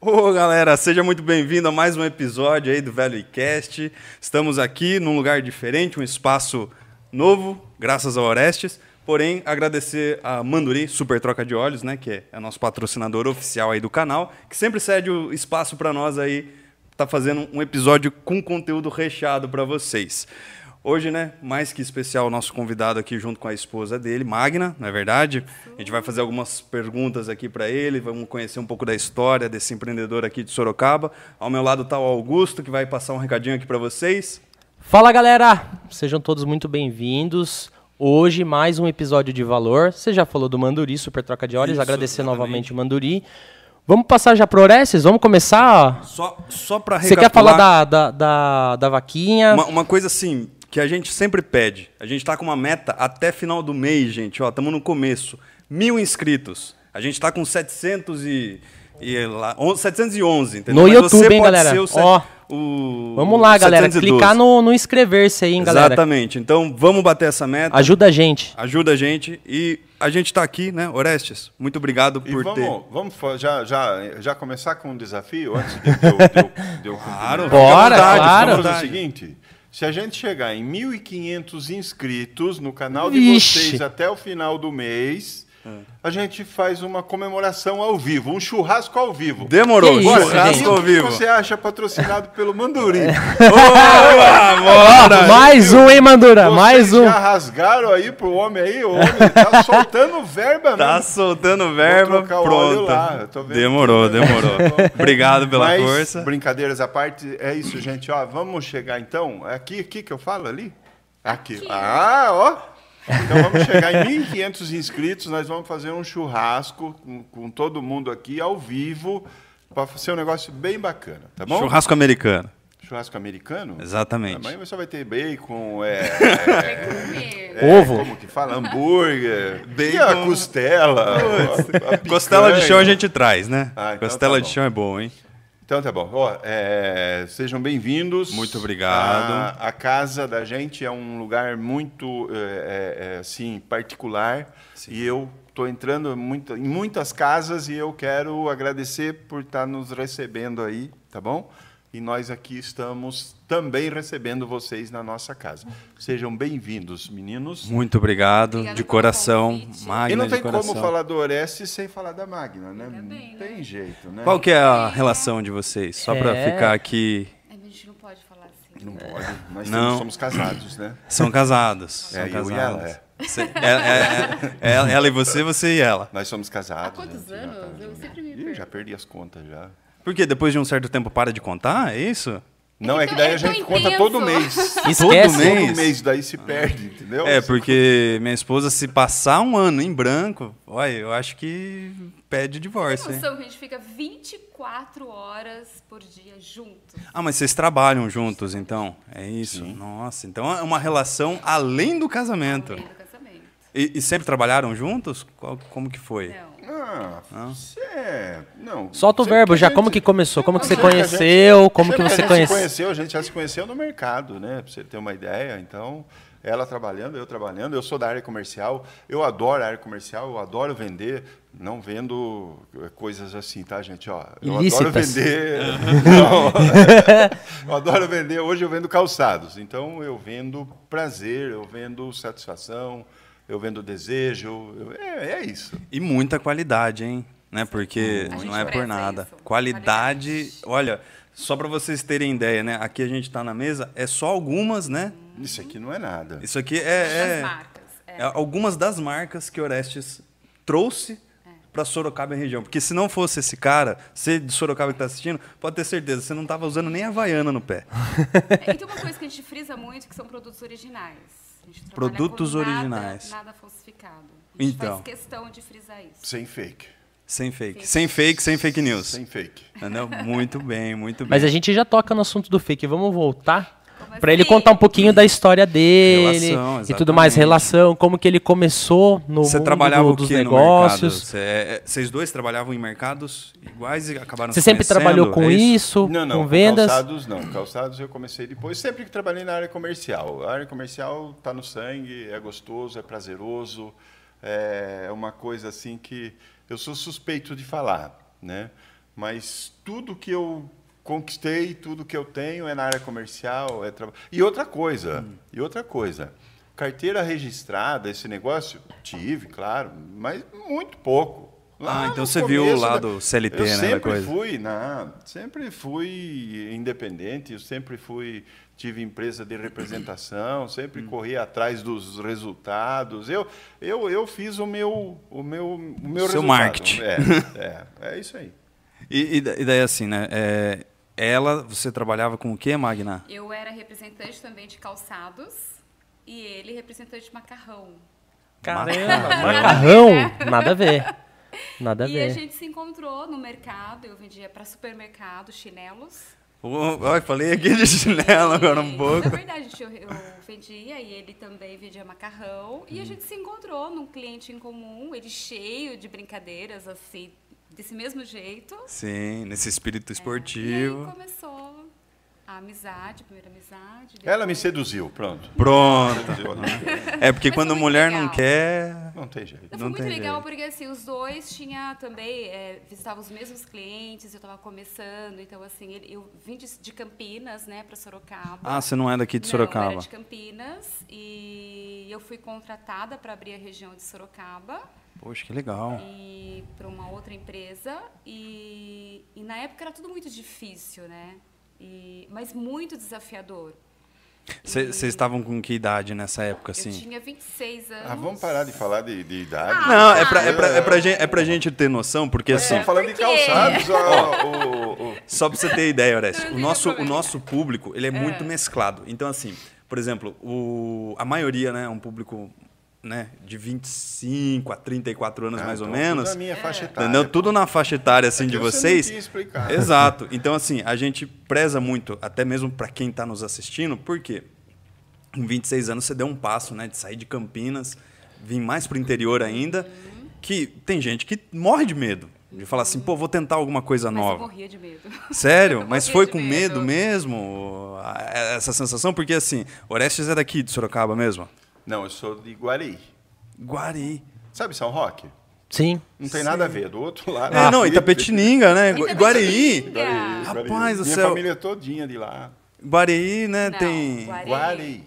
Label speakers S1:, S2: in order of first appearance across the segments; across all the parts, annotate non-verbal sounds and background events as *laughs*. S1: Ô galera, seja muito bem-vindo a mais um episódio aí do Velho Cast. Estamos aqui num lugar diferente, um espaço novo, graças ao Orestes. Porém, agradecer a Manduri, Super Troca de Olhos, né, que é nosso patrocinador oficial aí do canal, que sempre cede o espaço para nós aí tá fazendo um episódio com conteúdo recheado para vocês. Hoje, né, mais que especial, o nosso convidado aqui junto com a esposa dele, Magna, não é verdade? A gente vai fazer algumas perguntas aqui para ele, vamos conhecer um pouco da história desse empreendedor aqui de Sorocaba. Ao meu lado está o Augusto, que vai passar um recadinho aqui para vocês.
S2: Fala galera, sejam todos muito bem-vindos. Hoje mais um episódio de valor. Você já falou do Manduri, super troca de olhos,
S1: Isso,
S2: agradecer
S1: exatamente.
S2: novamente o Manduri. Vamos passar já pro Orestes? Vamos começar?
S1: Só, só para
S2: Você quer falar da, da, da, da vaquinha?
S1: Uma, uma coisa assim, que a gente sempre pede. A gente tá com uma meta até final do mês, gente. Ó, estamos no começo. Mil inscritos. A gente tá com 700 e... e lá, on- 711, entendeu?
S2: No
S1: Mas
S2: YouTube,
S1: você
S2: hein,
S1: pode
S2: galera?
S1: ser o set-
S2: Ó,
S1: o-
S2: Vamos
S1: o
S2: lá, galera.
S1: 712.
S2: Clicar no, no inscrever-se aí, hein, galera.
S1: Exatamente. Então, vamos bater essa meta.
S2: Ajuda a gente.
S1: Ajuda a gente. E a gente tá aqui, né? Orestes, muito obrigado
S3: E
S1: por
S3: vamos,
S1: ter...
S3: vamos fa- já, já, já começar com um desafio antes de, de eu, de eu- de eu
S1: Claro,
S3: continuar?
S1: fica à
S2: Bora,
S1: vontade, fica à
S2: claro.
S3: Vamos fazer o
S1: vontade.
S3: seguinte, se a gente chegar em 1.500 inscritos no canal de
S2: Vixe.
S3: vocês até o final do mês,
S1: É.
S3: a gente faz uma comemoração ao vivo, um churrasco ao vivo.
S1: Demorou.
S2: Que isso,
S1: um Churrasco
S2: gente.
S1: ao
S3: E o
S1: vivo.
S3: que você acha patrocinado pelo
S2: *laughs*
S3: Manduri?
S1: Boa, bora!
S2: mais um, hein, Mandura?
S3: Vocês
S2: mais um.
S3: já rasgaram aí pro homem aí? O homem tá *laughs* soltando verba
S1: Tá
S3: mesmo.
S1: soltando verba,
S3: trocar o óleo lá,
S1: pronta.
S3: eu tô vendo.
S1: demorou,
S3: *laughs*
S1: demorou. Obrigado pela
S3: Mas,
S1: força.
S3: brincadeiras à parte, é isso, gente. Ó, vamos chegar então. É Aqui, aqui que eu falo ali? Aqui. Ah, ó. Então vamos chegar em 1.500 inscritos. Nós vamos fazer um churrasco com, com todo mundo aqui ao vivo para ser um negócio bem bacana, tá bom?
S1: Churrasco americano.
S3: Churrasco americano? Amanhã
S1: Exatamente.
S3: você vai ter bacon,
S1: *laughs*
S3: é,
S2: Ovo.
S3: como que fala? Hambúrguer,
S1: Bacon.
S3: e a costela. a- a
S1: Costela de
S3: picanha.
S1: chão a gente traz, né?
S3: Ah, então
S1: Costela
S3: tá
S1: de
S3: bom.
S1: chão é bom, hein?
S3: Então tá bom. Ó, é, sejam bem-vindos.
S1: Muito obrigado.
S3: A, a casa da gente é um lugar muito é, é, é, assim particular e eu estou entrando muito- em muitas casas e eu quero agradecer por estar nos recebendo aí, tá bom? E nós aqui estamos também recebendo vocês na nossa casa. Sejam bem-vindos, meninos.
S1: Muito obrigado,
S4: Obrigada
S1: de
S4: pelo
S1: coração.
S4: convite.
S1: Magna
S3: E não tem
S1: de coração.
S3: como falar do Orestes sem falar da Magna, né?
S4: bem,
S3: não
S4: né?
S3: tem jeito, né?
S1: Qual que é a relação de vocês? Só pra
S2: É.
S1: ficar aqui.
S4: A gente não pode falar assim.
S3: Não pode. Nós
S1: Não.
S3: somos casados, né?
S1: São casados.
S3: É,
S1: são
S3: eu e
S1: casados.
S3: ela,
S1: Cê- é- é- é- é- ela e você, você e ela.
S3: Nós somos
S4: Há
S3: casados.
S4: quantos
S3: né?
S4: anos? Eu sempre me É
S3: Ih,
S4: pergunto.
S3: já perdi as contas já.
S1: Porque depois de um certo tempo para de contar, é isso?
S3: Não,
S4: que
S3: é que
S4: tão-
S3: daí
S4: é
S3: a
S4: tão
S3: gente conta todo mês.
S4: intenso.
S2: Esquece. Ah.
S1: Todo mês.
S3: Todo mês daí se perde, entendeu?
S1: É, porque minha esposa, se passar um ano em branco, olha, eu acho que pede
S4: Tem
S1: divórcio, hein?
S4: noção que a gente fica 24 horas por dia junto.
S1: Ah, mas vocês trabalham juntos, então? É isso? Nossa, então é uma relação além do casamento.
S4: Além do casamento.
S1: E, e sempre trabalharam juntos? Qual- como que foi?
S4: Não.
S3: Ah, você é- Não.
S2: Solta o
S3: sempre
S2: verbo
S3: a
S2: já.
S3: gente-
S2: Como que começou? Como que você
S3: sempre a gente-
S2: conheceu? Como que
S3: sempre
S2: você
S3: a gente se
S2: conheceu?
S3: conheceu? A gente já se conheceu no mercado, né? Pra você ter uma ideia. Então, ela trabalhando, eu trabalhando. Eu sou da área comercial. Eu adoro a área comercial. Eu adoro vender. Não vendo eh, coisas assim, tá, gente? Ó, eu adoro
S2: Ilícitas.
S3: vender.
S2: *laughs*
S3: *laughs* Não. eu adoro vender. Hoje eu vendo calçados. Então, eu vendo prazer, eu vendo satisfação, eu vendo desejo. Eu- é- é isso.
S1: E muita qualidade, hein? Né? Porque
S4: A gente
S1: não é por
S4: preza
S1: nada.
S4: isso.
S1: Qualidade, olha, só para vocês terem ideia, né? Aqui a gente tá na mesa, é só algumas, né?
S3: Isso aqui não é nada.
S1: Isso aqui é-
S4: As
S1: é...
S4: marcas. É.
S1: É, algumas das marcas que Orestes trouxe para Sorocaba e região. Porque se não fosse esse cara, você de Sorocaba que está assistindo, pode ter certeza, você não estava usando nem Havaiana no pé.
S4: E tem uma coisa É, que a gente frisa muito, que são produtos originais. A gente trabalha
S1: Produtos
S4: com nada-
S1: originais.
S4: Nada falsificado. A gente
S1: Então.
S4: faz questão de frisar isso.
S3: Sem fake.
S1: Sem fake. Sem fake, sem fake news.
S3: Sem fake.
S1: Entendeu? Muito bem, muito bem.
S2: Mas a gente já toca no assunto do fake. Vamos voltar
S4: Como
S2: para ele
S4: assim?
S2: contar um pouquinho da história dele
S1: Relação,
S2: e tudo mais,
S1: exatamente.
S2: relação, como que ele começou no
S1: Você
S2: é mundo
S1: trabalhava
S2: do-
S1: o
S2: dos
S1: quê no mercado?
S2: negócios.
S1: Você- é, Vocês dois trabalhavam em mercados iguais e acabaram
S2: Você
S1: se
S2: sempre
S1: conhecendo,
S2: trabalhou com
S1: é
S2: isso,
S3: Não, não.
S2: com vendas?
S3: Calçados não. Calçados eu comecei depois. Sempre que trabalhei na área comercial. A área comercial tá no sangue, é gostoso, é prazeroso. É uma coisa assim que eu sou suspeito de falar, né? Mas tudo que eu conquistei, tudo que eu tenho é na área comercial, é trabalho. E outra coisa,
S2: Hum.
S3: e outra coisa. Carteira registrada, esse negócio, tive, claro, mas muito pouco.
S1: Ah, então
S3: no
S1: você viu o
S3: começo
S1: lado CLT,
S3: eu
S1: né, da
S3: sempre
S1: coisa.
S3: fui, na, sempre fui independente, eu sempre fui tive empresa
S1: *clears throat*
S3: de representação,
S1: Hum.
S3: sempre corri atrás dos resultados. Eu eu, eu fiz o meu o meu o meu
S1: Seu
S3: resultado.
S1: marketing.
S3: É, é, é isso aí.
S1: E, e da- e daí assim, né? é, ela, você trabalhava com o quê, Magna?
S4: Eu era representante também de calçados e ele representante de macarrão.
S1: Caramba,
S2: macarrão? Nada a ver. Nada a
S4: E a
S2: ver.
S4: gente se encontrou no mercado, eu vendia para supermercado chinelos.
S1: Ai, falei aqui de chinelo agora um pouco.
S4: Na É verdade, gente, eu, eu vendia e ele também vendia macarrão.
S1: Hum.
S4: E a gente se encontrou num cliente em comum, ele cheio de brincadeiras, assim, desse mesmo jeito.
S1: Sim, nesse espírito
S4: É, E aí
S1: esportivo.
S4: começou a amizade, a primeira amizade.
S3: Ela me
S4: depois-
S3: seduziu, pronto.
S1: Pronto.
S3: Seduziu, não-
S1: É
S4: *laughs*
S1: porque
S4: Mas
S1: quando
S4: foi muito
S1: mulher não
S4: legal.
S1: quer.
S3: Não tem jeito.
S4: Não,
S1: Não
S4: foi muito
S1: tem
S4: legal
S1: jeito.
S4: porque assim, os dois tinha também, é, visitavam os mesmos clientes, eu estava começando, então assim, ele- eu vim de, de Campinas, né, para Sorocaba.
S1: Ah, você não é daqui de
S4: Não, eu
S1: Sorocaba.
S4: era de Campinas e eu fui contratada para abrir a região de Sorocaba
S1: Poxa, que
S4: É,
S1: legal.
S4: e para uma outra empresa e, e na época era tudo muito difícil, né? E, mas muito desafiador.
S1: Cê- Vocês estavam com que idade nessa época,
S4: Eu
S1: assim?
S4: tinha 26 anos.
S3: Ah, vamos parar de falar de, de idade.
S1: Não, é pra, é, pra, é, pra gente, é pra gente ter noção,
S4: É.
S1: porque assim.
S3: Estamos falando de
S4: por quê?
S3: calçados. ó, o- o-
S1: Só pra você ter ideia, Orestes,
S4: Não,
S1: o
S4: não
S1: nosso,
S4: tem
S1: o
S4: problema.
S1: nosso público, ele é, muito mesclado. Então, assim, por exemplo, o, a maioria, né, é um público, né, de 25 a 34 anos,
S3: Ah,
S1: mais ou
S3: então,
S1: menos.
S3: tudo a minha faixa etária,
S1: Entendeu?
S3: pô.
S1: Tudo na faixa etária, assim,
S3: Aqui
S1: de
S3: você não
S1: vocês.
S3: tinha explicado.
S1: Exato. Então, assim, a gente preza muito, até mesmo para quem tá nos assistindo, porque com 26 anos você deu um passo, né, de sair de Campinas, vir mais pro interior ainda, que tem gente que morre de medo. De falar assim, pô, vou tentar alguma coisa
S4: Mas eu
S1: nova.
S4: morria de medo.
S1: *laughs* Sério?
S4: Eu
S1: Mas
S4: morria
S1: foi
S4: de
S1: com medo, mesmo? a- é, Essa sensação? Porque assim, Orestes é daqui de Sorocaba mesmo?
S3: Não, eu sou de Guari.
S1: Guari.
S3: Sabe São Roque?
S2: Sim.
S3: Não tem nada a ver, do outro lado. Ah,
S1: é, não,
S3: aqui,
S1: Itapetininga, né?
S4: Itapetininga.
S1: Guari.
S4: Guarií.
S3: Guari.
S1: Rapaz do
S3: Minha
S1: céu.
S3: família é todinha de lá.
S1: Guari, né?
S4: Não,
S1: tem.
S4: Guari.
S3: Guari.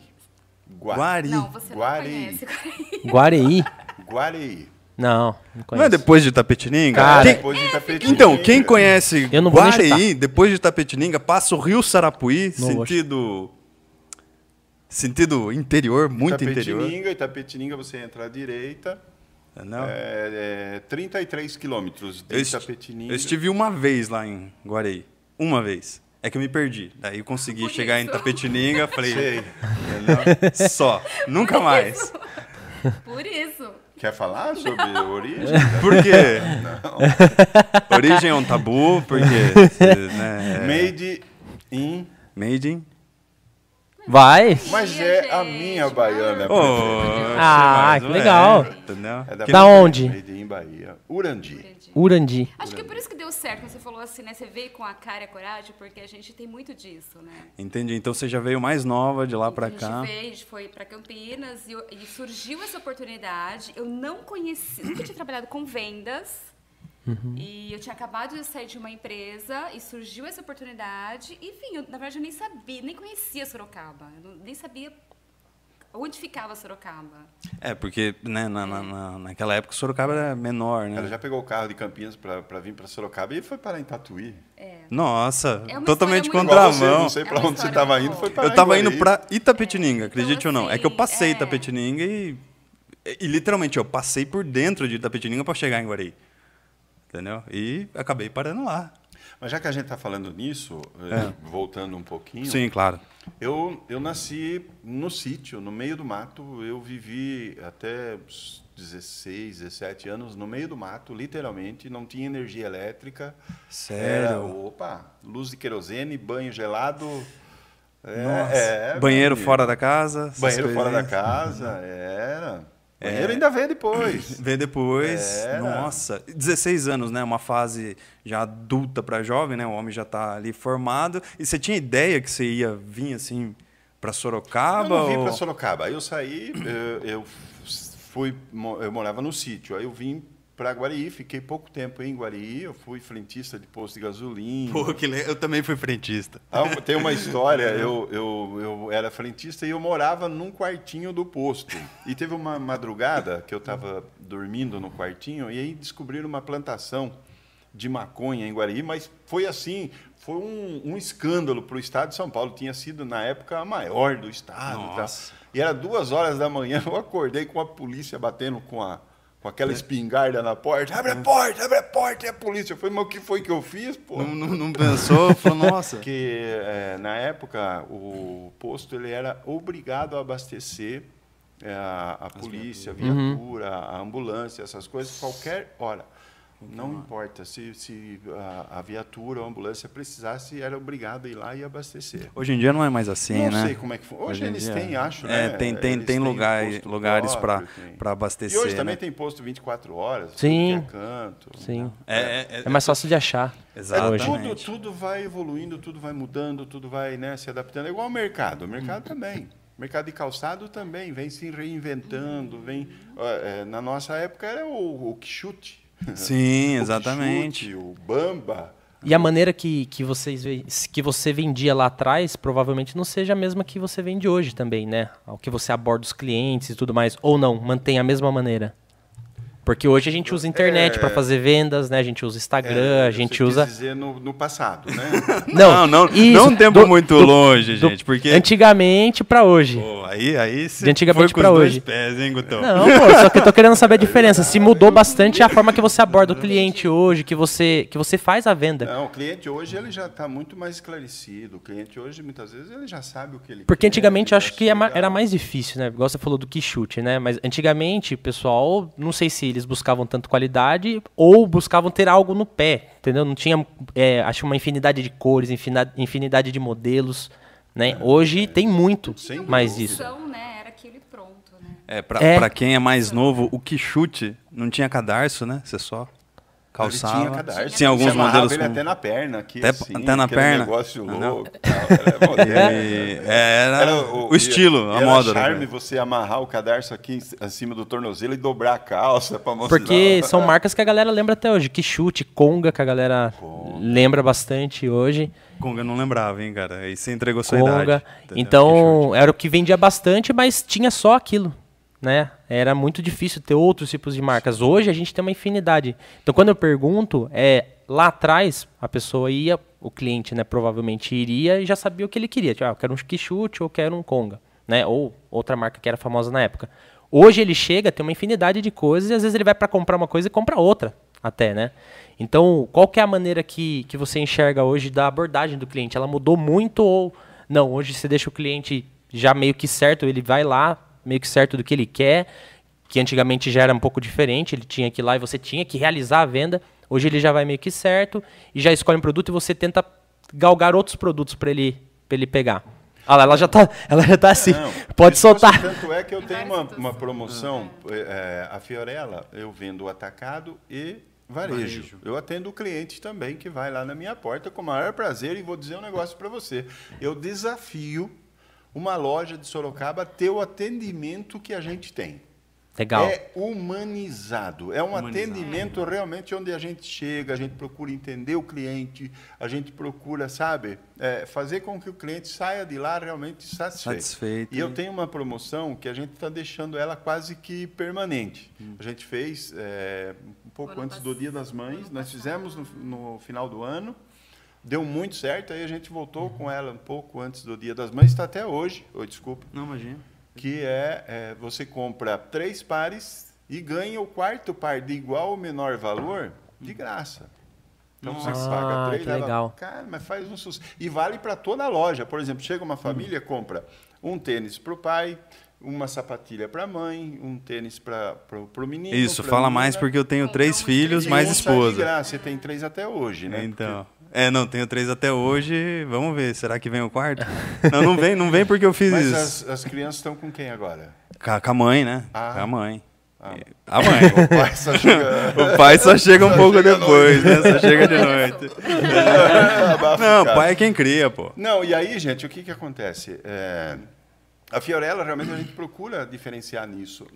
S3: Gua-
S1: Guari.
S4: Não, você
S3: Guari.
S4: não conhece. Guari. *laughs*
S2: Guareí?
S3: Guari.
S2: Não, não
S1: Não é
S2: conheço.
S1: depois de Tapetininga?
S2: Cara.
S1: Quem-
S3: Depois de Itapetininga.
S1: Então, quem conhece
S2: Eu não vou nem
S1: Guareí, depois de Tapetininga, passa o Rio Sarapuí,
S2: Não vou
S1: sentido. Sentido interior, muito interior.
S3: Itapetininga, Itapetininga, você entra à direita.
S1: Não.
S3: É, é, 33 quilômetros de
S1: Eu, esti-
S3: Itapetininga.
S1: eu estive uma vez lá em Guarei. Uma vez. É que eu me perdi. Daí eu consegui
S4: Por
S1: chegar em
S4: isso.
S1: Tapetininga, falei, *laughs*
S3: Sei. entendeu?
S1: só, nunca mais.
S4: Por isso.
S3: Quer falar sobre a origem?
S1: Por quê? Origem é um tabu, porque. Né, é
S3: Made in...
S1: Made in.
S2: Vai?
S3: Mas
S4: Ih,
S3: é a
S4: gente,
S3: minha baiana.
S1: Oh,
S2: Ah,
S1: mais
S2: que
S1: ou
S2: legal.
S1: menos, entendeu?
S3: É
S2: Da
S3: da Bahia,
S2: onde?
S3: Made in Bahia. Urandi.
S4: Entendi.
S2: Urandi.
S4: Acho que é por isso que deu certo quando você falou assim, né? Você veio com a cara e a coragem, porque a gente tem muito disso, né?
S1: Entendi. Então você já veio mais nova de lá pra
S4: Então,
S1: cá.
S4: A gente veio, a gente foi para Campinas e, eu- e surgiu essa oportunidade. Eu não conheci, nunca tinha trabalhado com vendas. E eu tinha acabado de sair de uma empresa e surgiu essa oportunidade. E, Enfim, eu, na verdade eu nem sabia, nem conhecia Sorocaba. Eu não- nem sabia onde ficava Sorocaba.
S1: É, porque né, na, na- na- naquela época o Sorocaba era menor,
S3: Ela
S1: né?
S3: já pegou o carro de Campinas para vir para Sorocaba e foi parar em Tatuí.
S1: Nossa,
S4: É uma
S1: totalmente
S4: história muito-
S3: Igual você,
S1: contramão.
S3: não sei
S4: É
S3: para
S4: uma
S3: onde você
S4: história
S3: estava
S4: muito
S3: indo, foi
S4: boa.
S3: parar
S1: Eu tava
S3: em
S1: indo
S3: Guarulhos.
S1: pra Itapetininga,
S4: É, então,
S1: acredite ou não. É que eu
S4: assim,
S1: passei
S4: é.
S1: Itapetininga e, e literalmente eu passei por dentro de Itapetininga pra chegar em Guarei. Entendeu? E acabei parando lá.
S3: Mas já que a gente está falando nisso, eh, voltando um pouquinho,
S1: É. Sim, claro.
S3: é, eu, eu nasci no sítio, no meio do mato. Eu vivi até os 16, 17 anos no meio do mato, literalmente. Não tinha energia elétrica. Era,
S1: Sério?
S3: opa, luz de querosene, banho gelado. É,
S1: Nossa.
S3: é,
S1: Banheiro
S3: meu
S1: fora da casa. É. essas
S3: Banheiro
S1: coisas
S3: fora da
S1: aí.
S3: casa, era. Banheiro ainda veio
S1: *laughs*
S3: depois.
S1: Vê depois.
S3: Era.
S1: Nossa. 16 anos, né? Uma fase já adulta pra jovem, né? O homem já tá ali formado. E você tinha ideia que você ia vir assim pra
S3: eu
S1: Sorocaba?
S3: não vim
S1: ou...
S3: para Sorocaba. Aí Eu saí, eh, eu, fui, mo- eu morava no sítio. Aí eu vim para Guarií, fiquei pouco tempo em Guarií, eu fui frentista de posto de gasolina.
S1: Pô, que le... Eu também fui frentista.
S3: Ah, tem uma história, eu, eu, eu era frentista e eu morava num quartinho do posto. E teve uma madrugada que eu estava dormindo no quartinho e aí descobriram uma plantação de maconha em Guarií, mas foi assim, foi um, um escândalo para o estado de São Paulo. Tinha sido, na época, a maior do estado. e tal.
S1: Nossa.
S3: E era duas horas da manhã, eu acordei com a polícia batendo com a. Com aquela
S1: É.
S3: espingarda na porta, abre a porta, abre a porta, é a polícia. Eu falei, mas o que foi que eu fiz, pô?
S1: Não, não- não pensou, falou, nossa.
S3: Porque eh, na época o posto ele era obrigado a abastecer eh, a, a polícia, a viatura, a ambulância, essas coisas, qualquer hora. Não importa, se, se a, a viatura ou a ambulância precisasse, era obrigado a ir lá e abastecer.
S1: *laughs* Hoje em dia não é mais assim,
S3: Não
S1: né?
S3: sei como é que foi. Hoje,
S1: em
S3: eles
S1: dia-
S3: têm, acho,
S1: É,
S3: né?
S1: tem, tem,
S3: Eles
S1: tem
S3: têm
S1: lugar,
S3: posto
S1: lugares para
S3: próprio, tem.
S1: abastecer.
S3: E hoje
S1: né?
S3: também tem posto 24 horas, tudo
S2: Sim.
S3: que é canto.
S2: Sim.
S1: É, é, é,
S2: É mais fácil de achar.
S3: É,
S1: Exatamente.
S2: Hoje.
S3: tudo, tudo vai evoluindo, tudo vai mudando, tudo vai né, se adaptando. É igual ao mercado. O mercado também. O mercado de calçado também vem se reinventando. Vem, ó, é, na nossa época era o, o que chute.
S1: Sim,
S3: *laughs* O que
S1: exatamente.
S3: chute, O bamba.
S2: E a maneira que, que, vocês, ve- que você vendia lá atrás provavelmente não seja a mesma que você vende hoje também, né? O que você aborda os clientes e tudo mais. Ou não, mantém a mesma maneira. Porque hoje a gente
S1: É.
S2: usa internet pra fazer vendas, né? A gente usa Instagram, a gente
S3: É, Você quis
S2: usa.
S3: dizer no, no passado, né?
S2: *laughs*
S1: Não, não, não um tempo
S2: do-
S1: muito
S2: do- é
S1: longe,
S2: do-
S1: gente, porque
S2: Antigamente pra hoje.
S1: Pô, aí, aí você
S2: De antigamente
S1: foi com
S2: pra
S1: os
S2: hoje.
S1: dois pés, hein, Gutão?
S2: Não, pô, só que eu tô querendo saber a diferença. Se mudou bastante a forma que você aborda o cliente hoje, que você, que você faz a venda.
S3: Não, o cliente hoje ele já está muito mais esclarecido. O cliente hoje, muitas vezes, ele já sabe o que ele
S2: Porque
S3: quer,
S2: antigamente
S3: ele
S2: eu
S3: já
S2: acho que é ma-
S3: chega-
S2: era mais difícil, né? Igual você falou do que chute, né? Mas antigamente, o pessoal, não sei se eles buscavam tanto qualidade ou buscavam ter algo no pé, entendeu? Não tinha, é, acho, uma infinidade de cores, infina- infinidade de modelos, né? Hoje tem muito
S3: É, Sem
S2: mais
S3: dúvida.
S2: disso.
S4: Opção, né? Era aquele pronto, né?
S1: É, pra,
S2: É.
S1: pra quem é mais novo, o que chute não tinha cadarço, né? Você só calçava.
S3: Ele tinha cadarço.
S1: Tinha alguns
S3: Você amarrava
S1: modelos
S3: ele
S1: com...
S3: até na perna. Aqui,
S1: Até-
S3: assim,
S1: até na
S3: aquele
S1: perna.
S3: negócio
S1: Ah, não.
S3: louco. e tal, Era, modelo,
S1: *laughs* *laughs*
S3: *laughs*
S1: E- é, era,
S3: Era
S1: o, estilo, a
S3: era
S1: moda. né,
S3: charme
S1: velho?
S3: você amarrar o cadarço aqui em cima do tornozelo e dobrar a calça pra mostrar.
S2: Porque são marcas que a galera lembra até hoje. Que chute, Conga, que a galera lembra bastante hoje.
S1: Conga eu não lembrava, hein, cara. Aí você entregou sua
S2: Conga.
S1: idade. entendeu? Que chute.
S2: Então, era o que vendia bastante, mas tinha só aquilo, né? Era muito difícil ter outros tipos de marcas. Hoje a gente tem uma infinidade. Então, quando eu pergunto, é lá atrás a pessoa ia, o cliente, né, provavelmente iria e já sabia o que ele queria. Tipo, ah, eu quero um que chute ou quero um Conga, né? Ou outra marca que era famosa na época. Hoje ele chega, tem uma infinidade de coisas e às vezes ele vai para comprar uma coisa e compra outra, até, né? Então, qual que é a maneira que, que você enxerga hoje da abordagem do cliente? Ela mudou muito ou não? Hoje você deixa o cliente já meio que certo, ele vai lá meio que certo do que ele quer, que antigamente já era um pouco diferente, ele tinha que ir lá e você tinha que realizar a venda. Hoje ele já vai meio que certo e já escolhe um produto e você tenta galgar outros produtos para ele, pra ele pegar. Olha lá, ela já tá, ela já tá assim. *laughs* Pode
S3: Isso,
S2: soltar.
S3: Tanto é que eu tenho uma,
S4: várias
S3: uma promoção, é, a Fiorella, eu vendo atacado e varejo. Eu atendo o cliente também que vai lá na minha porta com o maior prazer e vou dizer um negócio para você. Eu desafio uma loja de Sorocaba a ter o atendimento que a gente tem.
S2: Legal.
S3: É humanizado. É um atendimento realmente onde a gente chega, a gente procura entender o cliente, a gente procura, sabe, é, fazer com que o cliente saia de lá realmente satisfeito.
S1: Satisfeito,
S3: E eu
S1: né?
S3: tenho uma promoção que a gente está deixando ela quase que permanente. A gente fez é, um pouco
S4: Ano
S3: antes
S4: pass-
S3: do Dia das Mães, nós fizemos no, no final do ano. Deu muito certo, aí a gente voltou com ela um pouco antes do Dia das Mães, está até hoje, ou desculpa,
S1: Não, imagina.
S3: que é, é, você compra três pares e ganha o quarto par de igual ou menor valor de graça. Então
S2: Nossa.
S3: você paga
S2: Ah,
S3: três,
S2: que
S3: leva-
S2: legal.
S3: Cara, mas faz um sucesso. E vale para toda a loja. Por exemplo, chega uma família, compra um tênis para o pai, uma sapatilha para a mãe, um tênis para o menino.
S1: Isso,
S3: pra
S1: fala
S3: menina.
S1: mais porque eu tenho três
S4: Então,
S1: filhos,
S3: E
S1: mais
S3: um sai de
S1: esposa.
S3: graça. Você tem três até hoje, né?
S1: Então. É, não, tenho três até hoje. Vamos ver, será que vem o quarto? não, não vem, não vem porque eu fiz
S3: Mas
S1: isso.
S3: as, as crianças estão com quem agora?
S1: Ca- Com a mãe, né?
S3: Ah.
S1: Com a mãe. É,
S3: Ah.
S1: A mãe.
S3: *laughs* O pai só
S1: *laughs*
S3: chega-
S1: O pai só chega um
S3: Só
S1: pouco
S3: chega à
S1: depois, né? Só chega de
S4: Olha
S1: noite.
S3: *laughs* Abafa o
S1: Não,
S3: cara.
S1: pai é quem cria, pô.
S3: Não, e aí, gente, o que que acontece? É, A Fiorella, realmente, a gente procura diferenciar nisso.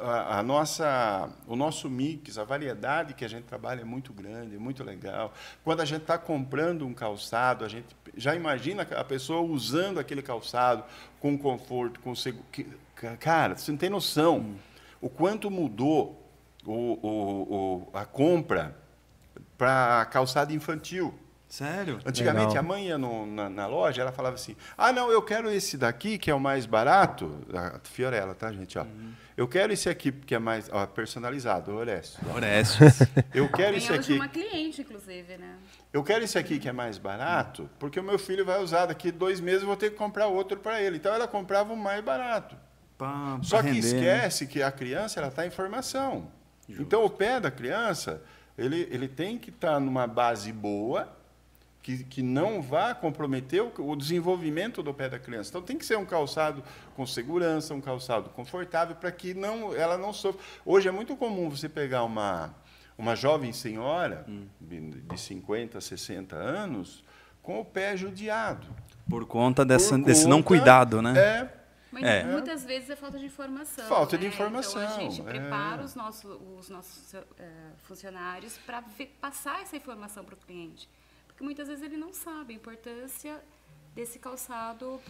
S3: A, a nossa, o nosso mix, a variedade que a gente trabalha é muito grande, é muito legal. Quando a gente está comprando um calçado, a gente já imagina a pessoa usando aquele calçado com conforto, com segurança. Cara, você não tem noção o quanto mudou o, o, o, a compra para calçado infantil.
S1: Sério?
S3: Antigamente
S2: Legal.
S3: a mãe ia no- na, na loja, ela falava assim: ah, não, eu quero esse daqui que é o mais barato. A Fiorella, tá, gente? Ó. Eu quero esse aqui que é mais ó, personalizado, olha esse. *laughs*
S1: Orestes.
S3: Eu quero esse
S4: Ganhamos de
S3: aqui.
S4: uma cliente, inclusive, né?
S3: Eu quero esse aqui que é mais barato, porque o meu filho vai usar daqui dois meses, eu vou ter que comprar outro para ele. Então ela comprava o mais barato.
S1: Pra-
S3: Só
S1: pra
S3: que
S1: render, né?
S3: esquece que a criança ela está em formação. Então o pé da criança ele, ele tem que estar numa base boa que, que não vá comprometer o, o desenvolvimento do pé da criança. Então tem que ser um calçado com segurança, um calçado confortável para que não ela não sofra. Hoje é muito comum você pegar uma uma jovem senhora
S1: Hum.
S3: de de 50, 60 anos com o pé judiado.
S1: Por conta dessa-
S3: Por
S1: desse não
S3: conta-
S1: cuidado, né?
S3: É,
S4: Mas
S1: É.
S4: muitas vezes é falta de informação.
S3: Falta de
S4: né? Então
S3: informação,
S4: a gente
S3: é.
S4: prepara os nossos, os nossos eh, funcionários para passar essa informação para o cliente. Porque muitas vezes ele não sabe a importância desse calçado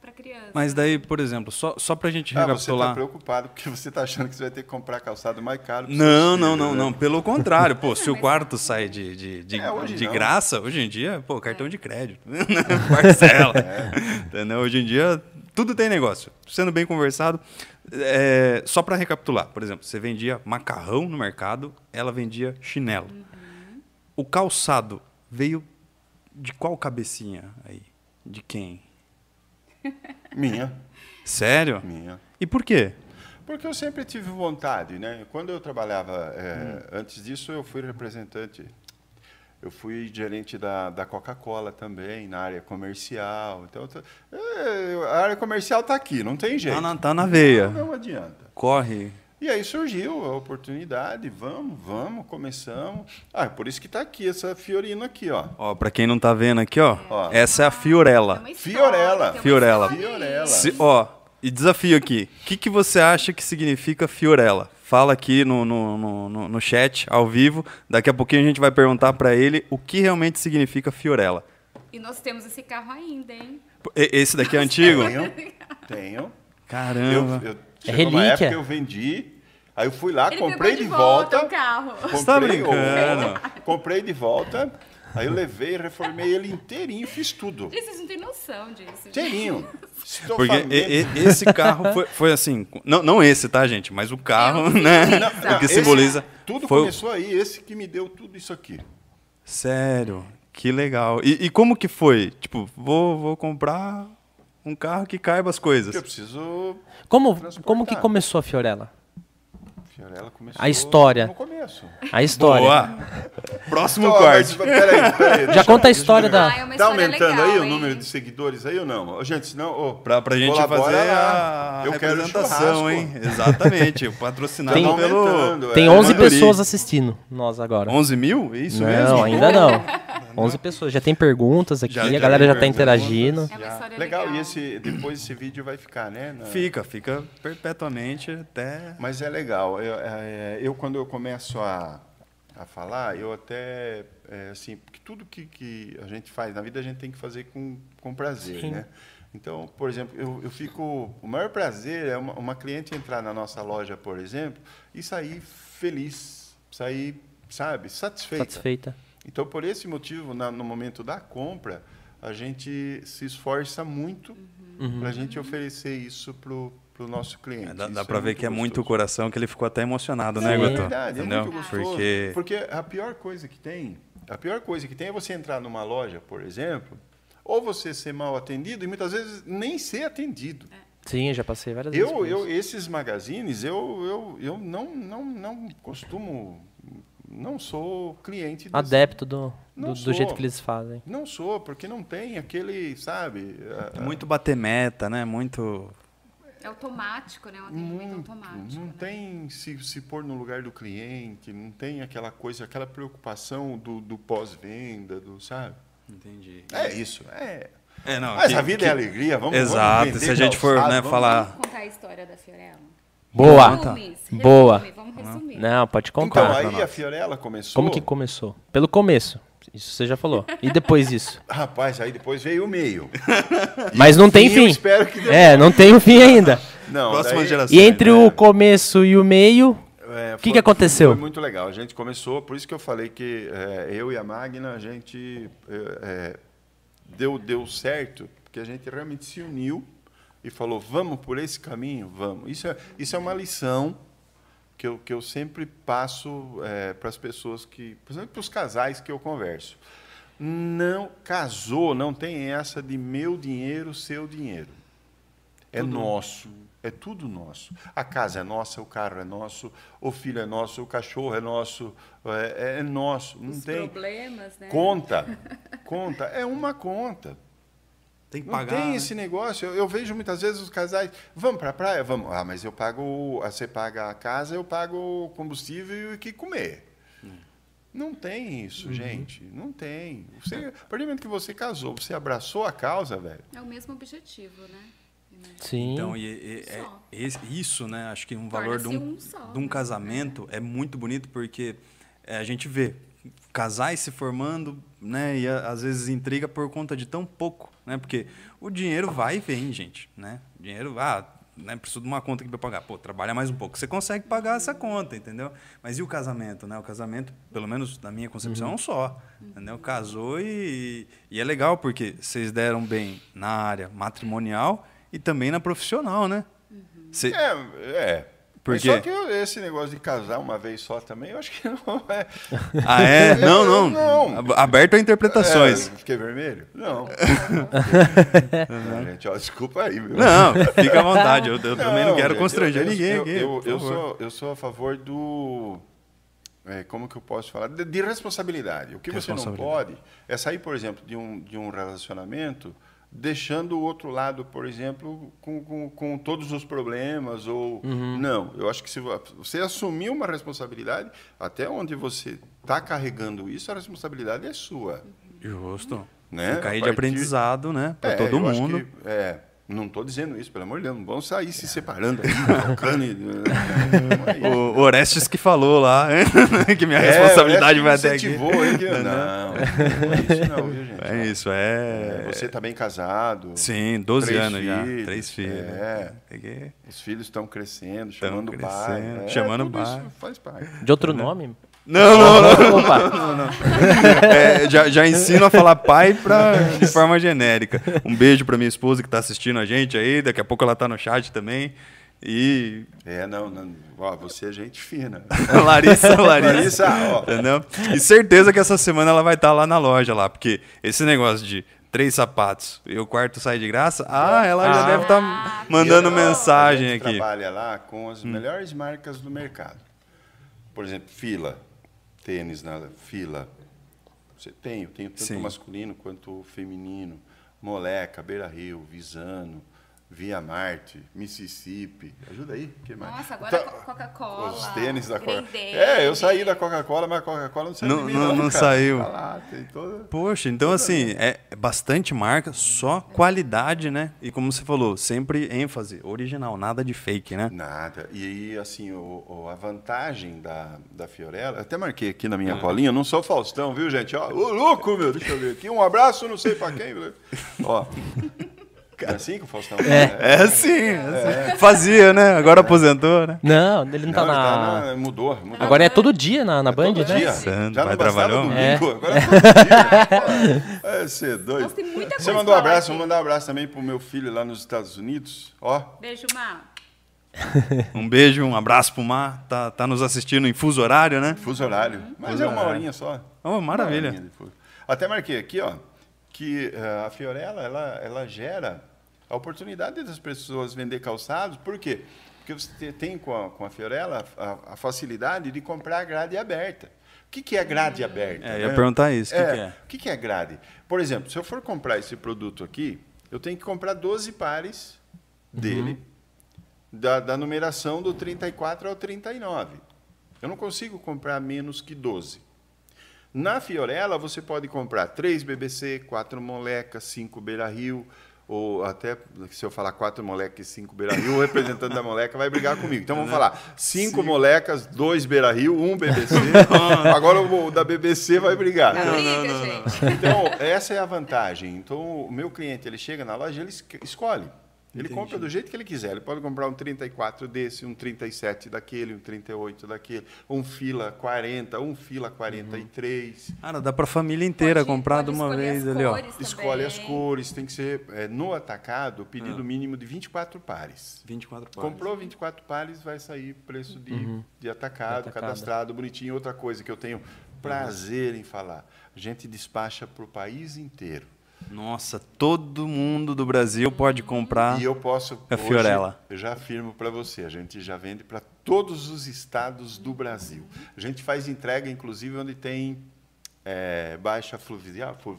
S4: para a criança.
S1: Mas daí, por exemplo, só, só pra gente
S3: Ah, você está
S1: recapitular.
S3: preocupado porque você está achando que você vai ter que comprar calçado mais caro. pro
S1: Não,
S3: seu filho,
S1: não, não,
S3: né?
S1: não. Pelo contrário, pô, se o quarto sai de, de, de,
S3: É, hoje
S1: de
S3: não.
S1: graça, hoje em dia, pô, cartão de crédito, *laughs* né? parcela. Entendeu? Hoje em dia, tudo tem negócio. Sendo bem conversado, é, só para recapitular, por exemplo, você vendia macarrão no mercado, ela vendia chinelo. O calçado veio de qual cabecinha aí? De quem?
S3: Minha,
S1: Sério?
S3: minha.
S1: E por quê?
S3: Porque eu sempre tive vontade, né? Quando eu trabalhava, é,
S1: Hum.
S3: antes disso eu fui representante, eu fui gerente da, da Coca-Cola também, na área comercial. Então, eu tô- é, a área comercial está aqui, não tem jeito.
S1: Tá na, tá na veia.
S3: Não adianta.
S1: Corre.
S3: E aí surgiu a oportunidade, vamos, vamos, começamos. Ah, é por isso que está aqui essa Fiorino aqui, ó.
S1: Ó, pra quem não tá vendo aqui, ó,
S3: Ó.
S1: essa é a Fiorella.
S4: Tem uma
S3: Fiorella.
S4: tem uma
S1: Fiorella.
S4: história.
S3: Fiorella.
S1: Se- ó, e desafio aqui. O que, que você acha que significa Fiorella? Fala aqui no, no, no, no- no chat, ao vivo. Daqui a pouquinho a gente vai perguntar pra ele o que realmente significa Fiorella.
S4: E nós temos esse carro ainda, hein?
S1: P- e- Esse daqui é antigo?
S3: Tenho, tenho.
S1: *laughs* Caramba.
S3: Eu, eu,
S2: É
S3: chegou uma
S2: relíquia.
S3: época que eu vendi, aí eu fui lá,
S4: Ele
S3: Ah, comprei
S4: pegou
S3: de
S4: de volta,
S3: volta.
S4: o carro.
S1: Você tá
S3: comprei outro,
S1: brincando.
S3: comprei de volta, aí eu levei, reformei ele inteirinho, fiz tudo.
S4: Vocês não têm noção disso. gente.
S3: Inteirinho.
S1: Porque
S3: Estofamento.
S1: e- e- esse carro foi, foi assim. Não, não esse, tá, gente? Mas o carro, né? *laughs*
S3: Não,
S1: O que
S3: esse-
S1: simboliza.
S3: Tudo
S1: foi o-
S3: começou aí, esse que me deu tudo isso aqui.
S1: Sério, que legal. E, e como que foi? Tipo, vou, vou comprar um carro que caiba as coisas.
S3: Porque Eu preciso.
S2: Como,
S3: Transportar.
S2: como que começou a Fiorella?
S3: Fiorella começou
S2: A história.
S3: No começo.
S2: A história.
S1: Próximo
S3: Então, mas
S1: corte.
S3: peraí, peraí,
S2: Já
S3: deixa-
S2: conta a
S3: deixa eu
S2: história
S3: pegar.
S2: da.
S4: Ah, é uma
S3: Tá
S4: história
S3: aumentando
S4: legal,
S3: aí o
S4: hein?
S3: número de seguidores aí ou não? Ô, Gente, senão. ô,
S1: Pra, pra gente
S3: colabora
S1: fazer
S3: lá.
S1: a
S3: Eu quero
S1: representação,
S3: churrasco.
S1: hein? Exatamente, patrocinado
S2: Tem-
S1: pelo...
S3: Aumentando, é.
S2: Tem
S3: Não,
S2: 11
S1: Manduri.
S2: pessoas assistindo nós agora.
S1: 11 mil? É Isso mesmo?
S2: Não, ainda não. 11 pessoas. Já tem perguntas aqui,
S1: Já-
S2: a
S1: já
S2: galera
S1: tem
S2: já tá
S1: perguntas.
S2: interagindo.
S4: É uma história
S3: legal.
S4: legal.
S3: e esse, depois esse vídeo vai ficar, né? na-
S1: Fica, fica perpetuamente até...
S3: Mas é legal. Eu, é, eu, quando eu começo a, a falar, eu até, é, assim, porque tudo que, que a gente faz na vida, a gente tem que fazer com, com prazer, né? Então, por exemplo, eu, eu fico... O maior prazer é uma, uma cliente entrar na nossa loja, por exemplo, e sair feliz, sair, sabe, satisfeita.
S2: Satisfeita.
S3: Então, por esse motivo, na- no momento da compra, a gente se esforça muito para a gente oferecer isso para o nosso cliente.
S1: É, Dá, dá
S3: Isso
S1: pra ver que é muito o
S3: gostoso.
S1: coração que ele ficou até emocionado, né,
S3: É
S1: Guto?
S3: verdade, é
S1: Entendeu?
S3: muito gostoso.
S1: Porque...
S3: a pior coisa que tem, a pior coisa que tem é você entrar numa loja, por exemplo, ou você ser mal atendido e muitas vezes nem ser atendido.
S2: Sim, eu já passei várias vezes.
S3: Eu,
S2: por
S3: eu,
S2: isso.
S3: esses magazines, eu, eu, eu não, não, não costumo, não sou cliente. desse-
S2: Adepto do,
S3: Não
S2: do, do
S3: sou.
S2: jeito que eles fazem.
S3: Não sou, porque não tem aquele, sabe? a-
S1: É muito bater meta, né? Muito...
S4: É automático, né? Um atendimento
S3: Muito.
S4: automático.
S3: Não
S4: né?
S3: Uhum. tem se, se pôr no lugar do cliente, não tem aquela coisa, aquela preocupação do, do pós-venda, do, sabe?
S1: Entendi.
S3: É isso. É.
S1: É, não,
S3: Mas
S1: que-
S3: a vida
S1: que-
S3: é alegria, vamos vamos
S1: Exato,
S3: vender
S1: se a gente for
S3: calçado,
S1: né,
S3: vamos-
S1: falar.
S4: Vamos contar a história da Fiorella?
S2: Boa.
S4: Resume, se resume,
S2: Boa.
S4: Vamos resumir.
S1: Né?
S2: Não, pode
S3: Então,
S2: contar.
S3: aí a Fiorella começou.
S2: Como que começou? Pelo começo. Isso você já falou. E depois
S3: *laughs*
S2: disso?
S3: Rapaz, aí depois veio o meio.
S2: Mas não tem
S3: fim, eu
S2: fim.
S3: espero que Tá dê
S2: É, não tem o fim ainda.
S3: Não,
S1: Próxima
S3: daí-
S1: geração.
S2: E entre
S3: né?
S2: o começo e o meio,
S3: É,
S2: o que,
S3: foi-
S2: que aconteceu?
S3: Foi muito legal. A gente começou, por isso que eu falei que é, eu e a Magna, a gente é, é, deu, deu certo, porque a gente realmente se uniu e falou, vamos por esse caminho? Vamos. Isso é, isso é uma lição que eu, que eu sempre passo para as pessoas que, principalmente para os casais que eu converso. Não casou, não tem essa de meu dinheiro, seu dinheiro. É nosso. É tudo nosso. A casa é nossa, o carro é nosso, o filho é nosso, o cachorro é nosso, é, é nosso. Não
S4: Os
S3: tem.
S4: problemas, né?
S3: Conta. Conta. É uma conta.
S1: Tem que
S3: Não
S1: pagar.
S3: tem
S1: né?
S3: esse negócio. Eu, eu vejo muitas vezes os casais. Vamos para a praia? Vamos. Ah, mas eu pago. o- ah, Você paga a casa, eu pago o combustível e o que comer.
S1: Hum.
S3: Não tem isso, gente. Não tem. Você, a partir do momento que você casou, você abraçou a causa, velho.
S4: É o mesmo objetivo, né? Imagina.
S2: Sim.
S1: Então, e, e- é-
S4: Só.
S1: esse- isso, né? Acho que um valor de um,
S4: Torna-se um só,
S1: de um
S4: né?
S1: casamento é muito bonito porque é, a gente vê casais se formando, né? E a- às vezes intriga por conta de tão pouco, né? Porque o dinheiro vai e vem, gente, né? O dinheiro, ah, né? Preciso de uma conta aqui para pagar. Pô, trabalha mais um pouco. Você consegue pagar essa conta, entendeu? Mas e o casamento, né? O casamento, pelo menos na minha concepção, é um só. Entendeu? Casou e, e é legal porque vocês deram bem na área matrimonial e também na profissional, né?
S4: Uhum.
S1: Cê-
S3: É, é.
S1: Por
S3: Mas
S1: quê?
S3: Só que eu- esse negócio de casar uma vez só também, eu acho que *laughs* não é.
S1: Ah, é? Não, não.
S3: *laughs* Não.
S1: Ab- Aberto a interpretações.
S3: É, fiquei vermelho? Não.
S1: *laughs*
S3: Não, gente, ó, desculpa aí, meu.
S1: Não,
S3: *laughs*
S1: fica à vontade. Eu, eu também não
S3: É. Não,
S1: quero
S3: gente,
S1: constranger
S3: eu- eu-
S1: ninguém
S3: eu-
S1: aqui.
S3: Eu,
S1: por
S3: eu
S1: favor.
S3: sou, eu sou a favor do. é, como que eu posso falar? De, de responsabilidade. O que você não
S1: Responsabilidade.
S3: pode é sair, por exemplo, de um, de um relacionamento deixando o outro lado, por exemplo, com, com, com todos os problemas ou
S1: Uhum.
S3: não. Eu acho que se vo- você assumir uma responsabilidade, até onde você está carregando isso, a responsabilidade é sua.
S1: Justo.
S3: Né?
S1: Fica
S3: A
S1: aí de
S3: partir-
S1: aprendizado, né? Pra
S3: É,
S1: todo
S3: eu acho
S1: mundo. É.
S3: que, é, não estou dizendo isso, pelo amor de Deus, não vão sair
S1: *laughs*
S3: se separando aí, tocando e- né, não é isso. *laughs*
S1: O Orestes que falou lá, *laughs* que minha
S3: É,
S1: responsabilidade
S3: parece que
S1: vai até aqui. *laughs*
S3: incentivou ele que- Não, não é isso não, viu, gente?
S1: É isso,
S3: É,
S1: é.
S3: Você está bem casado,
S1: Sim, 12
S3: Três
S1: anos já.
S3: filhos,
S1: Três filhos.
S3: é.
S1: Tem que-
S3: os filhos estão crescendo, chamando o
S1: crescendo,
S3: pai.
S1: chamando
S3: tudo
S1: pai.
S3: Isso faz parte.
S2: De outro nome? *laughs*
S1: Não, não, não.
S2: Opa.
S1: É, já, já ensino a falar pai pra, de forma genérica. Um beijo pra minha esposa que tá assistindo a gente aí. Daqui a pouco ela tá no chat também. E
S3: É, não, não ó, você é gente fina.
S1: Larissa, Larissa.
S3: Larissa, ó.
S1: Entendeu? E certeza que essa semana ela vai estar lá na loja lá, porque esse negócio de três sapatos e o quarto sai de graça, ah, ela já
S2: Ah.
S1: deve estar mandando
S3: Eu-
S1: mensagem
S3: a gente
S1: aqui. Hum.
S3: trabalha lá com as melhores marcas do mercado. Por exemplo, fila, tênis na fila. Você tem, eu tenho tanto
S1: Sim.
S3: masculino quanto feminino. Moleca, Beira Rio, Visano, Via Marte, Mississippi. Ajuda aí, que mais?
S4: Nossa, agora é
S3: Tá-
S4: co- Coca-Cola.
S3: Os tênis da
S4: Green
S3: Coca-Cola.
S4: Day.
S3: É, eu saí da Coca-Cola, mas a Coca-Cola não saiu
S1: Não-
S3: de mim,
S1: não- não
S3: cara.
S1: saiu.
S3: Tá lá, tem toda...
S1: Poxa, então assim, é bastante marca, só qualidade, né? E como você falou, sempre ênfase, original, nada de fake, né?
S3: Nada. E, assim, o, o- a vantagem da, da Fiorella, eu até marquei aqui na minha colinha, eu não sou Faustão, viu, gente? Ó, ô, louco, meu, deixa eu ver aqui. Um abraço, não sei pra quem. meu. Ó. É assim que o Faustão fala, né?
S1: É sim, fazia, né? Agora aposentou, né?
S2: Não, ele não tá
S3: Não, ele tá
S2: na.
S3: na- Mudou, mudou.
S2: Agora é todo dia na, na Band,
S3: Todo
S2: né?
S3: dia.
S1: Santo,
S3: Já
S1: vai
S3: não bastava
S1: trabalhar,
S3: domingo,
S1: né?
S3: agora é todo dia. É, você é doido.
S4: Nossa, tem muita
S3: você
S4: coisa
S3: mandou um
S4: pra falar
S3: abraço,
S4: aqui.
S3: vou mandar um abraço também pro meu filho lá nos Estados Unidos. Ó,
S4: Beijo, Má.
S1: Um beijo, um abraço pro Mar, tá, tá nos assistindo em fuso horário, né?
S3: fuso horário.
S4: Uhum.
S3: Mas
S1: Fuso
S3: é uma
S1: horário.
S3: horinha só.
S1: Oh, maravilha.
S3: Maravilha. Até marquei aqui, ó, que eh, a Fiorella, ela, ela gera a oportunidade das pessoas vender calçados. Por quê? Porque você te- tem com a, com a Fiorella a, a facilidade de comprar grade aberta. O que, que é grade aberta?
S1: É, eu ia perguntar isso, o que
S3: É,
S1: que é?
S3: O que, que é grade? Por exemplo, se eu for comprar esse produto aqui, eu tenho que comprar 12 pares dele, da, da numeração do 34 ao 39. Eu não consigo comprar menos que 12. Na Fiorella, você pode comprar 3 BBC, 4 Moleca, 5 Beira Rio, ou até, se eu falar 4 Moleca e 5 Beira Rio, o representante da Moleca vai brigar comigo. Então vamos falar 5 Molecas, 2 Beira Rio, 1 um BBC. Agora o o da BBC vai brigar.
S4: Não, briga, gente.
S3: Então, essa é a vantagem. Então, o meu cliente, ele chega na loja, ele esque- escolhe. Ele compra do jeito que ele quiser. Ele pode comprar um 34 desse, um 37 daquele, um 38 daquele, um fila 40, um fila 43.
S1: Cara, dá pra família inteira
S4: Pode-
S1: comprar de
S4: pode
S1: uma
S4: escolher
S1: vez
S4: as
S1: ali, ó.
S4: cores
S3: Escolhe as
S4: também.
S3: cores, tem que ser é, no atacado, pedido mínimo de 24 Ah. pares.
S1: 24 pares.
S3: Comprou 24 pares, vai sair preço de, de atacado, Uhum.
S2: Atacado.
S3: cadastrado, bonitinho. Outra coisa que eu tenho prazer em falar: a gente despacha para o país inteiro.
S1: Nossa, todo mundo do Brasil pode comprar.
S3: E eu posso.
S1: É
S3: hoje,
S1: Fiorella.
S3: eu já afirmo para você: a gente já vende para todos os estados do Brasil. A gente faz entrega, inclusive, onde tem é, baixa fluvial. flu-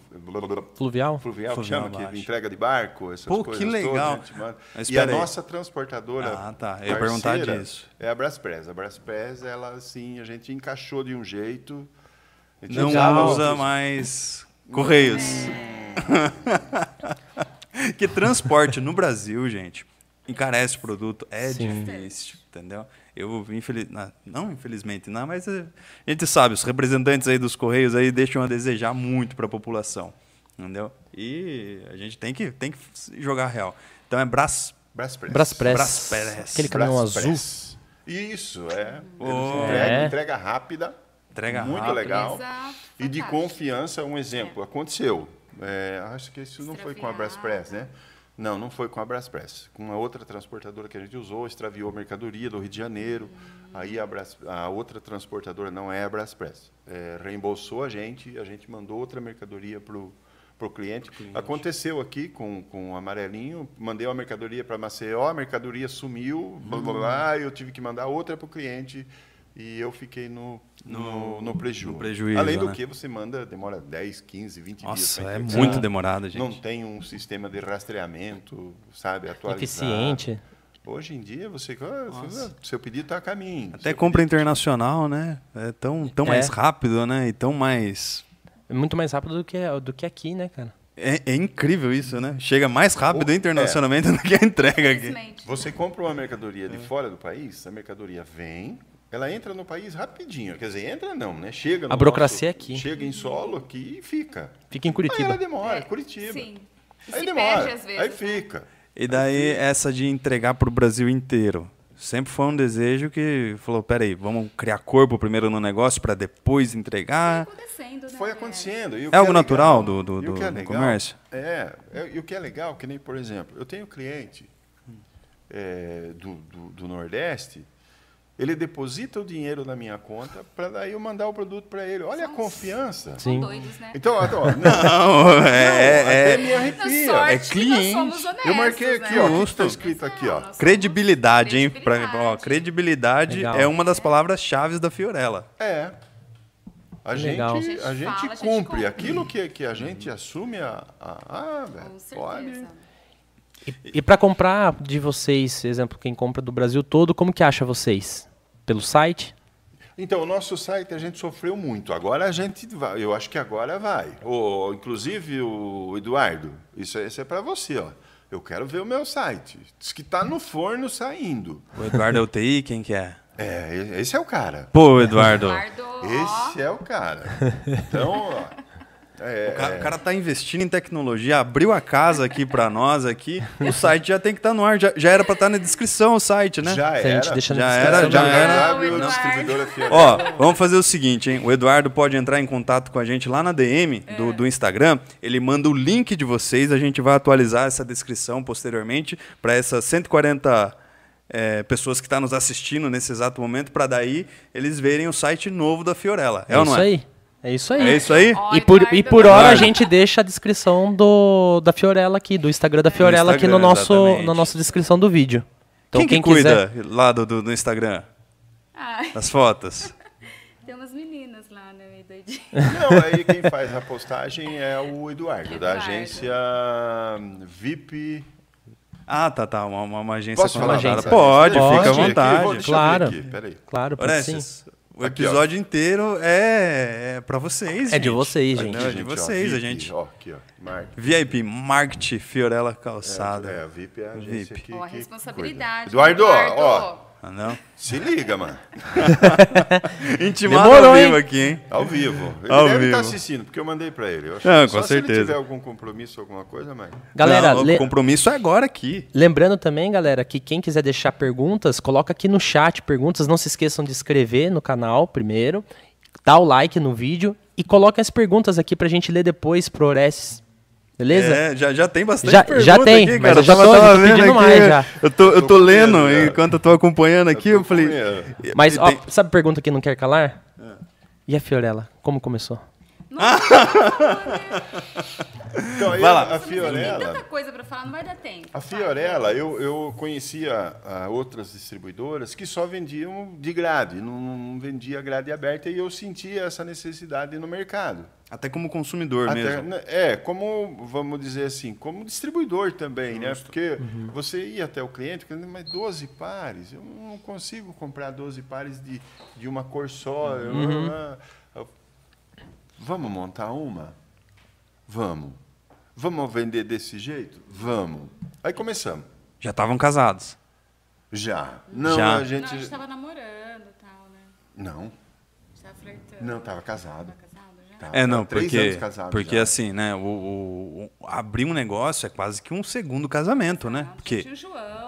S2: Fluvial?
S3: Fluvial, que
S1: Fluvial
S3: chama, que
S1: baixa.
S3: entrega de barco, essas
S1: Pô,
S3: coisas.
S1: que
S3: todas,
S1: legal.
S3: gente, mano.
S1: Mas
S3: e a
S1: peraí.
S3: nossa transportadora.
S1: Ah, tá. Eu ia perguntar
S3: parceira
S1: disso.
S3: É a Braspress. A Braspress, ela assim, a gente encaixou de um jeito. a gente
S1: Não
S3: usava
S1: usa
S3: outros.
S1: mais Correios. *laughs* que transporte no Brasil, gente, encarece produto. É difícil, entendeu? Eu, infelizmente, não infelizmente, não, mas eh, a gente sabe, os representantes aí dos Correios aí deixam a desejar muito para a população, entendeu? E a gente tem que, tem que jogar real. Então é Brás...
S3: Braspress.
S2: Braspress.
S1: Braspress.
S2: Aquele caminhão azul.
S3: Braspress. Isso, é.
S1: Pô.
S3: Eles entregam,
S2: É.
S3: entrega rápida.
S1: Entrega
S3: Muito
S1: rápida.
S3: legal.
S4: Empresa
S3: E de
S4: fantástica.
S3: confiança, um exemplo. Aconteceu. É, acho que isso não foi com a Braspress, né? Não, não foi com a Braspress. Com uma outra transportadora que a gente usou, extraviou a mercadoria do Rio de Janeiro. Aí a, Bras- a outra transportadora não é a Braspress. É, reembolsou a gente, a gente mandou outra mercadoria para o cliente. Aconteceu aqui com, com o amarelinho, mandei uma mercadoria para Maceió, a mercadoria sumiu, blá, blá, blá,
S1: Uhum.
S3: eu tive que mandar outra para o cliente e eu fiquei no, no, no prejuízo.
S1: no prejuízo,
S3: Além do
S1: né?
S3: que você manda, demora 10, 15, 20 dias.
S1: Nossa,
S3: pra
S1: é
S3: entregar.
S1: muito demorado,
S3: Não
S1: gente.
S3: tem um sistema de rastreamento, sabe, atualizado.
S2: Eficiente.
S3: Hoje em dia, você... ah, Seu pedido está a caminho.
S1: Até
S3: Seu
S1: compra internacional, né? É tão, tão
S2: É.
S1: mais rápido, né? E tão mais
S2: É muito mais rápido do que, do que aqui, né, cara?
S1: É, é incrível isso, né? Chega mais rápido
S3: Oh,
S1: internacionalmente *laughs* do que a entrega aqui.
S4: Infelizmente.
S3: Você compra uma mercadoria de fora do país, a mercadoria vem, ela entra no país rapidinho. Quer dizer, entra não, né? Chega no
S2: A burocracia é aqui.
S3: Chega em solo aqui e fica.
S2: Fica em
S3: Aí ela
S2: Curitiba.
S3: demora,
S4: É,
S3: Curitiba.
S4: Sim. E
S3: Aí
S4: se
S3: demora.
S4: perde às vezes.
S3: aí
S4: né?
S3: fica.
S1: E daí essa de entregar pro Brasil inteiro. Sempre foi um desejo que falou, peraí, vamos criar corpo primeiro no negócio para depois entregar.
S4: Foi acontecendo, né?
S3: Foi acontecendo. E o
S1: É
S3: que
S1: algo
S3: legal-
S1: natural do- do-
S3: e o
S1: do-
S3: que é
S1: do
S3: legal-
S1: comércio?
S3: É, é, E o que é legal, que nem, por exemplo, eu tenho cliente é, do, do, do Nordeste, ele deposita o dinheiro na minha conta para daí eu mandar o produto para ele. Olha a confiança.
S4: São
S2: Sim.
S4: doidos, né?
S3: Então, ó,
S1: *laughs*
S3: ó, não,
S1: *laughs* Não,
S3: até
S1: é, é-
S3: me
S4: Então,
S3: arrepia.
S4: sorte
S1: é
S4: Que
S1: cliente.
S4: nós somos honestos,
S3: Eu marquei aqui,
S4: né?
S3: ó, o que
S1: Justo.
S3: está escrito aqui,
S4: Não, nós
S3: ó.
S4: somos-
S1: credibilidade, hein? Pra, ó,
S4: Credibilidade.
S1: credibilidade
S2: Legal.
S1: é uma das palavras-chave da Fiorella.
S3: É. A gente,
S2: Legal.
S3: a
S2: A
S3: gente,
S4: gente fala, a gente
S3: cumpre
S4: cumpre.
S3: aquilo que, que a gente assume a, a, ah, velho,
S4: Com
S3: pode.
S4: certeza.
S2: E, e para comprar de vocês, exemplo, quem compra do Brasil todo, como que acha vocês? Pelo site?
S3: Então, o nosso site a gente sofreu muito. Agora a gente vai, eu acho que agora vai. Ô, inclusive o Eduardo, isso é- isso é para você, ó. Eu quero ver o meu site. Diz que tá no forno saindo.
S1: O Eduardo é UTI, quem que é?
S3: É, e- esse é o cara.
S1: Pô, Eduardo.
S4: *laughs* Eduardo, ó,
S3: Esse é o cara. Então, ó, é,
S1: O
S2: É.
S1: cara, o cara tá investindo em tecnologia, abriu a casa aqui pra nós aqui. O site já tem que estar no ar, já, já era pra estar na descrição o site, né?
S3: já
S2: Se a
S3: era.
S2: gente deixa tá na
S1: Já
S2: descrição né?
S1: era,
S2: do
S1: já
S2: vídeo.
S1: era.
S4: Não, Eduardo.
S3: distribuidora Fiat.
S1: né? Ó, vamos fazer o seguinte, hein? O Eduardo pode entrar em contato com a gente lá na DM
S2: É.
S1: do, do Instagram. Ele manda o link de vocês, a gente vai atualizar essa descrição posteriormente para essas 140 é, pessoas que estão nos assistindo nesse exato momento, para daí eles verem o site novo da Fiorella. É,
S2: é
S1: ou
S2: isso
S1: não é?
S2: aí. É isso aí.
S1: É isso aí?
S4: Ó,
S2: E por, e
S4: Eduardo,
S2: por hora a
S1: Eduardo.
S2: gente deixa a descrição do, da Fiorella aqui, do Instagram da Fiorella aqui no
S1: Instagram,
S2: nosso,
S1: exatamente.
S2: na nossa descrição do vídeo. Então
S1: quem,
S2: quem,
S1: que cuida
S2: quiser.
S1: lá do, do, do Instagram?
S4: Ai,
S1: Das fotos?
S4: tem umas meninas lá, né? meio doidinha.
S3: Não, aí quem faz a postagem é o Eduardo, da
S4: Eduardo.
S3: agência VIP.
S1: Ah, tá, tá. Uma, uma- uma agência
S3: Posso falar?
S1: contratada.
S2: agência.
S1: Pode,
S2: Pode.
S1: fica à
S2: Pode.
S1: vontade.
S3: Deixa eu ver
S2: Claro.
S3: aqui, peraí.
S2: Claro, pode sim.
S1: Orestes, O episódio inteiro é, é para vocês.
S2: É de vocês,
S1: Aqui,
S2: gente.
S1: Não, é de
S3: ó,
S1: vocês, a
S3: VIP,
S1: gente.
S3: Ó, aqui, ó. Mark.
S1: VIP, Market Fiorella Calçada.
S3: É, a VIP é a agência
S1: VIP.
S3: *laughs* que-
S4: Ó, a
S3: que
S4: responsabilidade.
S3: cuida. Eduardo, ó, ó,
S2: é.
S1: Ah,
S2: *laughs*
S1: não?
S3: se liga, mano.
S1: Intimado
S2: Demorou,
S1: ao
S2: hein?
S1: vivo aqui, hein?
S3: Ao vivo. Ele
S1: Ao
S3: deve
S1: vivo.
S3: estar assistindo, porque eu mandei pra ele. Eu acho
S1: Não,
S3: que
S1: com
S3: só Se
S1: certeza.
S3: ele tiver algum compromisso, alguma coisa, mas...
S2: Galera,
S1: Não,
S2: le-
S1: o compromisso é agora aqui.
S2: lembrando também, galera, que quem quiser deixar perguntas, coloca aqui no chat perguntas. Não se esqueçam de inscrever no canal primeiro, dá o like no vídeo e coloca as perguntas aqui pra gente ler depois pro Orestes. Beleza?
S1: É, já, já tem bastante
S2: Já-
S1: pergunta
S2: já tem,
S1: aqui,
S2: mas
S1: cara.
S2: eu já
S1: tava,
S2: tô-
S1: tava
S2: tô
S1: vendo
S2: pedindo
S1: aqui.
S2: mais já.
S1: Eu tô, eu tô
S3: Tô com
S1: lendo,
S3: medo, cara.
S1: enquanto eu tô acompanhando aqui, eu,
S3: tô com
S1: falei.
S3: medo.
S2: Mas,
S1: E
S2: ó,
S1: tem-
S2: sabe a pergunta que não quer calar? E a Fiorella, como começou?
S3: Então, aí
S1: Vai
S3: a-
S1: lá.
S3: a
S4: Tem
S3: Fiorella...
S4: tanta coisa pra falar, não vai dar tempo.
S3: A
S4: Vai.
S3: Fiorella, eu, eu conhecia ah, outras distribuidoras que só vendiam de grade, não, não vendia grade aberta, e eu sentia essa necessidade no mercado.
S1: Até como consumidor
S3: Até-
S1: mesmo.
S3: né, É, como, vamos dizer assim, como distribuidor também, né? Porque
S1: Uhum.
S3: você ia até o cliente, querendo, mas 12 pares, eu não consigo comprar 12 pares de, de uma cor só. eu-
S1: Uhum.
S3: ah, ah, vamos montar uma? Vamos. Vamos vender desse jeito? Vamos. Aí começamos.
S1: Já estavam casados.
S3: Já. Não,
S1: Já.
S3: a gente.
S4: Não, a gente tava namorando e tal, né?
S3: Não,
S4: A gente tava flertando.
S3: não, tava casado.
S4: Tava casado né? já?
S3: Tava-
S1: É, não,
S3: tava três
S1: porque,
S3: anos casado
S1: porque
S3: já.
S1: assim, né, o, o- o- abrir um negócio é quase que um segundo casamento, né?
S4: Não,
S1: Porque
S4: Tinha o João.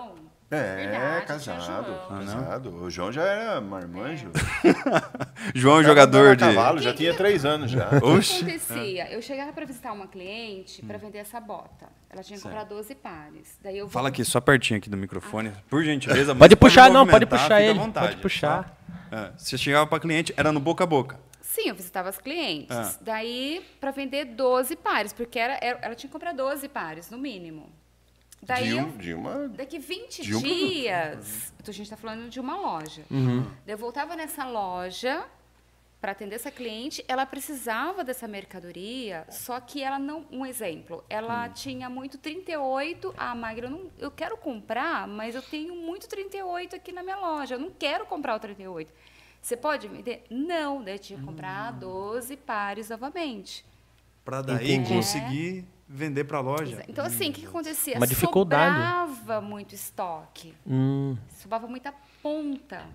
S3: É,
S4: Verdade, Tinha o
S3: casado,
S4: João.
S1: Ah,
S3: casado. O João já era marmanjo.
S1: *laughs* João é um jogador de.
S3: Andava a cavalo, já tinha três
S1: *laughs*
S3: anos já.
S4: O que
S3: Ah.
S1: Oxi.
S4: acontecia? Eu chegava pra visitar uma cliente
S1: Hum.
S4: pra vender essa bota. Ela tinha que comprar 12 pares. Daí eu
S1: Fala
S4: que
S1: aqui, só pertinho aqui do microfone, por gentileza. mas
S2: Pode puxar, não, pode
S1: movimentar,
S2: puxar
S1: fica à
S2: ele.
S1: vontade,
S2: pode puxar.
S1: tá? É, você chegava pra cliente, era no boca a boca.
S4: Sim, eu visitava as clientes.
S1: Ah.
S4: Daí, pra vender 12 pares, porque era, era- ela tinha que comprar 12 pares, no mínimo. Daí,
S3: De, um-
S4: eu,
S3: de uma.
S4: daqui 20
S3: de um produto.
S4: dias, então, a gente tá falando de uma loja. Daí eu voltava nessa loja pra atender essa cliente, ela precisava dessa mercadoria, só que ela não... Um exemplo, ela tinha muito 38, ah, Magro, eu, não, eu quero comprar, mas eu tenho muito 38 aqui na minha loja, eu não quero comprar o 38. Você pode me vender? Não, daí eu tinha que comprar 12 pares novamente.
S1: Pra daí
S2: Entendi.
S1: conseguir vender pra loja.
S4: É. Então, assim, o
S1: Hum.
S4: que, que acontecia?
S2: Uma dificuldade.
S4: Sobrava muito estoque.
S2: Hum,
S4: sobrava muita ponta,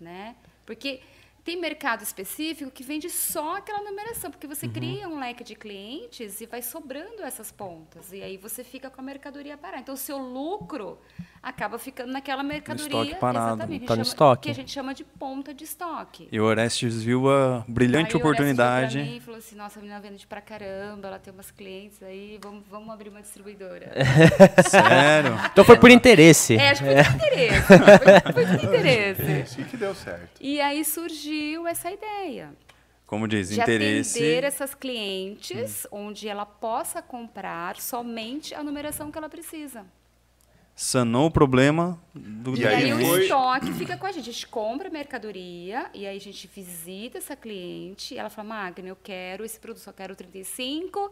S4: né? Porque tem mercado específico que vende só aquela numeração, porque
S1: Uhum.
S4: você cria um leque de clientes e vai sobrando essas pontas. E aí você fica com a mercadoria parada. Então, o seu lucro acaba ficando naquela mercadoria.
S1: estoque parado,
S4: exatamente, que
S2: tá no
S4: chama-
S2: estoque.
S4: Que a gente chama de ponta de estoque.
S1: E o Orestes viu a brilhante
S4: Aí o Orestes olhou pra
S1: oportunidade.
S4: mim E falou assim: nossa, a menina vende pra caramba, ela tem umas clientes aí, vamos, vamos abrir uma distribuidora.
S1: *laughs* É. Sério.
S2: Então foi por interesse.
S4: É, acho que foi de interesse. Foi, foi de interesse.
S1: É.
S3: Esse que deu certo.
S4: E aí surgiu essa ideia
S1: Como diz,
S4: de
S1: interesse.
S4: atender essas clientes onde ela possa comprar somente a numeração que ela precisa.
S1: Sanou o problema do
S3: E
S4: E,
S1: do
S4: aí,
S3: aí
S4: o
S1: cliente.
S3: foi-
S4: estoque fica com a gente. A gente compra a mercadoria e aí a gente visita essa cliente e ela fala, Magna, eu quero esse produto, só quero o 35,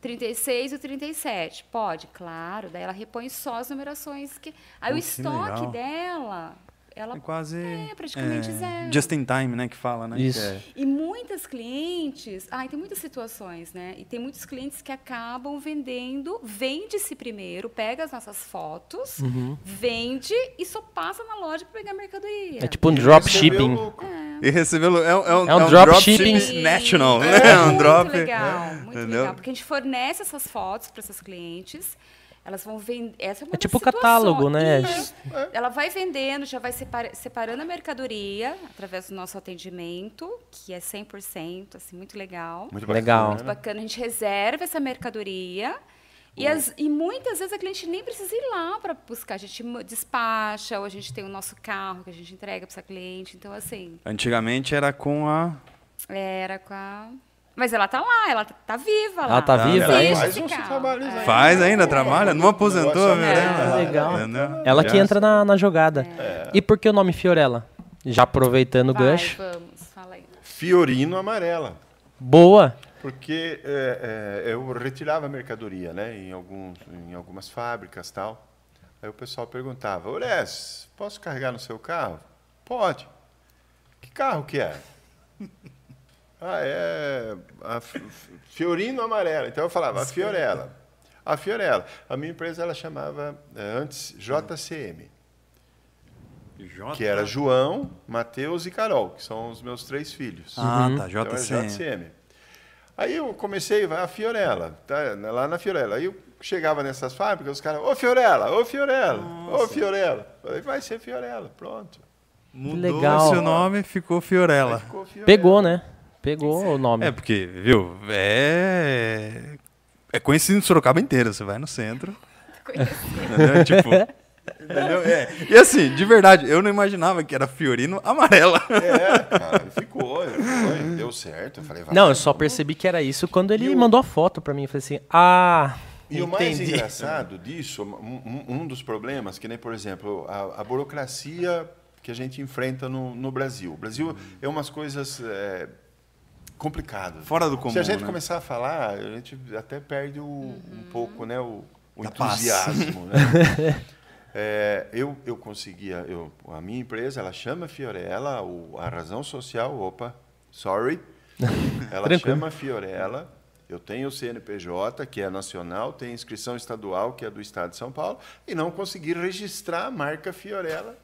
S4: 36 e o 37. Pode, claro. Daí ela repõe só as numerações que. Aí
S1: Pô,
S4: o
S1: que
S4: estoque
S1: legal.
S4: dela, ela
S1: É quase.
S4: É, praticamente zero.
S1: Just in time, né? Que fala, né?
S2: Isso.
S1: Que é-
S4: E muitas clientes, ai, tem muitas situações, né? E tem muitos clientes que acabam vendendo, vende-se primeiro, pega as nossas fotos,
S2: Uhum.
S4: vende e só passa na loja para pegar a mercadoria.
S2: É tipo um
S3: Recebeu
S2: dropshipping.
S3: lucro.
S1: E recebê-lo. É, um- é um,
S2: É um dropshipping.
S1: dropshipping national,
S4: é,
S1: né? É um
S4: muito
S1: drop.
S4: legal, muito
S1: Entendeu?
S4: legal, porque a gente fornece essas fotos para essas clientes. Elas vão vender. Essa é, uma
S2: É
S4: das
S2: tipo
S4: situações.
S2: catálogo, né?
S4: Isso.
S1: É,
S4: Ela vai vendendo, já vai separa- separando a mercadoria através do nosso atendimento, que é 100%, assim, muito legal.
S3: Muito
S2: Legal.
S4: Muito bacana, a gente reserva essa mercadoria. E, as- e muitas vezes a cliente nem precisa ir lá para buscar. A gente mo- despacha, ou a gente tem o nosso carro que a gente entrega para essa cliente. Então, assim,
S1: Antigamente era com a.
S4: era com a. Mas ela tá lá, ela tá, tá viva lá. É.
S2: Ela tá
S4: Não
S2: viva
S4: tem
S2: ainda?
S4: onde
S3: Faz um uns
S4: ficar.
S3: trabalhos aí.
S1: Faz ainda, trabalha? Não aposentou,
S3: Nossa,
S1: né?
S2: é, legal.
S1: Entendeu?
S2: Ela que
S1: Já-
S2: entra na, na jogada. E por que o nome Fiorella? Já aproveitando o
S4: Vai,
S2: gancho.
S4: vamos, fala
S3: *laughs*
S4: aí.
S3: Fiorino amarela.
S2: Boa.
S3: Porque é, é, eu retirava mercadoria, né? Em, alguns, em algumas fábricas tal. Aí o pessoal perguntava, Ores, posso carregar no seu carro? Pode. Que carro que é? *laughs* Ah, é. A F- F- Fiorino Amarela. Então eu falava, a Fiorella. A Fiorella. A minha empresa ela chamava eh, antes JCM,
S1: J.
S3: que era João, Matheus e Carol, que são os meus três filhos.
S1: Ah,
S2: Uhum.
S1: tá,
S3: Então, era
S1: JC.
S3: JCM. Aí eu comecei a Fiorella, tá, na- lá na Fiorella. Aí eu chegava nessas fábricas, os caras, ô Fiorella, ô Fiorella, ô Fiorella. Falei, vai ser Fiorella, pronto.
S1: Mudou
S2: legal.
S1: seu nome, ficou Fiorella.
S3: Ficou Fiorella.
S2: Pegou, né? Pegou o nome.
S1: É, porque, viu, é. É conhecido em Sorocaba inteira. Você vai no centro. Entendeu? tipo. Entendeu? É. E assim, de verdade, eu não imaginava que era Fiorino amarela.
S3: É, cara, ficou, ficou, deu certo. Eu falei, vai.
S2: Não, eu só percebi que era isso quando ele mandou a foto pra mim. Eu falei assim, ah,
S3: E o mais engraçado disso, um, um- um dos problemas, que nem, por exemplo, a, a burocracia que a gente enfrenta no, no Brasil. O Brasil é umas coisas é, complicadas.
S1: Fora do comum,
S3: Se a gente
S1: né?
S3: começar a falar, a gente até perde o- um pouco né, o, o
S1: Da paz.
S3: entusiasmo. Né?
S1: *laughs*
S3: É, eu, eu conseguia, eu, a minha empresa, ela chama Fiorella, o- a razão social, opa, sorry, ela
S2: Tranquilo.
S3: chama Fiorella, eu tenho o CNPJ, que é nacional, tem inscrição estadual, que é do Estado de São Paulo, e não consegui registrar a marca Fiorella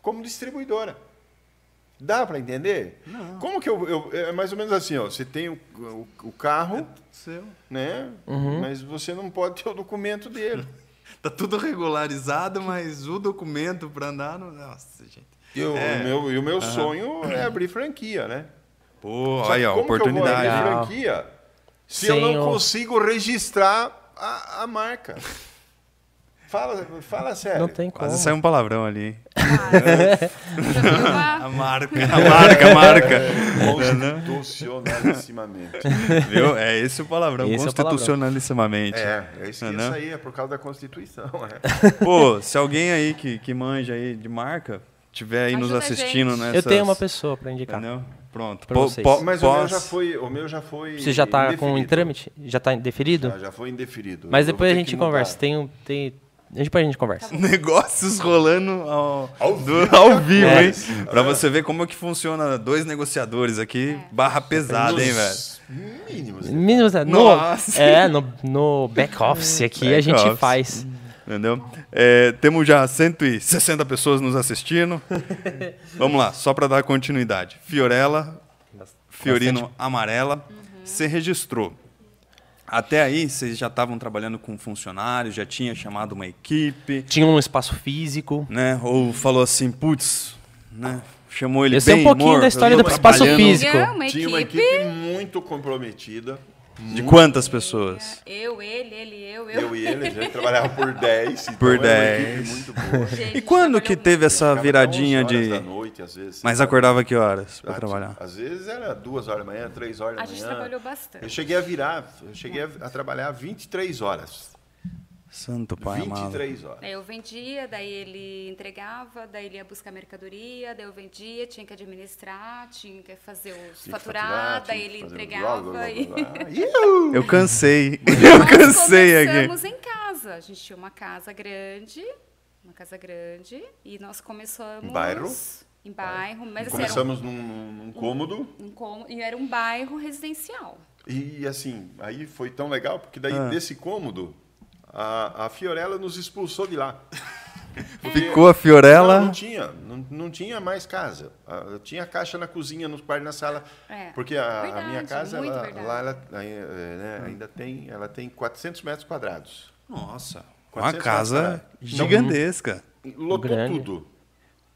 S3: como distribuidora. Dá para entender? Como que eu, eu- É mais ou menos assim, ó, você tem o, o- o carro,
S1: Seu.
S3: né? Mas você não pode ter o documento dele.
S1: Tá tudo regularizado, mas o documento pra andar. Não... Nossa, gente.
S3: E o, o meu, e o meu sonho é abrir franquia, né?
S1: Pô,
S3: Só que
S1: aí, ó,
S3: como Que eu vou abrir
S1: oportunidade.
S2: Legal.
S3: franquia se
S2: Sem
S3: eu não
S2: o-
S3: consigo registrar a, a marca? Fala, fala sério.
S2: *laughs* não tem como.
S1: Quase saiu um palavrão ali, hein?
S4: Tava-
S1: A marca, É, a marca, a marca.
S3: Constitucionalissimamente.
S1: Viu? É esse o palavrão,
S2: Esse é o palavrão.
S1: constitucionalissimamente.
S3: é, é isso
S1: Não,
S3: que ia
S1: não?
S3: sair, é por causa da Constituição. é.
S1: *laughs* Pô, se alguém aí que, que manja aí de marca, tiver aí nos
S4: Ajuda a
S1: assistindo,
S4: gente.
S1: né?
S2: Eu tenho uma pessoa pra indicar.
S1: Entendeu? Pronto.
S2: Pra
S1: Po-
S2: vocês.
S1: po-
S3: Mas o meu
S1: pós-
S3: já foi. O meu já foi
S2: Você já tá com em
S3: indefinido.
S2: trâmite? Já tá deferido?
S3: Já, já foi indeferido.
S2: Mas
S3: Eu vou
S2: depois a
S3: ter que
S2: gente
S3: mudar. Tá
S2: conversa. Tem um. Tem... Depois a gente
S1: *laughs*
S2: conversa.
S1: Negócios rolando ao,
S3: Ao
S1: do-
S3: vivo.
S1: ao vivo,
S2: É.
S1: hein? Pra você ver como é que funciona dois negociadores aqui,
S4: É.
S1: barra pesada, Tá, hein, velho?
S3: Nos Mínimos.
S2: Meninos, é, No,
S1: Nossa.
S2: é, no, no back
S3: *laughs*
S2: office aqui a
S1: Back
S2: gente
S1: office.
S2: faz.
S1: Entendeu? É, temos já 160 pessoas nos
S3: *laughs*
S1: assistindo. Vamos lá, só para dar continuidade. Fiorella, Fiorino Amarela,
S3: Uhum.
S1: você registrou. Até aí, vocês já estavam trabalhando com funcionários, já tinha chamado uma equipe,
S2: Tinha um espaço físico.
S1: né? Ou falou assim, putz, né? Chamou ele
S2: Eu sei
S1: bem,
S2: um pouquinho
S1: amor,
S2: da história
S1: eu
S2: do
S1: tô
S2: espaço
S1: trabalhando."
S2: físico.
S4: Tinha uma
S3: Tinha uma
S4: equipe.
S3: equipe muito comprometida.
S1: De quantas pessoas?
S4: Eu, ele, ele, eu, eu.
S3: Eu e ele, a gente trabalhava por 10. então
S1: Por
S3: era uma equipe
S1: 10.
S3: Muito boa.
S4: Gente,
S1: E quando
S4: trabalhou
S1: que
S4: muito.
S1: teve essa
S3: É. Ficava até
S1: viradinha
S3: 11 horas
S1: de...
S3: da noite, às vezes.
S1: Mas acordava que horas para
S3: Às-
S1: trabalhar?
S3: Às vezes era duas horas da manhã, três horas da
S4: A
S3: manhã.
S4: gente trabalhou
S3: Eu
S4: bastante.
S3: cheguei a virar, eu cheguei a, a trabalhar 23 horas.
S1: Santo pai amado.
S3: 23 horas.
S4: Daí eu vendia, daí ele entregava, daí ele ia buscar mercadoria, daí eu vendia, tinha que administrar, tinha que fazer
S3: Tinha
S4: os
S3: que
S4: faturar,
S3: tinha que
S4: daí ele
S3: fazer um
S4: entregava.
S3: blá, blá, blá,
S4: e-
S3: blá,
S4: *laughs*
S3: blá. Iu!
S1: Eu
S3: *laughs*
S1: cansei. *laughs* Eu cansei
S4: Nós
S1: aqui.
S4: começamos em casa. A gente tinha uma casa grande, uma casa grande, e nós começamos...
S3: Em Um bairro?
S4: Em bairro, mas assim, era um,
S3: Começamos num, num- num cômodo
S4: um cômodo- e era um bairro residencial.
S3: e assim, aí foi tão legal, porque
S1: Ah.
S3: daí desse cômodo, a, a Fiorella nos expulsou de
S4: *laughs*
S3: lá.
S1: Ficou a
S3: Não,
S1: Fiorella.
S3: não tinha, não, não tinha mais casa. Ah, Eu tinha caixa na cozinha, no quarto, na sala,
S4: É.
S3: porque a, a
S4: Verdade,
S3: minha casa
S4: muito
S3: ela-
S4: verdade.
S3: lá ela, aí, é, né, ainda tem, ela tem 400 metros quadrados.
S1: Nossa. Uma
S3: 400
S1: casa
S3: metros.
S1: gigantesca.
S3: Lotou
S2: Grande.
S3: tudo,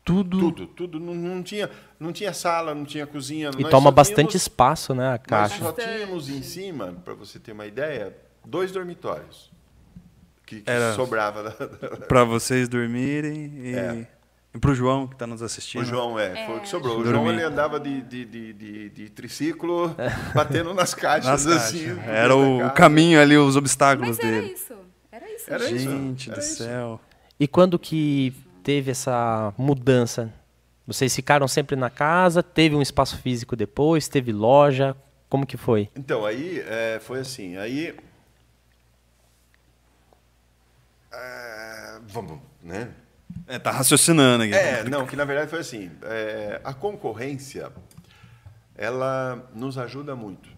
S1: Tudo.
S3: tudo, tudo. Não, não tinha, não tinha sala, não tinha cozinha.
S2: E
S3: nós
S2: toma
S3: só
S2: bastante
S3: tínhamos-
S2: espaço, né? A
S3: Nós
S2: caixa.
S3: só tínhamos em cima, para você ter uma ideia, dois dormitórios que, que
S1: Era-
S3: sobrava. Da, da-
S1: Pra vocês dormirem e.
S3: É.
S1: E pro João que tá nos assistindo.
S3: O João, é, foi o que sobrou. O
S1: Dormia.
S3: João, ele andava de, de, de, de,
S1: *laughs*
S3: de triciclo, batendo nas
S1: Nas
S3: caixas, assim.
S1: caixas. Era o,
S3: da
S1: o
S3: casa.
S1: caminho ali, os obstáculos
S4: Mas era
S1: dele.
S4: isso. Era isso.
S3: Era isso.
S1: Gente
S3: era
S1: do
S3: isso.
S1: céu.
S2: E quando que teve essa mudança? Vocês ficaram sempre na casa? Teve um espaço físico depois? Teve loja? Como que foi?
S3: Então, aí é, foi assim, aí... Ah, vamos, né?
S1: É, tá raciocinando aqui.
S3: É, não, que na verdade foi assim, é, a concorrência, ela nos ajuda muito.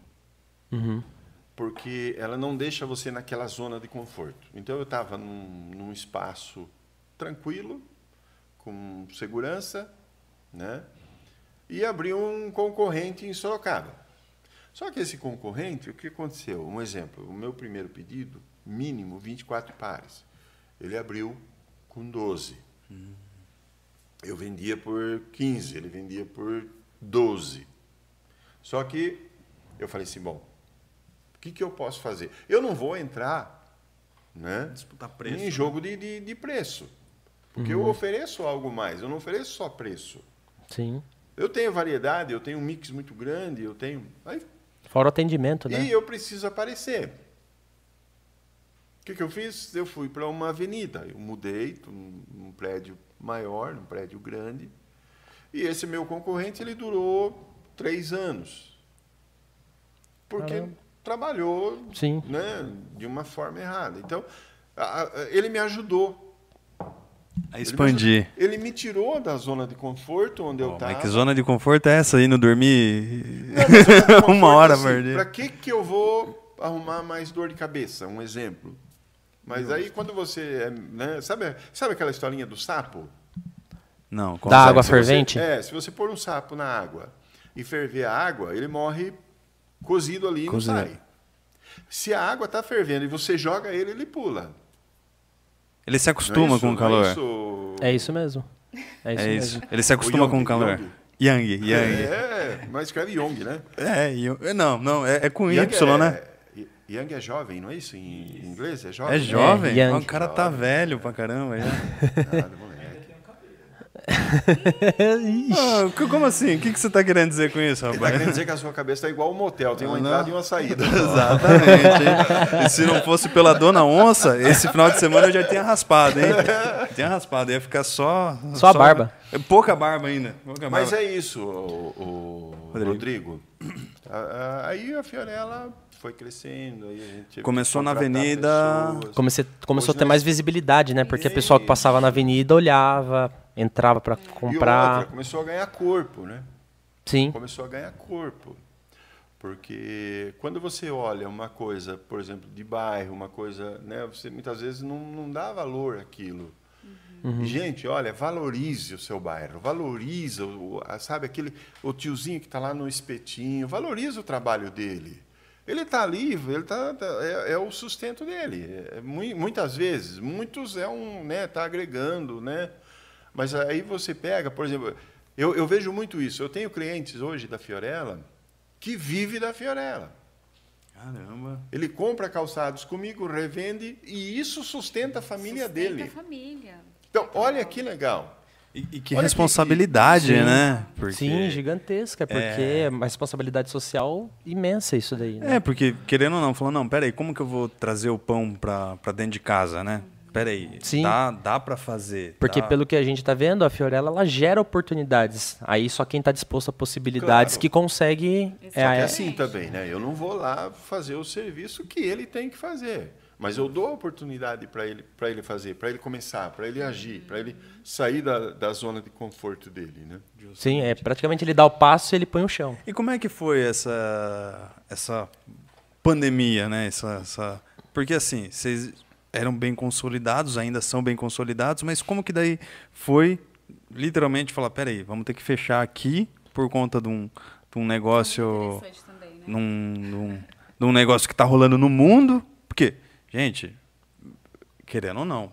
S3: Porque ela não deixa você naquela zona de conforto. Então, eu estava num, num espaço tranquilo, com segurança, né? e abriu um concorrente em Sorocaba. Só que esse concorrente, o que aconteceu? Um exemplo, o meu primeiro pedido, mínimo 24 pares. Ele abriu com 12. Eu vendia por 15, ele vendia por 12. Só que eu falei assim, bom, o que, que eu posso fazer? Eu não vou entrar né,
S1: Disputar preço,
S3: em jogo de, de, de preço. Porque eu ofereço algo mais, eu não ofereço só preço.
S2: Sim.
S3: Eu tenho variedade, eu tenho um mix muito grande, eu tenho. aí-
S2: Fora o atendimento, né?
S3: e eu preciso aparecer. O que, que eu fiz? Eu fui para uma avenida. Eu mudei pra um, um prédio maior, um prédio grande. E esse meu concorrente ele durou três anos. Porque trabalhou
S2: Sim.
S3: né, de uma forma errada. Então, a- a- ele me ajudou.
S1: A expandir.
S3: Ele me tirou da zona de conforto onde eu
S1: Pô,
S3: estava.
S1: mas que zona de conforto é essa aí, não dormir *laughs* uma
S3: Conforto,
S1: hora
S3: assim,
S1: por dia?
S3: Pra que que eu vou arrumar mais dor de cabeça? Um exemplo. Mas aí quando você, é, né, sabe, sabe aquela historinha do sapo?
S1: Não,
S2: Da
S1: consegue.
S2: água
S3: Se você-
S2: fervente?
S3: é, se você pôr um sapo na água e ferver a água, ele morre cozido ali e não
S1: Cozido.
S3: sai. Se a água está fervendo e você joga ele, ele pula.
S1: Ele se
S3: Não é
S1: acostuma
S3: isso?
S1: com
S3: Não
S1: o calor.
S3: É isso.
S2: É isso mesmo. É isso
S1: É
S2: mesmo.
S1: isso. Ele se acostuma
S3: Yang,
S1: com o calor.
S3: Yang.
S1: Yang, Yang.
S3: É, mas escreve Young, né?
S1: É, Yang- não, não, é, é com
S3: Yang
S1: *laughs* Y,
S3: é,
S1: né?
S3: Yang é jovem, não é isso? Em inglês é jovem?
S1: É jovem?
S2: Yang.
S1: Ah, o cara tá velho pra caramba. já.
S3: Nada, É, moleque.
S2: *laughs*
S1: Ah, c- como assim? O que, que você tá querendo dizer com isso,
S3: Ele tá
S1: rapaz?
S3: querendo dizer que a sua cabeça tá igual um motel, tem uma
S1: Não, não.
S3: entrada e
S1: *laughs*
S3: uma saída.
S1: Exatamente. hein? E se não fosse pela dona onça, esse final de semana eu já tinha raspado, hein? Tinha raspado, ia ficar só. É
S2: Só a barba.
S1: Pouca barba ainda. Pouca
S3: Mas
S1: barba.
S3: é isso, o, o- Rodrigo. A- a- Aí a Fiorella foi crescendo. Aí a gente teve
S1: Começou
S3: que
S1: na
S3: contratar
S1: Avenida-
S3: pessoas.
S2: Comecei, começou
S3: Hoje
S2: a ter
S3: nós-
S2: mais visibilidade, né? Porque o pessoal que passava na avenida olhava, entrava pra
S3: E
S2: comprar.
S3: outra, começou a ganhar corpo, né?
S2: Sim.
S3: Começou a ganhar corpo. Porque quando você olha uma coisa, por exemplo, de bairro, uma coisa, né, você muitas vezes não, não dá valor àquilo. E, gente, olha, valorize o seu bairro, valoriza, o, a- sabe, aquele, o tiozinho que está lá no espetinho, valoriza o trabalho dele. Ele está ali, ele tá, tá- é, é o sustento dele. É, mui- muitas vezes, muitos é um, né, tá agregando, né? Mas aí você pega, por exemplo, eu, eu vejo muito isso. Eu tenho clientes hoje da Fiorella que vive da Fiorella. é
S1: Caramba.
S3: Ele compra calçados comigo, revende e isso sustenta a família
S4: Sustenta a
S3: dele.
S4: família.
S3: Então, olha que legal.
S1: E, e que
S3: Olha que-
S1: responsabilidade,
S3: Sim.
S1: né?
S3: é
S1: Porque-
S2: Sim, gigantesca, porque é uma responsabilidade social imensa isso daí, né?
S1: É, porque querendo ou não, falando, não, peraí, como que eu vou trazer o pão pra, pra dentro de casa, né? Peraí,
S2: Sim.
S1: dá, dá pra fazer.
S2: Porque
S1: dá.
S2: pelo que a gente tá vendo, a Fiorella ela gera oportunidades. Aí só quem tá disposto a possibilidades
S3: Claro.
S2: que consegue.
S4: Só
S2: É,
S3: É
S2: é-
S3: assim também, né? Eu não vou lá fazer o serviço que ele tem que fazer, mas eu dou a oportunidade para ele, para ele fazer, para ele começar, para ele agir, para ele sair da, da zona de conforto dele, né?
S2: sim, é praticamente ele dá o passo e ele põe o chão.
S1: E como é que foi essa, essa pandemia, né? Essa, essa... Porque assim, vocês eram bem consolidados, ainda são bem consolidados, mas como que daí foi literalmente falar, peraí, vamos ter que fechar aqui por conta de um, de um negócio.
S4: Interessante também, né?
S1: num, num, num negócio que está rolando no mundo. Porque, gente, querendo ou não,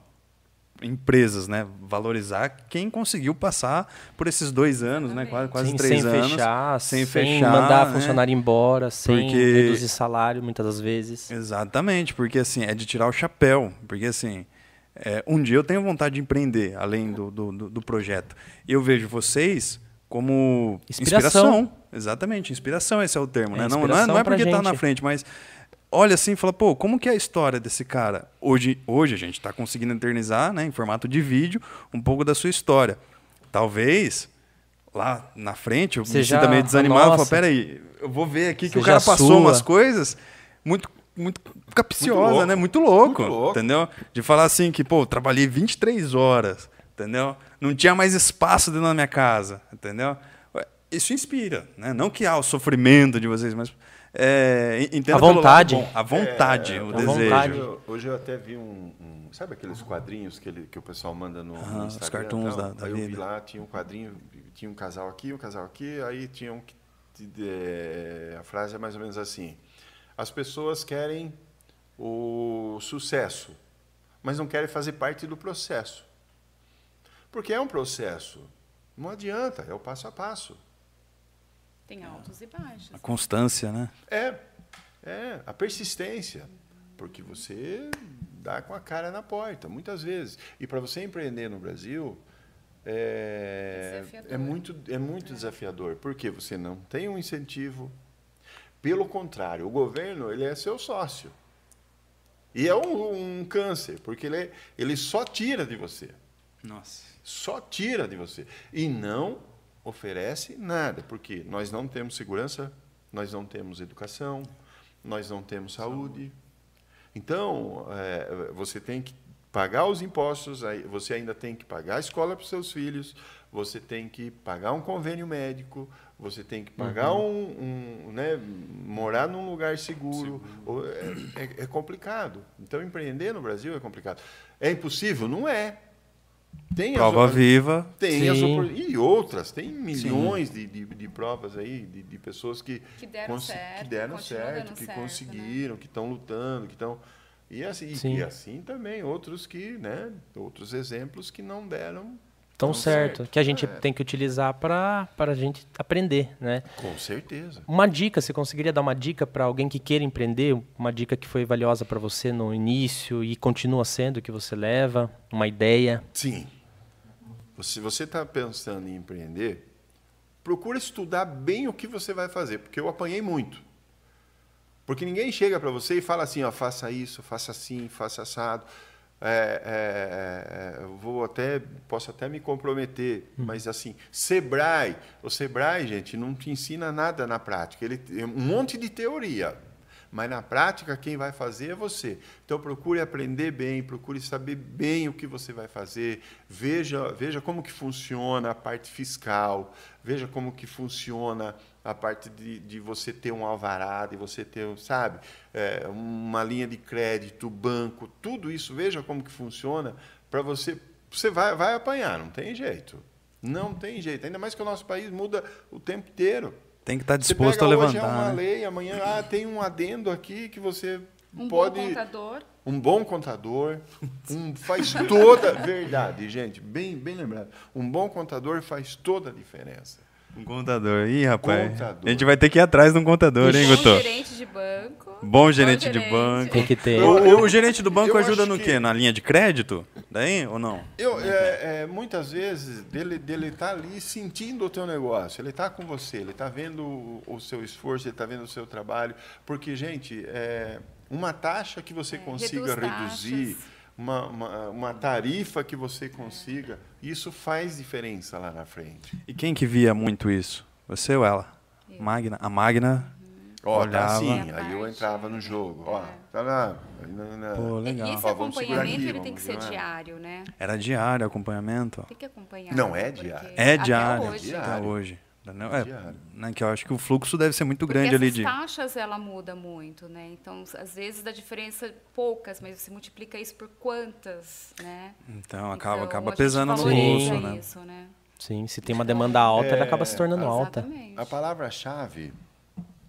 S1: empresas, né? Valorizar quem conseguiu passar por esses dois anos, né? Quase, quase
S2: Sim,
S1: três
S2: sem
S1: anos.
S2: fechar,
S1: sem
S2: sem,
S1: fechar,
S2: mandar
S1: né?
S2: funcionário embora, sem
S1: Porque- Então,
S2: reduzir salário muitas das vezes.
S1: Exatamente, porque assim, é de tirar o chapéu. Porque assim, é, um dia eu tenho vontade de empreender, além do, do, do- do projeto. Eu vejo vocês como
S2: Inspiração.
S1: Exatamente, inspiração esse é o termo,
S2: É
S1: né? Não, não é, não é
S2: inspiração pra
S1: porque tá na
S2: gente.
S1: frente, mas olha assim e fala, pô, como que é a história desse cara? Hoje, hoje a gente está conseguindo eternizar, né, em formato de vídeo, um pouco da sua história. Talvez lá na frente eu me
S2: Seja
S1: sinta meio
S2: a
S1: desanimado, eu falo,
S2: nossa.
S1: peraí, eu vou ver aqui que o
S2: Seja
S1: cara
S2: a
S1: passou
S2: sua.
S1: umas coisas muito muito capciosa,
S3: Muito louco.
S1: né? Muito louco,
S3: Muito louco.
S1: entendeu? De falar assim que, pô, eu trabalhei 23 horas, entendeu? Não tinha mais espaço dentro da minha casa, entendeu? isso inspira, né? Não que há o sofrimento de vocês, mas é, entenda
S2: A vontade.
S1: Pelo lado bom, a vontade, o
S3: É,
S1: desejo.
S2: vontade.
S3: Hoje, eu- hoje eu até vi um, um- Sabe aqueles quadrinhos que, ele, que o pessoal manda no, no
S1: Aham, os
S3: Instagram? e
S1: cartoons da-
S3: tal?
S1: da
S3: aí eu vi
S1: vida.
S3: lá, tinha um quadrinho, tinha um casal aqui, um casal aqui, aí tinha um que. te- de- a frase é mais ou menos assim: As pessoas querem o sucesso, mas não querem fazer parte do processo. Porque é um processo. Não adianta, é o passo a passo.
S4: Tem altos e
S1: A
S4: baixos.
S1: constância, né?
S3: É, é, a persistência. Porque você dá com a cara na porta, muitas vezes. E para você empreender no Brasil, é,
S4: Desafiador.
S3: é muito, é muito desafiador. Porque você não tem um incentivo. Pelo contrário, o governo ele é seu sócio. E é um, um câncer, porque ele, é- ele só tira de você
S1: Nossa.
S3: só tira de você e não oferece nada, porque nós não temos segurança, nós não temos educação, nós não temos saúde. Então, é, você tem que pagar os impostos, aí você ainda tem que pagar a escola para os seus filhos, você tem que pagar um convênio médico, você tem que pagar um, um, né, morar num lugar seguro. Ou- É, é- é complicado. Então, empreender no Brasil é complicado. É impossível? Não é. Tem as
S1: Prova
S3: opor-
S1: viva.
S3: tem as
S2: Sim.
S3: opor- e outras, tem milhões de, de, de provas aí, de, de pessoas que,
S4: Que deram
S3: consi-
S4: certo,
S3: que, deram
S4: continuam
S3: certo,
S4: dando
S3: que
S4: certo, né?
S3: conseguiram, que estão lutando, que estão. E assim, e-
S2: Sim.
S3: e assim também outros que, né? Outros exemplos que não deram.
S2: Tão
S3: Tão
S2: certo,
S3: certo.
S2: que a gente
S3: É.
S2: tem que utilizar para a gente aprender, né?
S3: Com certeza.
S2: Uma dica, você conseguiria dar uma dica para alguém que queira empreender? Uma dica que foi valiosa para você no início e continua sendo que você leva? Uma ideia?
S3: Sim. Se você está pensando em empreender, procura estudar bem o que você vai fazer, porque eu apanhei muito. Porque ninguém chega para você e fala assim, ó, faça isso, faça assim, faça assado. É, é, é, eu vou até, posso até me comprometer, mas assim, Sebrae, o Sebrae, gente, não te ensina nada na prática. Ele tem um monte de teoria, mas na prática quem vai fazer é você. Então procure aprender bem, procure saber bem o que você vai fazer, veja, veja como que funciona a parte fiscal, veja como que funciona a parte de, de você ter um alvará, de você ter, um, sabe, é, uma linha de crédito, banco, tudo isso, veja como que funciona para você, você vai, vai apanhar, não tem jeito, não tem jeito, ainda mais que o nosso país muda o tempo inteiro.
S1: Tem que estar
S3: Você
S1: disposto
S3: pega
S1: a
S3: hoje é uma
S1: levantar. né?
S3: lei, amanhã ah, tem um adendo aqui que você
S4: Um
S3: pode
S4: bom contador.
S3: um bom contador, um faz toda *laughs* verdade, gente, bem bem lembrado. Um bom contador faz toda a diferença.
S1: Um contador. Ih, rapaz.
S3: Contador.
S1: A gente vai ter que ir atrás de um contador, hein,
S4: Bom
S1: Guto?
S4: gerente de banco.
S1: Bom gerente de banco.
S2: Tem que ter.
S1: *laughs* O, o- o gerente do banco
S3: Eu
S1: ajuda
S3: acho
S1: no
S3: que-
S1: quê? Na linha de crédito? Daí ou não?
S3: Eu, é, é, muitas vezes, dele, dele tá ali sentindo o teu negócio, ele tá com você, ele tá vendo o, o seu esforço, ele tá vendo o seu trabalho, porque, gente, é, uma taxa que você consiga
S4: É, reduz
S3: reduzir,
S4: taxas.
S3: uma, uma, uma tarifa que você consiga, isso faz diferença lá na frente.
S1: E quem que via muito isso? Você ou ela? Magna. A Magna.
S3: Ó,
S1: Olhava.
S3: tá assim,
S4: Minha
S3: aí eu
S4: É parte, É.
S3: entrava no jogo, ó, tá lá, aí na, na-
S1: Pô, legal.
S4: Esse
S3: Ó, vamos segurar aqui,
S4: acompanhamento ele tem que ser
S3: vamos segurar.
S4: diário, né?
S1: Era diário, acompanhamento. ó.
S4: Tem que acompanhar. né?
S3: Não, é
S4: porque-
S3: diário.
S1: É
S4: até
S1: diário.
S4: hoje.
S3: diário.
S1: Até hoje. Não, é,
S3: Diário.
S1: né, que eu acho que o fluxo deve ser muito
S4: Porque
S1: grande ali
S4: essas
S1: de.
S4: taxas ela muda muito, né? Então, s- às vezes dá diferença poucas, mas você multiplica isso por quantas, né?
S1: Então acaba,
S4: Então,
S1: acaba
S4: a gente
S1: pesando no
S4: valoriza
S1: bolso, né?
S4: Isso, né?
S2: Sim, se tem uma demanda alta, ela acaba se tornando alta.
S4: É, Exatamente.
S3: A palavra-chave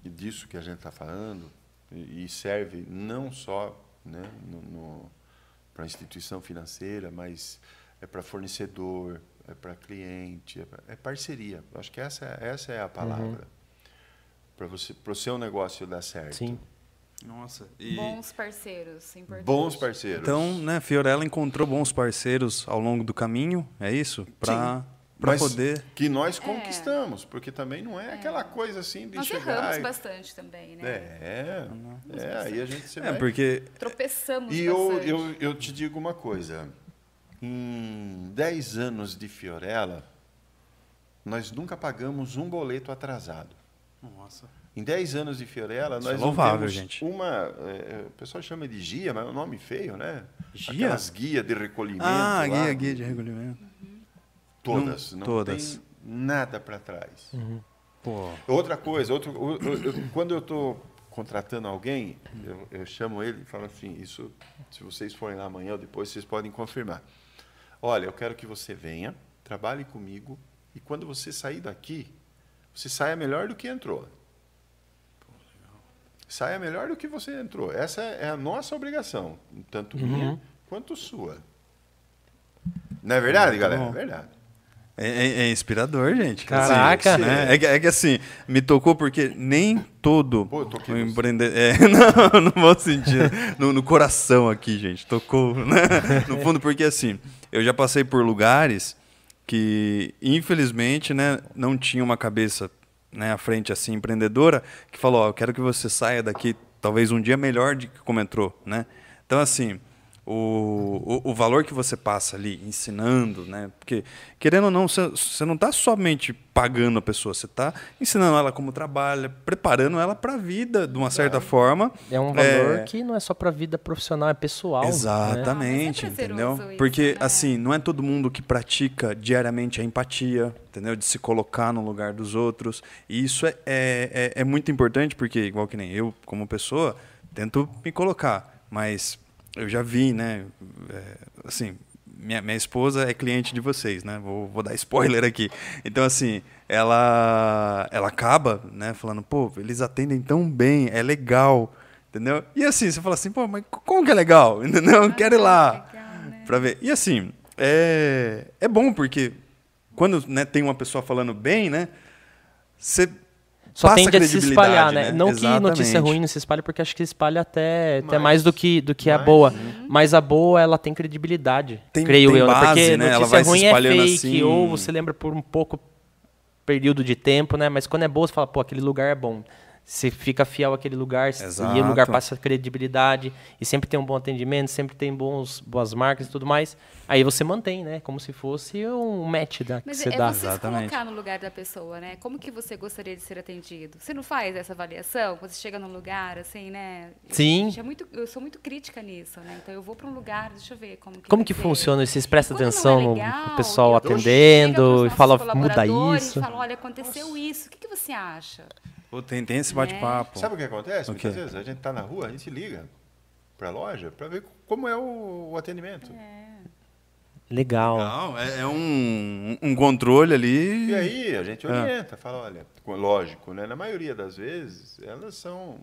S3: disso que a gente está falando e e serve não só né, para a instituição financeira, mas é para fornecedor, é para cliente, é, pra, é parceria. Eu acho que essa, essa é a palavra
S1: Uhum.
S3: para você para o seu negócio dar certo.
S2: Sim.
S1: Nossa. E...
S4: Bons parceiros, é importante.
S3: Bons parceiros.
S1: Então, né, Fiorella encontrou bons parceiros ao longo do caminho, é isso? Para para
S3: Mas
S1: poder.
S3: que nós conquistamos, porque também não é, aquela coisa assim de
S4: Nós
S3: chegar.
S4: erramos
S3: e-
S4: bastante também, né?
S3: É, é, aí a gente se
S1: É,
S3: vai-
S1: porque
S4: Tropeçamos
S3: E eu,
S4: bastante.
S3: eu, eu te digo uma coisa. Em 10 anos de Fiorella, nós nunca pagamos um boleto atrasado.
S1: Nossa.
S3: Em 10 anos de Fiorella,
S1: Isso é
S3: nós não
S1: louvável,
S3: temos
S1: gente.
S3: uma... é, é, o pessoal chama de GIA, mas é um nome feio, né?
S1: Gia?
S3: Aquelas guias de recolhimento
S1: Ah,
S3: lá.
S1: guia, guia de regulamento.
S3: Todas.
S1: Não-
S3: Não
S1: todas.
S3: tem nada para trás.
S2: Pô.
S3: Outra coisa, outro, o- o- eu- quando eu estou contratando alguém, eu, eu chamo ele e falo assim, isso, se vocês forem lá amanhã ou depois, vocês podem confirmar. Olha, eu quero que você venha, trabalhe comigo e quando você sair daqui, você saia melhor do que entrou. Saia melhor do que você entrou. Essa é a nossa obrigação, tanto minha quanto sua. Não é verdade, galera?
S1: bom.
S3: É verdade.
S1: É, é- é inspirador, gente.
S2: Caraca.
S1: Assim, né? é, que, é que assim, me tocou porque nem todo
S3: Pô, eu toquei você.
S1: empreendedor. É, *laughs* não, no bom sentido. No, no coração aqui, gente. Tocou, né? No fundo, porque assim, eu já passei por lugares que, infelizmente, né, não tinha uma cabeça né, à frente assim, empreendedora, que falou, ó, eu quero que você saia daqui talvez um dia melhor de que como entrou, né? Então, assim, o, o, o valor que você passa ali ensinando, né? Porque, querendo ou não, você- você não está somente pagando a pessoa, você está ensinando ela como trabalha, preparando ela para a vida, de uma certa forma.
S2: É um valor
S1: É.
S2: que não é só pra vida profissional, é pessoal. Né?
S1: Exatamente,
S4: Ah, mas é prazeroso
S1: entendeu?
S4: isso,
S1: Porque,
S4: né?
S1: assim, não é todo mundo que pratica diariamente a empatia, entendeu? De se colocar no lugar dos outros. E isso é, é, é- é muito importante, porque, igual que nem eu, como pessoa, tento me colocar. Mas eu já vi, né? é, assim, minha, minha esposa é cliente de vocês, né? Vou, vou dar spoiler aqui. Então, assim, ela, ela acaba, né? Falando, pô, eles atendem tão bem, é legal. Entendeu? E assim, você fala assim, pô, mas como que é legal? *laughs* Entendeu? Eu quero ir lá.
S4: legal, né?
S1: Pra ver. E assim, é, é bom porque quando né, tem uma pessoa falando bem, né? Você
S2: Só
S1: passa
S2: tende a se
S1: credibilidade,
S2: espalhar, né? Não que notícia
S1: Exatamente.
S2: ruim não se espalhe, porque acho que se espalha até, até
S3: Mais.
S2: mais do que, do que a
S3: Mais,
S2: boa. Mas a boa, ela tem credibilidade,
S1: Tem-
S2: creio
S1: tem
S2: eu. né?
S1: base,
S2: Porque
S1: né? Ela
S2: notícia
S1: vai se
S2: ruim é
S1: espalhando
S2: fake,
S1: assim.
S2: ou você lembra por um pouco período de tempo, né? Mas quando é boa, você fala, pô, aquele lugar é bom. Você fica fiel àquele lugar, se- e o lugar
S1: Exato.
S2: passa credibilidade, e sempre tem um bom atendimento, sempre tem bons, boas marcas e tudo mais. Aí você mantém, né? Como se fosse um match da, que
S4: Mas
S2: você
S4: é
S2: dá.
S4: você
S1: Exatamente.
S4: se colocar no lugar da pessoa, né? Como que você gostaria de ser atendido? Você não faz essa avaliação? Quando Você chega num lugar, assim, né?
S2: Sim.
S4: Gente, é muito- eu sou muito crítica nisso, né? Então eu vou para um lugar, deixa eu ver como que
S2: Como
S4: vai
S2: que
S4: ser.
S2: funciona? Vocês prestam
S4: Quando não é
S2: atenção no
S4: legal,
S2: pessoal
S4: eu chego
S2: atendendo e
S4: pros
S2: fala,
S4: nossos
S2: muda
S4: colaboradores
S2: isso.
S4: E fala, olha, aconteceu isso, o que, que você acha?
S1: Pô, tem, tem esse bate-papo.
S3: Sabe o que acontece?
S1: O
S3: Muitas
S1: quê?
S3: vezes a gente está na rua, a gente liga para a loja para ver como é o, o atendimento.
S2: Legal.
S1: Não, é, é um, um controle ali.
S3: E aí a
S1: Ah.
S3: gente orienta, fala, olha, co- lógico, né? Na maioria das vezes, elas são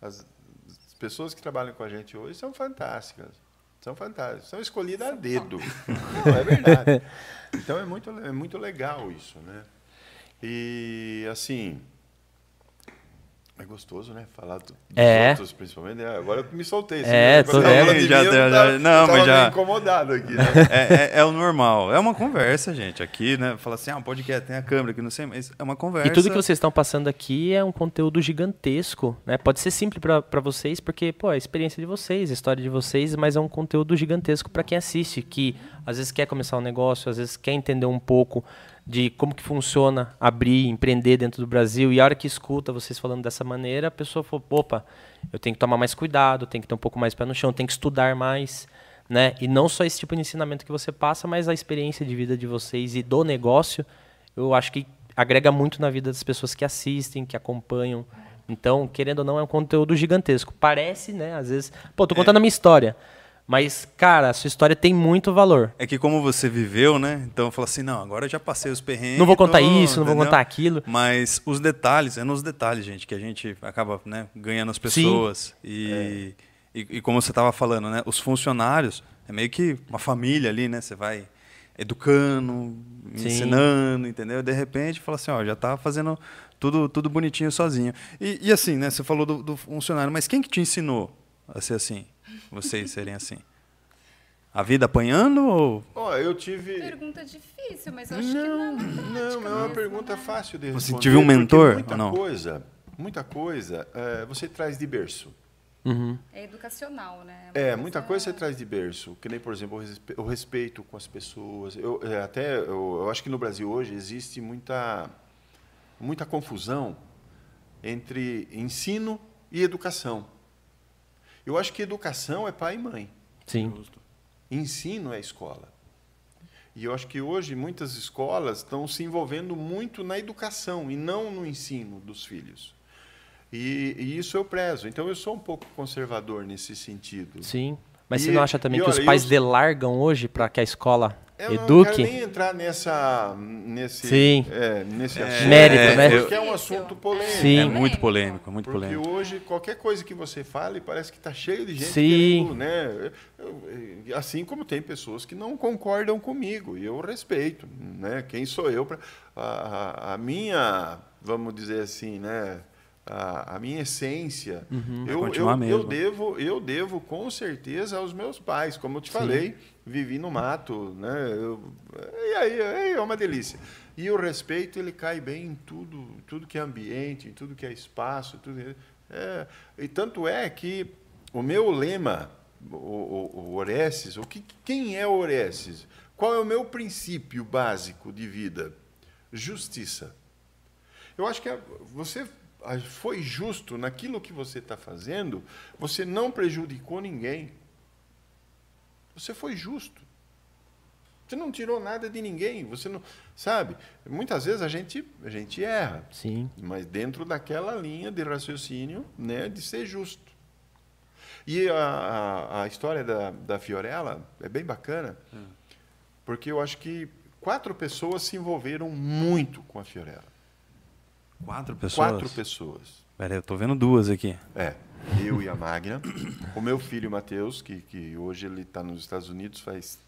S3: as as pessoas que trabalham com a gente hoje são fantásticas. São fantásticas, são escolhidas a dedo. Não, é verdade. Então é muito, é muito legal isso, né? E assim, é gostoso, né? Falar do, dos
S2: É.
S3: outros, principalmente. né? Agora eu me soltei. né?
S2: É,
S3: Quando
S2: tô
S3: eu
S2: vendo.
S3: falei de
S1: Já
S3: mim, eu
S1: deu, já-
S3: tava-
S1: não,
S3: eu tava
S1: mas já-
S3: meio incomodado
S1: *laughs*
S3: aqui, né?
S1: É, é- é o normal. É uma conversa, gente. Aqui, né? Fala assim, ah, um podcast, tem a câmera aqui, não sei, mas é uma conversa.
S2: E tudo que vocês estão passando aqui é um conteúdo gigantesco, né? Pode ser simples para vocês, porque, pô, é a experiência de vocês, a história de vocês, mas é um conteúdo gigantesco para quem assiste, que às vezes quer começar um negócio, às vezes quer entender um pouco de como que funciona abrir, empreender dentro do Brasil, e a hora que escuta vocês falando dessa maneira, a pessoa fala, opa, eu tenho que tomar mais cuidado, tenho que ter um pouco mais pé no chão, tenho que estudar mais, né? E não só esse tipo de ensinamento que você passa, mas a experiência de vida de vocês e do negócio, eu acho que agrega muito na vida das pessoas que assistem, que acompanham. Então, querendo ou não, é um conteúdo gigantesco. Parece, né? Às vezes, pô, tô contando a minha história. Mas, cara, a sua história tem muito valor.
S1: É que como você viveu, né? Então fala assim, não, agora eu já passei os perrengues.
S2: Não vou
S1: tô-
S2: contar isso, não vou contar aquilo.
S1: Mas os detalhes, é nos detalhes, gente, que a gente acaba né, ganhando as pessoas. E,
S2: É.
S1: e, e como você estava falando, né? Os funcionários, é meio que uma família ali, né? Você vai educando,
S2: Sim.
S1: ensinando, entendeu? De repente fala assim, ó, já tá fazendo tudo, tudo bonitinho sozinho. E, e assim, né? Você falou do, do funcionário, mas quem que te ensinou a ser assim? Vocês serem assim? A vida apanhando ou
S3: Ó, eu tive.
S4: Pergunta difícil, mas eu acho que não.
S3: Não, é uma
S4: né?
S3: pergunta fácil de responder.
S1: Você tive um
S3: porque
S1: mentor
S3: Muita
S1: ou não?
S3: coisa, muita coisa eh, você traz de berço.
S4: É educacional, né?
S3: É, muita coisa você traz de berço. Que nem, por exemplo, o respe- o respeito com as pessoas. Eu, eh, até, eu, eu acho que no Brasil hoje existe muita, muita confusão entre ensino e educação. Eu acho que educação é pai e mãe.
S2: Sim.
S3: Ensino é escola. E eu acho que hoje muitas escolas estão se envolvendo muito na educação e não no ensino dos filhos. E, e isso eu prezo. Então eu sou um pouco conservador nesse sentido.
S2: Sim. Mas
S3: E-
S2: você não acha também
S3: e
S2: que os
S3: olha,
S2: pais
S3: eu-
S2: delargam hoje para que a escola
S3: Eu não quero
S2: eduque?
S3: nem entrar nessa, nesse,
S2: Sim.
S3: é, nesse assunto.
S2: Mérito, né?
S3: Porque é um assunto polêmico.
S2: Sim.
S1: É muito polêmico, é muito
S3: Porque
S1: polêmico.
S3: hoje, qualquer coisa que você fale, parece que está cheio de gente
S2: Sim.
S3: querendo, né? Eu- eu- Assim como tem pessoas que não concordam comigo, e eu respeito, né? Quem sou eu para... A, a- a minha, vamos dizer assim, né? A, a minha essência, eu,
S1: continuar
S3: eu, eu
S1: mesmo.
S3: devo, eu devo com certeza aos meus pais, como eu te falei, vivi no mato, né? Eu- e aí, aí é uma delícia. E o respeito ele cai bem em tudo, tudo que é ambiente, em tudo que é espaço, tudo. É, e tanto é que o meu lema, o, o, o Orestes, o que, quem é Orestes? Qual é o meu princípio básico de vida? Justiça. Eu acho que a- você a- foi justo naquilo que você está fazendo, você não prejudicou ninguém. Você foi justo. Você não tirou nada de ninguém. Você não. Sabe? Muitas vezes a gente, a gente erra,
S2: Sim.
S3: mas dentro daquela linha de raciocínio né, de ser justo. E a, a, a história da, da Fiorella é bem bacana, porque eu acho que quatro pessoas se envolveram muito com a Fiorella.
S1: Quatro pessoas?
S3: Quatro pessoas.
S1: Peraí, eu tô vendo duas aqui.
S3: É, eu e a Magna. O meu filho, Matheus, que, que hoje ele está nos Estados Unidos faz,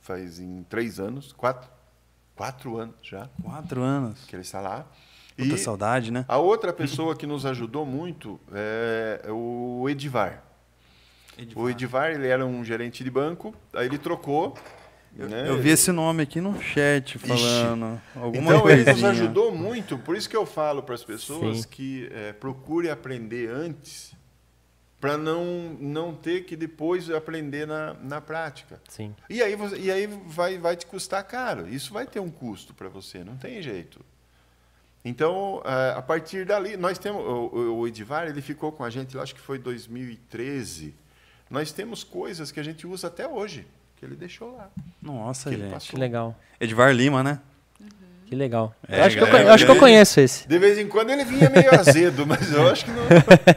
S3: faz em três anos, quatro, quatro anos já
S1: Quatro anos.
S3: que ele está lá.
S1: Puta
S3: E
S1: saudade, né?
S3: a outra pessoa que nos ajudou muito é o Edivar. O Edivar, ele era um gerente de banco, aí ele trocou. né?
S1: Eu vi esse nome aqui no chat falando. Alguma
S3: então,
S1: coisinha.
S3: ele nos ajudou muito. Por isso que eu falo para as pessoas
S2: Sim.
S3: que eh, procure aprender antes para não, não ter que depois aprender na, na prática.
S2: Sim.
S3: E aí, você- e aí vai, vai te custar caro. Isso vai ter um custo para você, não tem jeito. Então, eh, a partir dali, nós temos. O, o- o Edivar ele ficou com a gente lá, acho que foi 2013. Nós temos coisas que a gente usa até hoje, que ele deixou lá.
S1: Nossa,
S3: que ele
S1: gente.
S3: passou.
S2: Que legal.
S1: Edvar Lima, né?
S2: Que legal.
S1: É,
S2: eu acho, que eu,
S1: galera,
S2: conhe- eu acho que eu
S3: é-
S2: conheço esse.
S3: De vez em quando ele vinha meio azedo, *laughs* mas eu acho que não.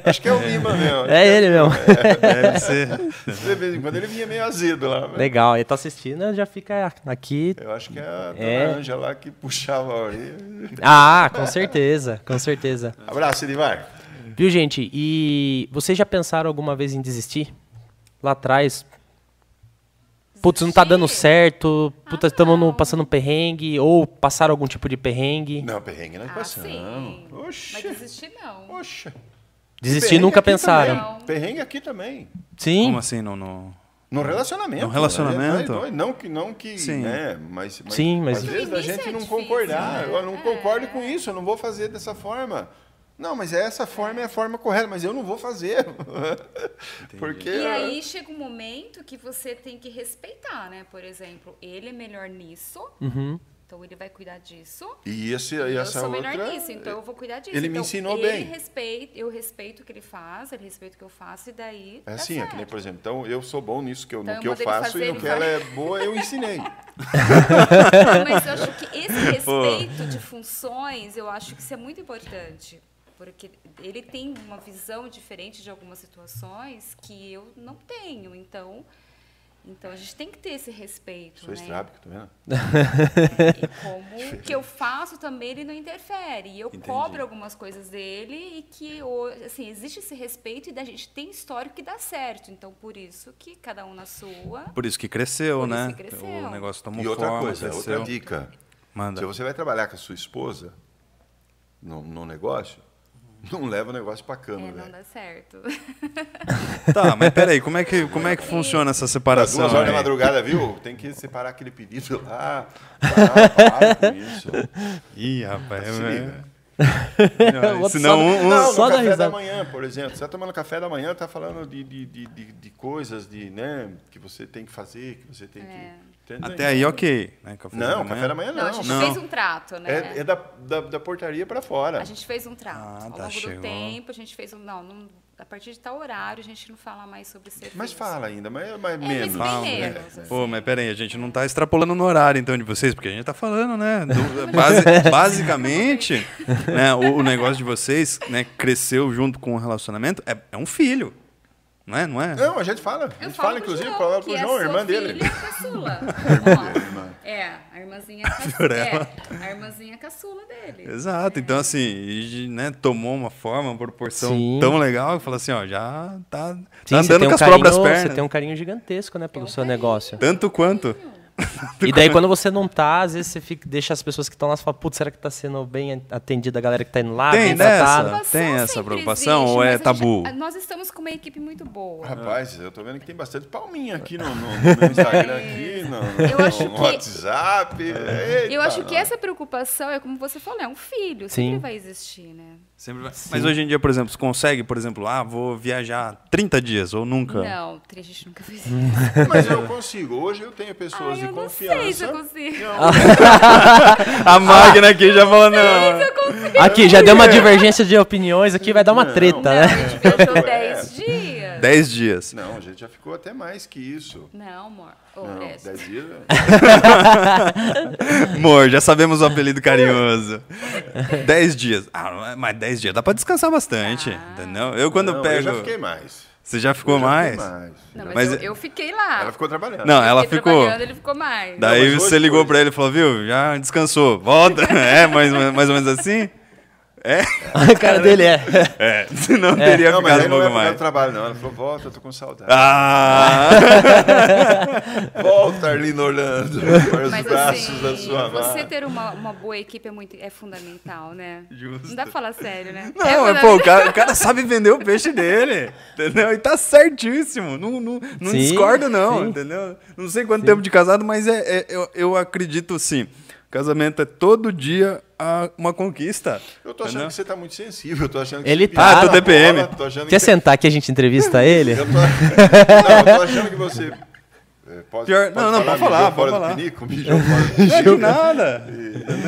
S3: Acho que é o Lima mesmo.
S2: É ele mesmo. *laughs*
S1: Deve ser.
S3: De vez em quando ele vinha meio azedo lá. mas
S2: Legal. Ele tá assistindo, já fica aqui.
S3: Eu acho que é a dona
S2: É.
S3: Anja lá que puxava a orelha.
S2: Ah, com certeza, com certeza.
S3: Abraço, Edmar.
S2: Viu, gente? E vocês já pensaram alguma vez em desistir? Lá atrás. Putz, não tá dando certo. Putz, estamos passando um perrengue. Ou passaram algum tipo de perrengue.
S3: Não, perrengue nós
S4: Ah, sim.
S3: passamos.
S4: Mas
S3: Oxa,
S4: desistir não.
S3: oxa.
S2: Desistir
S3: Perrengue
S2: nunca
S3: aqui
S2: pensaram.
S4: também.
S3: também. Perrengue aqui também.
S2: Sim.
S1: Como assim? No, no...
S3: No relacionamento.
S1: No relacionamento?
S3: né? Nós dois, Não que, não que
S1: Sim.
S3: né? Mas, mas,
S2: Sim, mas-
S3: Às
S2: No
S3: vezes a
S4: início
S3: gente
S4: é
S3: não
S4: difícil,
S3: concordar.
S4: né?
S3: Eu não concordo com isso, eu não vou fazer dessa forma. Não, mas essa forma é a forma correta, mas eu não vou fazer. *laughs* Porque...
S4: E aí chega um momento que você tem que respeitar, né? Por exemplo, ele é melhor nisso, então ele vai cuidar disso.
S3: E, esse, Uhum. e
S4: Eu
S3: essa
S4: sou
S3: outra...
S4: melhor nisso, então eu vou cuidar disso.
S3: ele me
S4: Então,
S3: ensinou
S4: ele
S3: bem.
S4: Respeita, eu respeito o que ele faz, ele respeita o que eu faço, e daí.
S3: É
S4: dá
S3: assim, é que nem,
S4: tá certo.
S3: por exemplo, então eu sou bom nisso que eu,
S4: Então
S3: no
S4: eu
S3: que eu
S4: mandei ele
S3: faço
S4: fazer,
S3: e no
S4: ele
S3: que ela
S4: vai.
S3: é boa,
S4: *laughs*
S3: eu ensinei.
S4: Mas eu acho
S3: *laughs*
S4: que esse respeito de funções, eu acho que isso é muito importante. Porque ele tem uma visão diferente de algumas situações que eu não tenho. Então, então a gente tem que ter esse respeito.
S3: Sou
S4: né?
S3: estrábico, tá vendo?
S4: E como o que eu faço também ele não interfere. E eu
S1: Entendi.
S4: cobro algumas coisas dele e que o- assim, existe esse respeito e da gente tem histórico que dá certo. Então por isso que cada um na sua.
S1: Por isso que cresceu,
S4: Por isso
S1: né?
S4: que cresceu.
S1: O negócio tomou
S3: E outra
S1: forma,
S3: coisa,
S1: cresceu.
S3: outra dica.
S1: Manda.
S3: Se você vai trabalhar com a sua esposa no, no negócio, não leva o negócio pra
S4: É,
S3: cama,
S4: não
S3: velho.
S4: dá certo.
S1: Tá, mas peraí, como é
S4: *laughs*
S1: que, como é que funciona essa
S3: Às
S1: separação?
S3: Tá duas horas da
S1: aí?
S3: madrugada, viu? Tem que separar aquele pedido lá. Para, para com isso.
S1: Ih, rapaz.
S3: Se
S1: é-
S3: liga.
S2: O
S1: Não,
S2: outro
S1: senão
S2: só-
S1: um, um-
S3: Não,
S2: Só
S3: no
S2: dá
S3: café da
S2: risada.
S3: manhã, por exemplo. Você está tomando café da manhã, está falando de, de, de, de- de coisas de, né, que você tem que fazer, que você tem
S4: É.
S3: que... Entendeu?
S1: Até aí, ok. né? Café
S3: Não, café da manhã
S4: *laughs* Não,
S3: não.
S4: a gente
S1: Não.
S4: fez um trato, né?
S3: É, é da, da, da portaria para fora.
S4: A gente fez um trato.
S1: Ah,
S4: Ao
S1: tá,
S4: longo
S1: chegou.
S4: do tempo, a gente fez um. Não, não a partir de tal horário a gente não fala mais sobre ser
S3: Mas
S4: feliz.
S3: fala ainda, mas, mas
S4: É,
S3: menos.
S4: mas bem
S1: né?
S4: menos, assim.
S1: Pô, mas peraí, a gente não tá extrapolando no horário, então, de vocês, porque a gente tá falando, né?
S4: *laughs*
S1: do- basi- basicamente, né, o, o negócio de vocês, né, cresceu junto com o relacionamento, é, é um filho, não é? Não é?
S3: Não, a gente fala. A
S4: Eu
S3: gente fala,
S4: falo pro
S3: inclusive,
S4: João,
S3: fala
S4: que
S3: pro João,
S4: é
S3: irmã
S4: sua
S3: dele.
S4: filha
S3: *laughs*
S4: caçula. Ó, É, a irmãzinha caçula.
S1: Fiorella.
S4: É, a irmãzinha caçula dele.
S1: Exato, então assim, e, né, tomou uma forma, uma proporção
S2: Sim.
S1: tão legal que fala assim, ó, já tá,
S2: Sim,
S1: tá
S2: você
S1: andando
S2: tem
S1: com
S2: um
S1: as próprias
S2: carinho-
S1: pernas.
S2: Você tem um carinho gigantesco, né, pelo
S4: Tem um
S2: seu
S4: carinho.
S2: negócio.
S1: Tanto quanto.
S2: E daí, quando você não tá, às vezes você fica, deixa as pessoas que estão lá e fala, putz, será que tá sendo bem atendida a galera que tá indo lá?
S1: Tem
S2: bem
S1: dessa?
S2: tratada?"
S1: Tem
S4: Preocupação
S1: essa
S4: sempre
S1: preocupação
S4: existe,
S1: ou é
S4: mas a gente-
S1: tabu?
S4: nós estamos com uma equipe muito boa.
S3: Rapaz, eu tô vendo que tem bastante palminha aqui no, no- no meu Instagram, aqui, no,
S4: *laughs* Eu
S3: no
S4: acho que-
S3: WhatsApp.
S4: Eu
S3: Eita,
S4: acho que essa preocupação é como você falou, é um filho, sempre
S2: Sim.
S4: vai existir, né?
S1: Sempre vai- Mas hoje em dia, por exemplo, você consegue, por exemplo, ah, vou viajar 30 dias ou nunca? Hum.
S4: Não, a gente nunca fez isso.
S3: Mas eu consigo. Hoje eu tenho pessoas
S4: Ai,
S3: de
S4: eu não
S3: confiança.
S4: sei se eu consigo. Ah.
S1: A Magna aqui já falou, não. *laughs*
S2: Aqui, já deu uma divergência de opiniões aqui, vai dar uma
S3: Não.
S2: treta,
S4: A
S2: né?
S4: gente viajou
S3: É.
S4: 10 dias.
S1: 10 dias.
S3: Não, a gente já ficou até mais que isso.
S4: Não, amor. Ô,
S3: Não,
S4: Orestes.
S3: 10 dias.
S1: Amor, já sabemos o apelido
S2: *laughs*
S1: carinhoso. 10 dias. Ah, mas 10 dias dá pra descansar bastante, entendeu? Eu *laughs* quando
S3: Não,
S1: pego...
S3: Eu já fiquei mais.
S1: Você já ficou
S3: Eu já
S1: mais?
S3: fiquei mais.
S4: Não, mas,
S1: Mas
S4: eu,
S1: é-
S4: eu fiquei lá.
S3: Ela ficou trabalhando.
S1: Não, ela
S4: Fiquei
S1: ficou...
S4: trabalhando, ele ficou mais.
S1: Daí
S3: Não, mas
S1: você
S3: hoje
S1: ligou
S3: foi.
S1: pra ele e falou, viu, já descansou, volta. *laughs* É, mais, mais ou menos assim?
S2: *laughs* A cara dele é.
S1: É, *laughs* senão teria
S3: Não, mas
S1: ficado
S3: aí
S1: um pouco
S3: não é por causa do
S1: mais.
S3: trabalho, não. Ela falou, volta, eu tô com saudade. É
S1: Ah!
S3: Volta,
S1: *laughs*
S3: Arlindo Orlando, para os
S4: Mas
S3: braços
S4: assim,
S3: da sua
S4: você
S3: amada.
S4: ter uma, uma boa equipe é, muito, é fundamental, né?
S1: Justo.
S4: Não dá pra falar sério, né?
S1: *laughs* Não, é,
S4: fundamental.
S1: pô, o cara, o cara sabe vender o peixe dele, entendeu? E tá certíssimo, não, não, não
S2: Sim,
S1: discordo não,
S2: sim.
S1: entendeu? Não sei quanto tempo de casado, mas é, é- eu, eu acredito sim, casamento é todo dia a- uma conquista.
S3: Eu tô achando
S1: entendeu?
S3: que você tá muito sensível, eu tô achando que
S2: Ele
S3: você
S2: tá.
S3: pisa
S2: Ah, tô
S3: na
S1: é
S3: bola,
S1: TPM.
S3: tô achando
S2: Quer
S3: que você...
S2: sentar aqui a gente entrevista ele?
S3: Eu tô... *laughs* Não, eu tô achando que você... É, Pode,
S1: Pior- não, não, pode falar,
S3: mijou fora
S1: pode falar.
S3: do pinico, mijou fora
S1: *laughs* Não é de nada.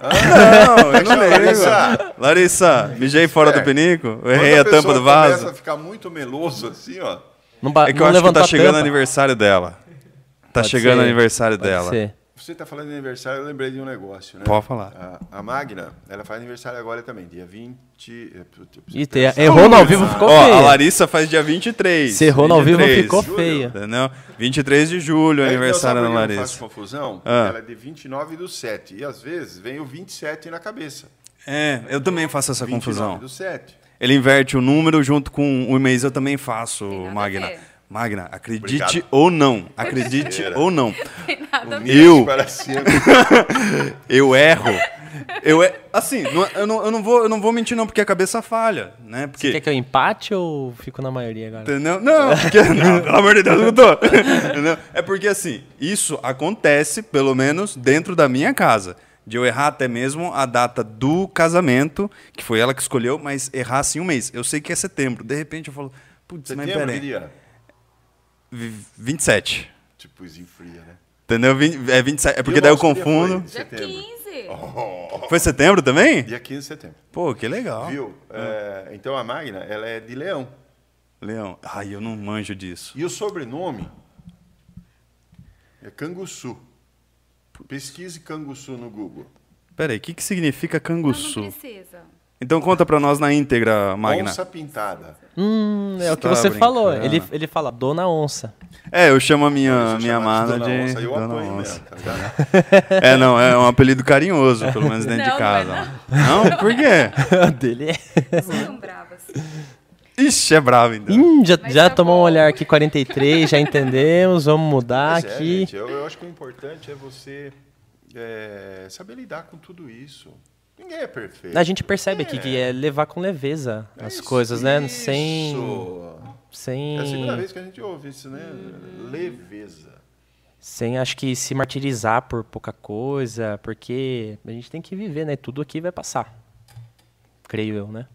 S3: *laughs* do pinico. Tá.
S1: Não, eu não
S3: Larissa.
S1: ligo. Larissa, mijei fora do
S3: É.
S1: penico, eu
S3: Quando
S1: errei a
S3: pessoa
S1: tampa do
S3: começa
S1: vaso.
S3: a ficar muito meloso assim, ó.
S2: Não, ba-
S1: É que eu
S2: não
S1: acho que
S2: levantou
S1: tá
S2: a
S1: chegando o
S2: tampa.
S1: aniversário dela. Tá
S2: Pode
S1: chegando o
S2: ser,
S1: aniversário
S2: pode
S1: dela.
S2: ser.
S3: Você tá falando de aniversário, eu lembrei de um negócio, né?
S1: Pode falar.
S3: A, a Magna, ela faz aniversário agora também, dia 20... é, putz, eu preciso
S2: Ih, tem-
S3: pensar.
S2: errou no ao vivo, ficou
S1: Ó, a
S2: feio.
S1: Larissa faz dia 23.
S2: Se errou no ao vivo,
S1: 23.
S2: ficou
S3: Júlio.
S2: feia.
S1: Entendeu? 23 de julho,
S3: É,
S1: aniversário
S3: então,
S1: da
S3: sabe por que Eu faço
S1: Larissa.
S3: confusão,
S1: Ah.
S3: ela é de 29 do 7. E às vezes vem o 27 na cabeça.
S1: É, eu também faço essa
S3: 29
S1: confusão.
S3: do 7.
S1: Ele inverte o número junto com o mês, eu também faço,
S4: nada a
S1: Magna.
S4: ver.
S1: Magna, acredite
S3: Obrigado.
S1: ou não, acredite ou não,
S4: Nada a ver.
S1: Eu.
S3: Para sempre.
S1: eu erro. Eu é assim, não- eu, não, eu não vou, eu não vou mentir não, porque a cabeça falha, né? Porque
S2: Quer que eu empate ou fico na maioria agora?
S1: Entendeu? Não,
S3: *laughs*
S1: porque, não, *laughs* pelo amor de Deus, não tô. Entendeu? É porque, assim, isso acontece, pelo menos, dentro da minha casa. De eu errar até mesmo a data do casamento, que foi ela que escolheu, mas errar assim um mês. Eu sei que é setembro. De repente eu falo, putz, mas
S3: Setembro,
S1: peraí.
S3: diria.
S1: vi- 27.
S3: Tipo, enfria, né?
S1: Entendeu? Vin- É 27. É porque
S3: E o
S1: daí eu
S3: nosso dia foi
S1: confundo.
S3: de
S4: Dia
S3: setembro.
S4: 15.
S1: Foi setembro também?
S3: Dia 15 de setembro.
S1: Pô, que legal.
S3: Viu? É, então a Magna, ela é de leão.
S1: Leão, ai, eu não manjo disso.
S3: E o sobrenome é Canguçu. Pesquise Canguçu no Google.
S1: Peraí, o que, que significa
S4: Não, não
S1: canguçu?
S4: precisa.
S1: Então conta pra nós na íntegra, Magna.
S3: Onça pintada.
S2: Hum, é o que
S1: Você tá
S2: você falou.
S1: brincando.
S2: Ele, ele fala, dona onça.
S1: É, eu chamo a minha,
S3: Isso
S1: minha
S3: chama
S1: amada
S3: Dona
S1: de
S3: Onça, Eu
S1: Dona
S3: apanho
S1: Onça.
S3: mesmo, tá ligado?
S1: É, não, é um apelido carinhoso, pelo menos dentro de
S4: Não, não é
S1: casa. Não, por quê?
S2: A dele é.
S4: Vocês são bravas.
S1: Ixi, é bravo então.
S2: Hum, já
S4: Mas
S2: já
S4: tá
S2: tomou um
S4: bom.
S2: olhar aqui 43, já entendemos, vamos mudar
S3: Pois é,
S2: aqui.
S3: gente, eu, eu acho que o importante é você é, saber lidar com tudo isso. Ninguém é perfeito.
S2: A gente percebe aqui que é levar com leveza
S3: É
S2: as
S3: isso,
S2: coisas, né?
S3: isso.
S2: Sem.
S3: É a segunda
S2: Sem.
S3: vez que a gente ouve isso, né? Leveza.
S2: Sem acho que se martirizar por pouca coisa, porque a gente tem que viver, né? Tudo aqui vai passar. Creio eu, né?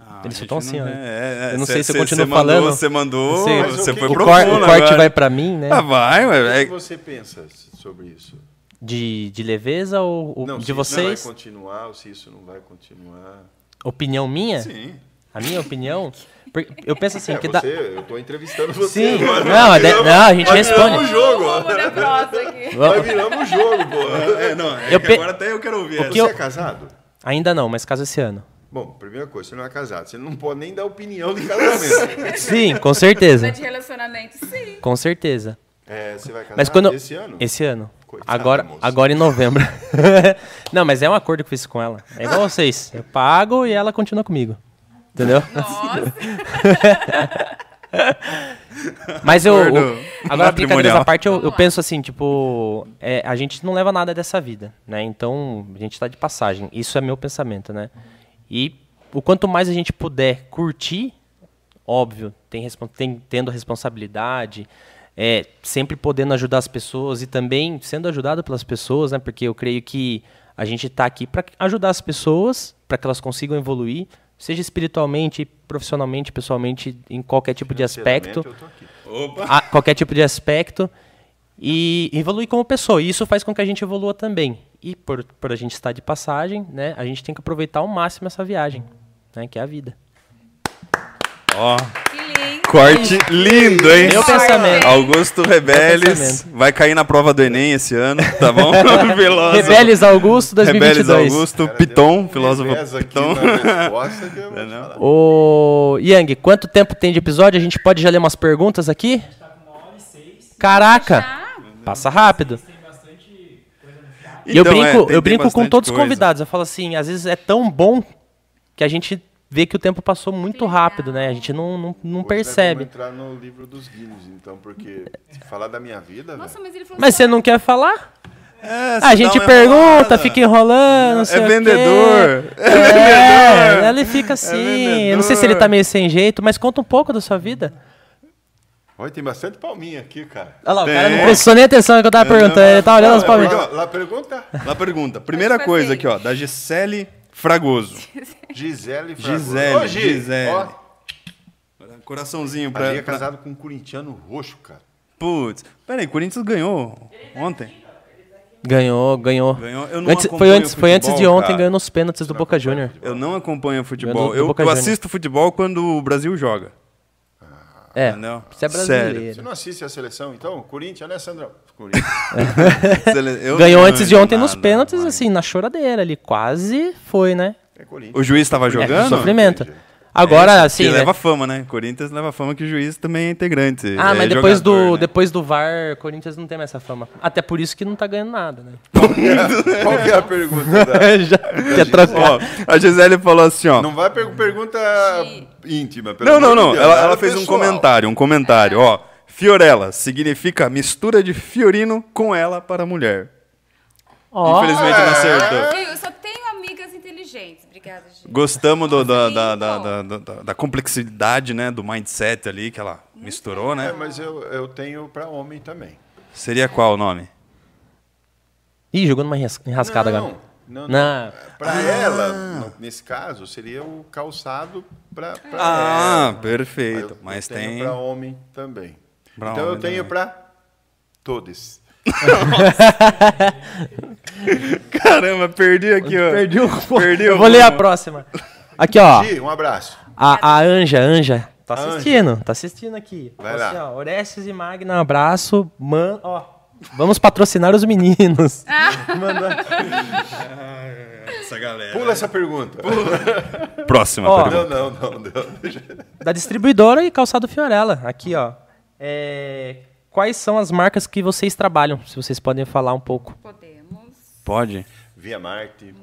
S1: Ah,
S2: Eles só
S1: gente
S2: tão assim,
S1: não-
S2: ó.
S1: é, é,
S2: Eu não
S1: cê-
S2: sei se eu
S1: cê-
S2: continuo
S1: cê mandou-
S2: falando.
S1: Você mandou,
S2: Sei.
S3: Mas
S1: você
S3: o
S1: foi
S3: que-
S2: o,
S3: pro
S2: cor-
S1: profundo
S2: o corte
S1: agora.
S2: vai pra mim, né?
S1: Ah, vai,
S3: O
S1: ué,
S3: que
S1: é-
S3: você pensa sobre isso?
S2: De, de leveza ou, ou
S3: Não, é
S2: de
S3: se isso não
S2: vocês?
S3: vai continuar, ou se isso não vai continuar.
S2: Opinião minha?
S1: Sim.
S2: A minha opinião. porque Eu penso assim,
S3: É,
S2: que
S3: você,
S2: dá.
S3: eu tô entrevistando você
S2: Sim,
S3: agora.
S2: não, a de- não, a gente
S3: Nós viramos
S2: responde.
S3: o jogo,
S4: Vamos
S3: ó.
S4: na prosa aqui.
S2: Vamos-
S3: Nós viramos o um jogo, pô.
S1: É, não, é
S2: Eu
S1: que
S2: pe-
S1: agora até eu quero ouvir essa.
S2: que
S3: Você
S2: eu-
S3: é casado?
S2: Ainda não, mas caso esse ano.
S3: Bom, primeira coisa, você não é casado. Você não pode nem dar opinião de
S2: *laughs*
S3: casamento.
S2: Sim, com certeza.
S4: Mas De relacionamento, sim.
S2: Com certeza.
S3: É, você vai casar
S2: Mas quando.
S3: esse ano?
S2: Esse ano.
S3: Coitada,
S2: Agora,
S3: moça.
S2: agora em novembro. *laughs* não, mas é um acordo que eu fiz com ela. É igual vocês. Eu pago e ela continua comigo. Entendeu?
S4: Nossa.
S2: Mas eu.
S1: Acordo
S2: eu- agora, brincadeiras
S1: matrimonial.
S2: à parte, eu, eu penso assim, tipo, é, a gente não leva nada dessa vida, né? Então, a gente tá de passagem. Isso é meu pensamento, né? E o quanto mais a gente puder curtir, óbvio, tem, respon- tem- tendo responsabilidade, é, sempre podendo ajudar as pessoas e também sendo ajudado pelas pessoas, né? Porque eu creio que a gente tá aqui para ajudar as pessoas, para que elas consigam evoluir, seja espiritualmente, profissionalmente, pessoalmente, em qualquer tipo de aspecto
S3: Eu tô aqui.
S1: Opa!
S2: a qualquer tipo de aspecto e evoluir como pessoa. E isso faz com que a gente evolua também. E por, por a gente estar de passagem, né, a gente tem que aproveitar ao máximo essa viagem, né, que é a vida.
S1: Ó,
S4: Que lindo.
S1: corte lindo, hein?
S2: Meu pensamento.
S1: Augusto Rebeles
S2: pensamento.
S1: vai cair na prova do Enem esse ano, tá
S2: *laughs*
S1: bom? Veloz.
S2: Rebeles Augusto
S1: Rebeles
S2: 2022.
S1: Augusto,
S3: Cara, deu
S1: Piton,
S3: um
S1: filósofo então.
S3: revés aqui
S1: Piton. *laughs*
S3: na resposta que eu vou te falar.
S2: Ô, Yang, quanto tempo tem de episódio? A gente pode já ler umas perguntas aqui? A gente tá com uma hora e seis. Caraca,
S4: Ah,
S2: passa rápido. E eu
S1: Então, é,
S2: brinco,
S1: tem- tem
S2: eu brinco com
S1: bastante
S2: todos os
S1: coisa.
S2: convidados. Eu falo assim, às vezes é tão bom que a gente vê que o tempo passou muito rápido, né? A gente não, não,
S1: é,
S2: não
S3: Hoje nós
S2: percebe.
S1: né?
S3: Vamos entrar no livro dos Guinness, então, porque se falar da minha vida,
S4: nossa,
S3: velho,
S4: mas ele falou
S2: Mas você não quer falar?
S1: É,
S2: A
S1: você
S2: Ah, gente
S1: dá uma
S2: pergunta,
S1: enrolada.
S2: fica enrolando, não sei o quê.
S1: É vendedor. É
S2: É,
S1: *laughs*
S2: Ele fica assim. eu não sei se ele tá meio sem jeito, mas conta um pouco da sua vida.
S3: olha, tem bastante palminha aqui, cara.
S2: Olha lá, o cara
S1: Tem.
S2: não prestou nem atenção no que eu tava perguntando. Ele tá
S1: é
S2: olhando as
S3: Ah,
S2: palmeiras.
S3: lá, lá pergunta.
S1: Lá pergunta. Primeira
S4: Mas, tipo
S1: coisa
S4: assim-
S1: aqui, ó, da Gisele Fragoso.
S3: Gisele Fragoso.
S1: Gisele,
S3: Ô, Gi,
S1: Gisele.
S3: Ó,
S1: Coraçãozinho pra.
S3: ali é
S1: pra-
S3: casado com um corintiano roxo, cara.
S1: Putz. Pera aí, Corinthians ganhou ontem.
S2: Ganhou, ganhou.
S1: Ganhou. Eu não
S2: Antes- foi,
S1: acompanho
S2: antes, foi antes de
S1: futebol,
S2: ontem
S1: cara.
S2: ganhando os pênaltis do Boca Júnior.
S1: Eu não acompanho futebol.
S2: Ganhou do
S1: Eu,
S2: Boca
S1: eu
S2: Juniors.
S1: assisto futebol quando o Brasil joga.
S2: É,
S1: Entendeu?
S2: você é brasileiro.
S1: né?
S3: Você não assiste a seleção, então? Corinthians, né, Sandrão? Corinthians.
S1: *laughs* Sele- eu
S2: Ganhou
S1: não
S2: antes de
S1: entendo
S2: ontem nos
S1: nada.
S2: pênaltis, assim, na choradeira ali. Quase foi, né?
S3: É
S1: *laughs*
S3: Corinthians.
S1: O juiz tava jogando?
S2: É, sofrimento.
S3: Entendi.
S2: Agora,
S1: É, Que
S2: assim, né?
S1: leva fama, né? Corinthians leva fama que o juiz também é integrante.
S2: Ah,
S1: é
S2: mas depois,
S1: jogador,
S2: do,
S1: né?
S2: depois do VAR, Corinthians não tem mais essa fama. Até por isso que não tá ganhando nada, né?
S3: Qual que é a pergunta? da-
S2: *laughs* Já quer trocar.
S1: Ó, a Gisele falou assim, ó.
S3: Não vai per pergunta íntima. pelo
S1: Não, não,
S3: amor de
S1: não.
S3: Deus,
S1: Ela,
S3: nada
S1: ela fez um
S3: pessoal.
S1: comentário, um comentário, ó. Fiorella significa mistura de fiorino com ela para mulher.
S2: Ó,
S1: Infelizmente
S3: É.
S1: não acertou.
S4: assim, eu só tenho amigas inteligentes. Obrigada, gente.
S1: Gostamos do- da,
S4: Sim,
S1: da, da, da,
S4: então.
S1: da- da complexidade, né? Do mindset ali que ela misturou,
S3: É,
S1: né?
S3: mas eu, eu tenho pra homem também.
S1: Seria qual o nome?
S2: Ih, jogou numa enras- enrascada
S3: não,
S2: agora.
S3: Não, não.
S2: Não.
S3: Pra
S1: Ah.
S3: ela, no- nesse caso, seria o calçado pra, pra ela.
S1: Ah,
S3: Aí É. eu-
S1: perfeito.
S3: eu
S1: Mas
S3: tenho
S1: tem.
S3: pra homem também.
S1: Pra
S3: então eu
S1: homem
S3: tenho
S1: também.
S3: pra todos.
S1: Caramba, perdi aqui, ó.
S2: Perdi o
S1: Perdi um
S2: Eu
S1: o
S2: vou ler a
S1: rumo.
S2: próxima. Aqui,
S1: Tá.
S2: ó.
S3: Gi, um abraço.
S2: A, a Anja, Anja. Tá
S3: A Anja.
S2: assistindo, tá assistindo aqui.
S3: Vai
S2: Fala assim,
S3: lá.
S2: ó, Orestes e Magna, abraço. Man, ó, vamos patrocinar os meninos.
S1: Essa galera.
S3: Pula essa pergunta.
S1: Próxima
S2: Ó.
S1: pergunta.
S3: Não, não, não, não. Deixa-
S2: Da distribuidora e calçado Fiorella. Aqui, ó. É, quais são as marcas que vocês trabalham? Se vocês podem falar um pouco.
S4: Podemos.
S1: Pode?
S3: Via Marte,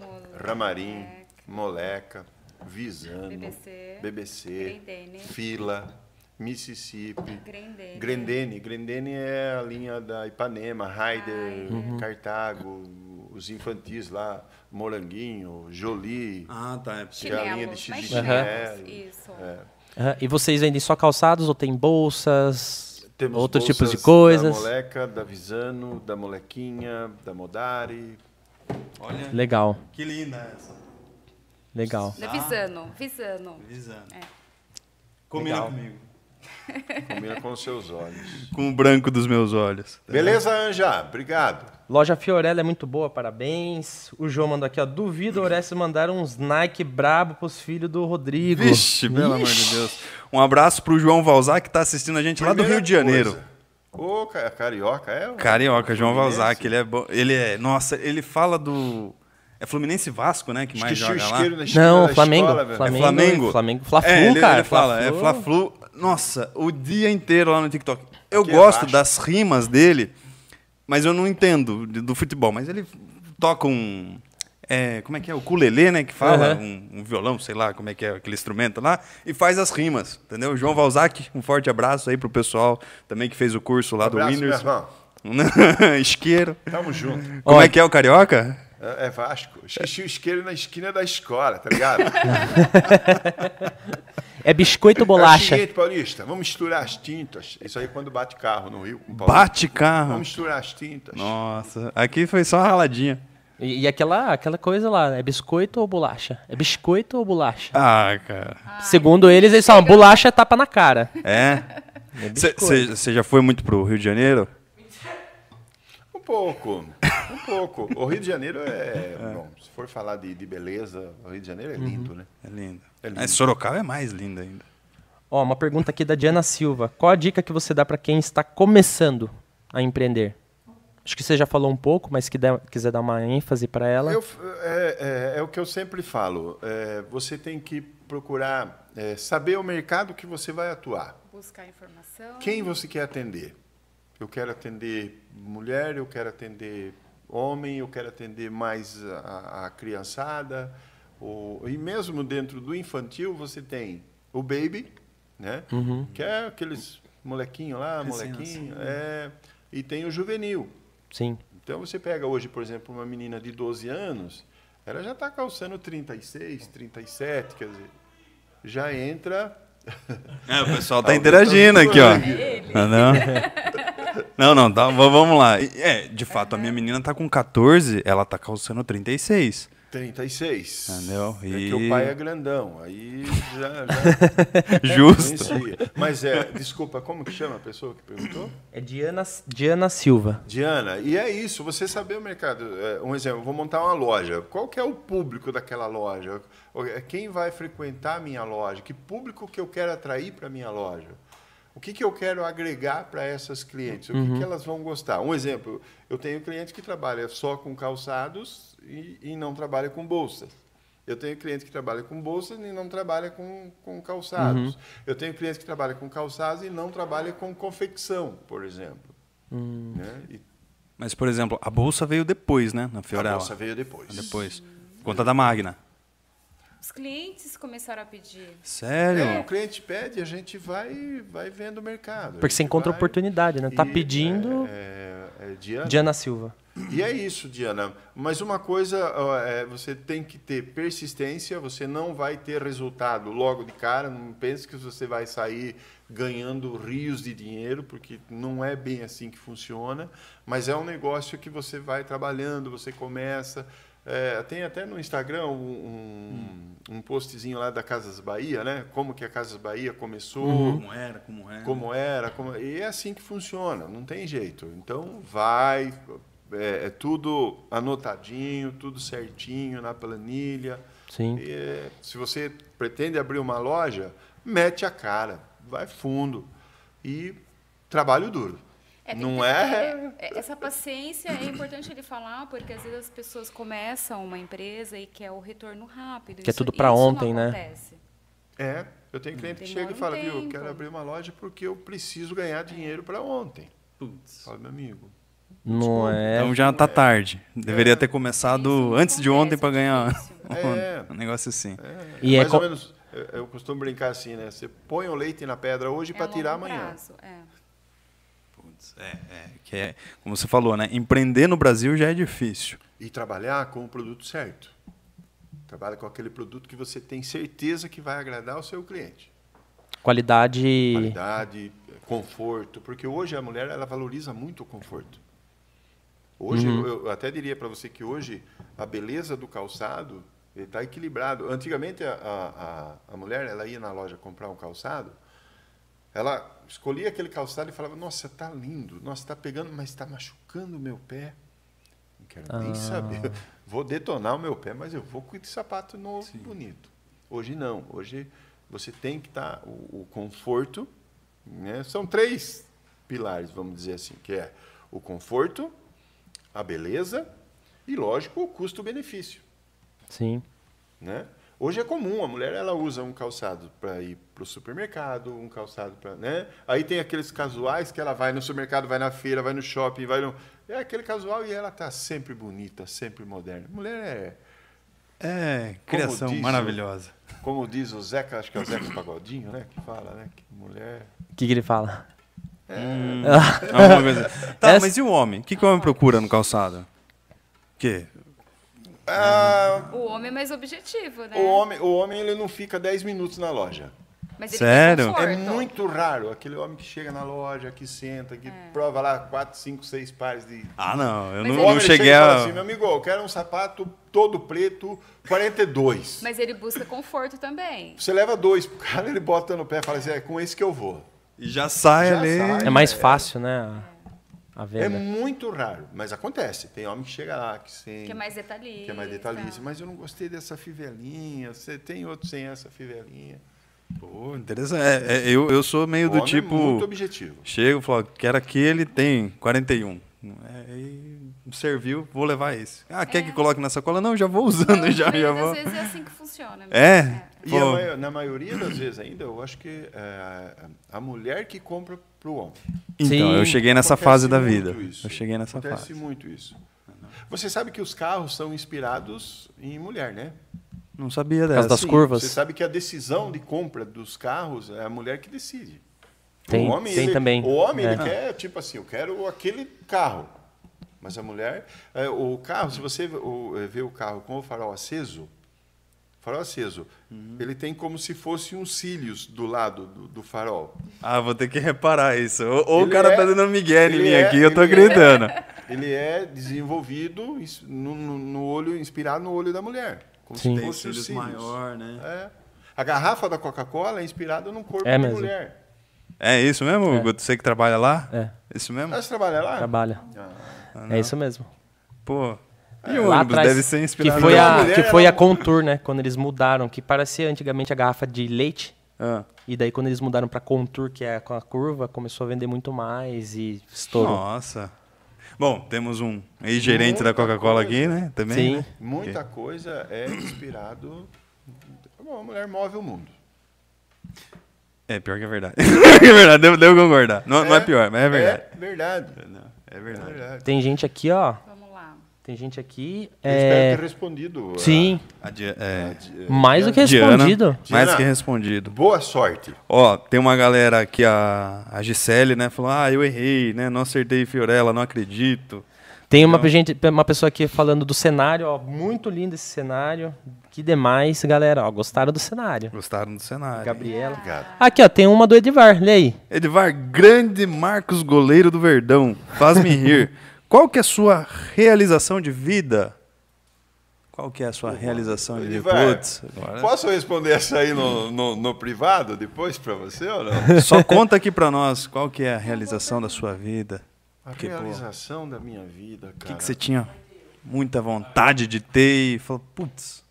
S3: Ramarim, Moleca, Visano,
S4: BBC,
S3: BBC,
S4: Grendene.
S3: Fila, Mississippi,
S4: Grendene.
S3: Grendene. Grendene é a linha da Ipanema, Raider, Uhum. Cartago, os infantis lá, Moranguinho, Jolie,
S1: Ah, tá. É porque-
S3: Que é a linha de
S4: Chinelos, mais
S3: chinelo.
S4: chinelos, Isso.
S2: Aham, E vocês vendem só calçados ou tem bolsas?
S3: Temos
S2: outros
S3: bolsas
S2: tipos de coisas?
S3: Da Moleca, da Visano, da Molequinha, da Modari.
S1: Olha,
S2: Legal,
S1: que linda essa.
S2: legal.
S4: Da Visano. Visano.
S1: Visando. Combina
S2: Legal.
S1: comigo.
S3: Combina com os seus olhos.
S2: *laughs*
S1: Com o branco dos meus olhos.
S3: Beleza, Anja? Obrigado.
S2: Loja Fiorella é muito boa, parabéns. O João mandou aqui, ó. Duvido o Orestes mandar uns Nike brabo pros filhos do Rodrigo.
S1: Vixe, pelo amor de Deus. Um abraço pro João Valzac, que tá assistindo a gente lá do Rio de Janeiro.
S3: Ô, ca- carioca, é? o-
S1: Carioca, João
S3: Fluminense.
S1: Valzac, ele é bom. Ele é. Nossa, ele fala do. É Fluminense e Vasco, né? Que mais
S3: Esqueci o
S1: joga lá.
S3: isqueiro na esquina
S2: Não,
S3: da
S2: Flamengo.
S3: escola, velho.
S1: É
S2: Flamengo.
S1: Flamengo?
S2: Flamengo. Fla-Flu,
S1: é, ele,
S2: cara,
S1: Ele fala,
S2: Fla-Flu.
S1: é Fla-Flu. Nossa, o dia inteiro lá no TikTok. Eu
S3: Aqui é
S1: gosto
S3: baixo.
S1: das rimas dele, mas eu não entendo de- do futebol. Mas ele toca um... é, como é que é? O culelê, né? Que fala,
S2: Aham.
S1: um, um violão, sei lá como é que é aquele instrumento lá, e faz as rimas, entendeu? João Valzac, um forte abraço aí pro pessoal também que fez o curso lá
S3: Abraço,
S1: do
S3: meu
S1: Winners.
S3: irmão.
S1: *laughs* Isqueiro.
S3: Tamo junto.
S1: Como
S2: Olha.
S1: é que é o carioca?
S3: É é Vasco. Esqueci o isqueiro na esquina da escola, tá ligado?
S2: *laughs*
S1: *laughs*
S2: É biscoito
S3: É o
S2: bolacha.
S3: seguinte, Paulista, vamos misturar as tintas. Isso aí é quando bate carro no Rio. com Paulista.
S1: Bate carro.
S3: Vamos misturar as tintas.
S1: Nossa, aqui foi só uma raladinha.
S2: E, e aquela, aquela coisa lá, é biscoito ou bolacha? É biscoito ou bolacha?
S1: Ah, cara.
S2: Segundo eles, eles falam, bolacha é tapa na cara.
S1: É?
S2: biscoito.
S1: Você já foi muito pro Rio de Janeiro?
S3: Um pouco, um pouco. O Rio de Janeiro
S1: *laughs*
S3: é... Bom, se for falar de, de beleza, o Rio de Janeiro é lindo, né?
S1: É lindo.
S3: É lindo.
S1: É, Sorocaba é mais lindo ainda.
S2: Ó, uma pergunta aqui da Diana Silva. Qual a dica que você dá pra quem está começando a empreender? Acho que você já falou um pouco, mas que der- quiser dar uma ênfase pra ela.
S3: Eu f- é, é- é o que eu sempre falo. é, você tem que procurar é, saber o mercado que você vai atuar.
S4: Buscar informação.
S3: Quem você quer atender? Eu quero atender mulher, eu quero atender homem, eu quero atender mais a, a criançada. ou- e mesmo dentro do infantil, você tem o baby, né? que é aqueles molequinho lá, molequinho. é, e tem o juvenil.
S2: Sim.
S3: Então você pega hoje, por exemplo, uma menina de 12 anos, ela já está calçando 36, 37, quer dizer, já entra. *laughs*
S1: É, o pessoal tá interagindo aqui, ó. Ah, Não, não, não tá, v- vamos lá. E, É, de fato, a minha menina tá com 14, ela tá calçando 36.
S3: 36.
S1: Entendeu?
S3: É
S1: E-
S3: que o pai é grandão, aí já, já
S1: *laughs* Justo.
S3: influencia. Mas é, desculpa, como que chama a pessoa que perguntou?
S2: É Diana, Diana Silva.
S3: Diana, e é isso, você saber o mercado. É, Um exemplo, vou montar uma loja. Qual que é o público daquela loja? O- é, Quem vai frequentar a minha loja? Que público que eu quero atrair para a minha loja? O que, que eu quero agregar para essas clientes? O que, que elas vão gostar? Um exemplo, eu tenho cliente que trabalha só com calçados e, e não trabalha com bolsas. Eu tenho cliente que trabalha com bolsas e não trabalha com, com calçados. Eu tenho cliente que trabalha com calçados e não trabalha com confecção, por exemplo. Né? E
S1: Mas, por exemplo, a bolsa veio depois, né? Na
S3: a
S1: Fiorella.
S3: bolsa veio depois.
S1: Depois. Por Conta da Magna.
S4: Os clientes começaram a pedir.
S1: Sério?
S3: É, o cliente pede, a gente vai, vai vendo o mercado. a
S2: Porque você
S3: gente
S2: encontra
S3: vai
S2: oportunidade, né? Tá
S3: e,
S2: pedindo-
S3: é, é, é, Diana.
S2: Diana Silva.
S3: E é isso, Diana. Mas uma coisa, ó, é, você tem que ter persistência, você não vai ter resultado logo de cara. Não pense que você vai sair ganhando rios de dinheiro, porque não é bem assim que funciona. Mas é um negócio que você vai trabalhando, você começa. É, tem até no Instagram um, um, um postzinho lá da Casas Bahia, né? Como que a Casas Bahia começou,
S1: Como era, como é?
S4: É.
S1: era.
S3: como era, como... e é assim que funciona, não tem jeito. Então vai, é, é tudo anotadinho, tudo certinho na planilha.
S2: Sim.
S3: E, é, se você pretende abrir uma loja, mete a cara, vai fundo e trabalho duro.
S4: É, tem que
S3: não
S4: ter-
S3: é?
S4: é- é- Essa paciência é importante ele falar, porque às vezes as pessoas começam uma empresa e quer o retorno rápido.
S2: Quer
S4: Isso-
S2: tudo pra
S4: isso não
S2: ontem, né?
S4: acontece.
S3: É. Eu tenho cliente que
S4: Demora
S3: chega e
S4: um
S3: fala, viu, eu
S4: tempo." É.
S3: quero abrir uma loja porque eu preciso ganhar dinheiro para ontem.
S1: Putz.
S3: Fala, meu amigo,
S2: Não é.
S1: Então já tá tarde. Deveria ter começado
S4: Isso
S1: antes de ontem
S4: acontece,
S1: pra ganhar
S3: É.
S1: *laughs* um negócio assim.
S2: E é
S3: mais
S2: co-
S3: ou menos, eu, eu costumo brincar assim, né? Você põe o leite na pedra hoje
S4: É
S3: para
S4: a
S3: tirar
S4: longo
S3: amanhã.
S4: prazo, é.
S1: Putz, é, é, que é, como você falou, né? Empreender no Brasil já é difícil.
S3: E trabalhar com o produto certo. Trabalha com aquele produto que você tem certeza que vai agradar o seu cliente.
S2: Qualidade.
S3: Qualidade, conforto, porque hoje a mulher ela valoriza muito o conforto. Hoje eu, eu até diria para você que hoje a beleza do calçado está equilibrado. Antigamente a- a, a, a mulher ela ia na loja comprar um calçado, ela escolhia aquele calçado e falava: Nossa, tá lindo, nossa, tá pegando, mas está machucando o tá meu pé. Não quero nem saber. *laughs* Vou detonar o meu pé, mas eu vou com esse sapato novo, bonito. Hoje não. Hoje você tem que estar. o, o conforto. Né? São três pilares, vamos dizer assim, que é o conforto, a beleza e, lógico, o custo-benefício.
S2: Sim.
S3: né? Hoje é comum, a mulher ela usa um calçado para ir para o supermercado, um calçado para. Né? Aí tem aqueles casuais que ela vai no supermercado, vai na feira, vai no shopping, vai no. É aquele casual e ela tá sempre bonita, sempre moderna. Mulher
S1: É, criação
S3: diz o-
S1: maravilhosa.
S3: é, como diz o Zeca, acho que é o Zeca Pagodinho, né? Que fala, né? Que mulher.
S2: O que, que ele fala?
S1: *laughs* Alguma coisa. Tá,
S2: Essa-
S1: mas e o homem? O que, que o homem procura no calçado? Que?
S4: O homem é mais objetivo, né?
S3: O homem, o homem ele não fica 10 minutos na loja.
S4: Mas ele
S1: Sério?
S4: Tem conforto.
S3: É muito raro aquele homem que chega na loja, que senta, que prova lá 4, 5, 6 pares de,
S1: Ah, não, eu
S4: Mas
S1: não,
S4: ele-
S1: não
S4: O homem,
S3: ele
S1: cheguei
S3: chega e
S1: a.
S3: fala assim, meu amigo, eu quero um sapato todo preto, 42.
S4: Mas ele busca conforto também.
S3: Você leva dois pro cara, ele bota no pé e fala assim, é com esse que eu vou.
S1: E já sai
S3: Já
S1: ali.
S3: sai.
S2: É mais fácil, né? A, a
S3: É
S2: venda.
S3: muito raro, mas acontece. Tem homem que chega lá, que sem...
S4: Que é mais detalhista.
S3: que é mais detalhista. Mas eu não gostei dessa fivelinha, você tem outro sem essa fivelinha.
S1: Pô, interessante. É, é, eu, eu sou meio
S3: O
S1: do
S3: homem é
S1: tipo.
S3: muito objetivo.
S1: Chego e falo, quero aquele, tem 41. É, e serviu, vou levar esse. Ah, quer que
S3: É.
S1: coloque na sacola? Não, já vou *laughs* usando,
S4: Não,
S1: já,
S4: mas
S1: já
S4: às
S1: vou.
S4: vezes é assim que funciona. mesmo.
S1: É?
S3: E a
S1: Pô,
S3: maio- na maioria das vezes ainda, eu acho que é, a mulher que compra pro homem.
S1: então, eu
S2: Sim.
S1: cheguei nessa
S3: Acontece
S1: fase da
S3: muito
S1: vida.
S3: isso.
S1: Eu cheguei nessa
S3: Acontece
S1: fase.
S3: muito isso. Você sabe que os carros são inspirados em mulher, né?
S1: Não sabia
S2: causa
S1: dessa.
S2: das curvas.
S3: Você sabe que a decisão de compra dos carros é a mulher que decide.
S2: Tem- tem
S3: ele,
S2: também,
S3: O homem ele
S2: né?
S3: quer, tipo assim, eu quero aquele carro. Mas a mulher. é, o carro, se você vê o, é, vê o carro com o farol aceso, farol aceso,
S1: Uhum.
S3: ele tem como se fosse uns cílios do lado do, do farol.
S1: Ah, vou ter que reparar isso. Ou, ou o
S3: Ele
S1: cara
S3: é-
S1: tá dando um migué em
S3: ele
S1: mim
S3: é-
S1: aqui, eu tô
S3: ele é-
S1: gritando.
S3: Ele é desenvolvido ins- no, no- no olho, inspirado no olho da mulher. Como
S2: Sim.
S3: se
S2: Tem
S3: fosse os cílios.
S1: né?
S3: É. A garrafa da Coca-Cola é inspirada num corpo
S2: É
S3: de
S2: mesmo.
S3: mulher.
S1: É isso mesmo, Guto? Você que trabalha lá?
S2: É.
S1: Isso mesmo?
S3: Ah, Você trabalha lá? Ah,
S2: Trabalha. é isso mesmo.
S1: Pô. É, E o ônibus deve ser inspirado.
S2: Que foi,
S3: Então,
S1: nela.
S3: a
S2: a,
S3: mulher
S2: que foi
S3: era
S2: a Contour, né? Quando eles mudaram, que parecia antigamente a garrafa de leite.
S1: Ah.
S2: E daí quando eles mudaram pra Contour, que é com a curva, começou a vender muito mais e estourou.
S1: Nossa. Bom, temos um ex-gerente da Coca-Cola aqui, né? Também.
S2: Sim.
S1: né?
S3: Muita coisa é inspirado. tá Bom, a mulher move o mundo.
S1: É, pior que é verdade. *laughs* Pior que é verdade, devo, devo concordar. Não é, não é pior, mas é verdade.
S3: É verdade.
S1: Não, É
S3: É
S1: verdade.
S3: verdade.
S2: Tem gente aqui, ó.
S4: Vamos lá.
S2: Tem gente aqui.
S3: Eu
S2: É...
S3: espero ter respondido. a-
S2: Sim,
S1: A Di- é,
S3: Uhum.
S2: mais do que
S1: Diana,
S2: respondido.
S1: mais
S3: Diana.
S1: que respondido.
S3: Boa sorte.
S1: Ó, tem uma galera aqui, a, a Gisele, né? Falou, ah, eu errei, né? Não acertei Fiorella, não acredito.
S2: Tem uma, gente, uma pessoa aqui falando do cenário, ó. Muito lindo esse cenário. Que demais, galera. Ó, gostaram do cenário.
S1: Gostaram do cenário.
S2: Gabriela.
S3: Obrigado.
S2: Aqui, ó, tem uma do Edivar. Lê aí.
S1: Edvar, grande Marcos Goleiro do Verdão, *laughs* faz-me rir. Qual que é a sua realização de vida? Qual que é a sua realização de vida?
S3: Edivar,
S1: Putz, agora-
S3: Posso responder essa aí no, no, no privado depois para você ou não?
S1: Só conta aqui pra nós, qual que é a realização da sua vida?
S3: A
S1: Que boa.
S3: realização da minha vida, cara.
S1: O que, que você tinha muita vontade de ter e falou, putz...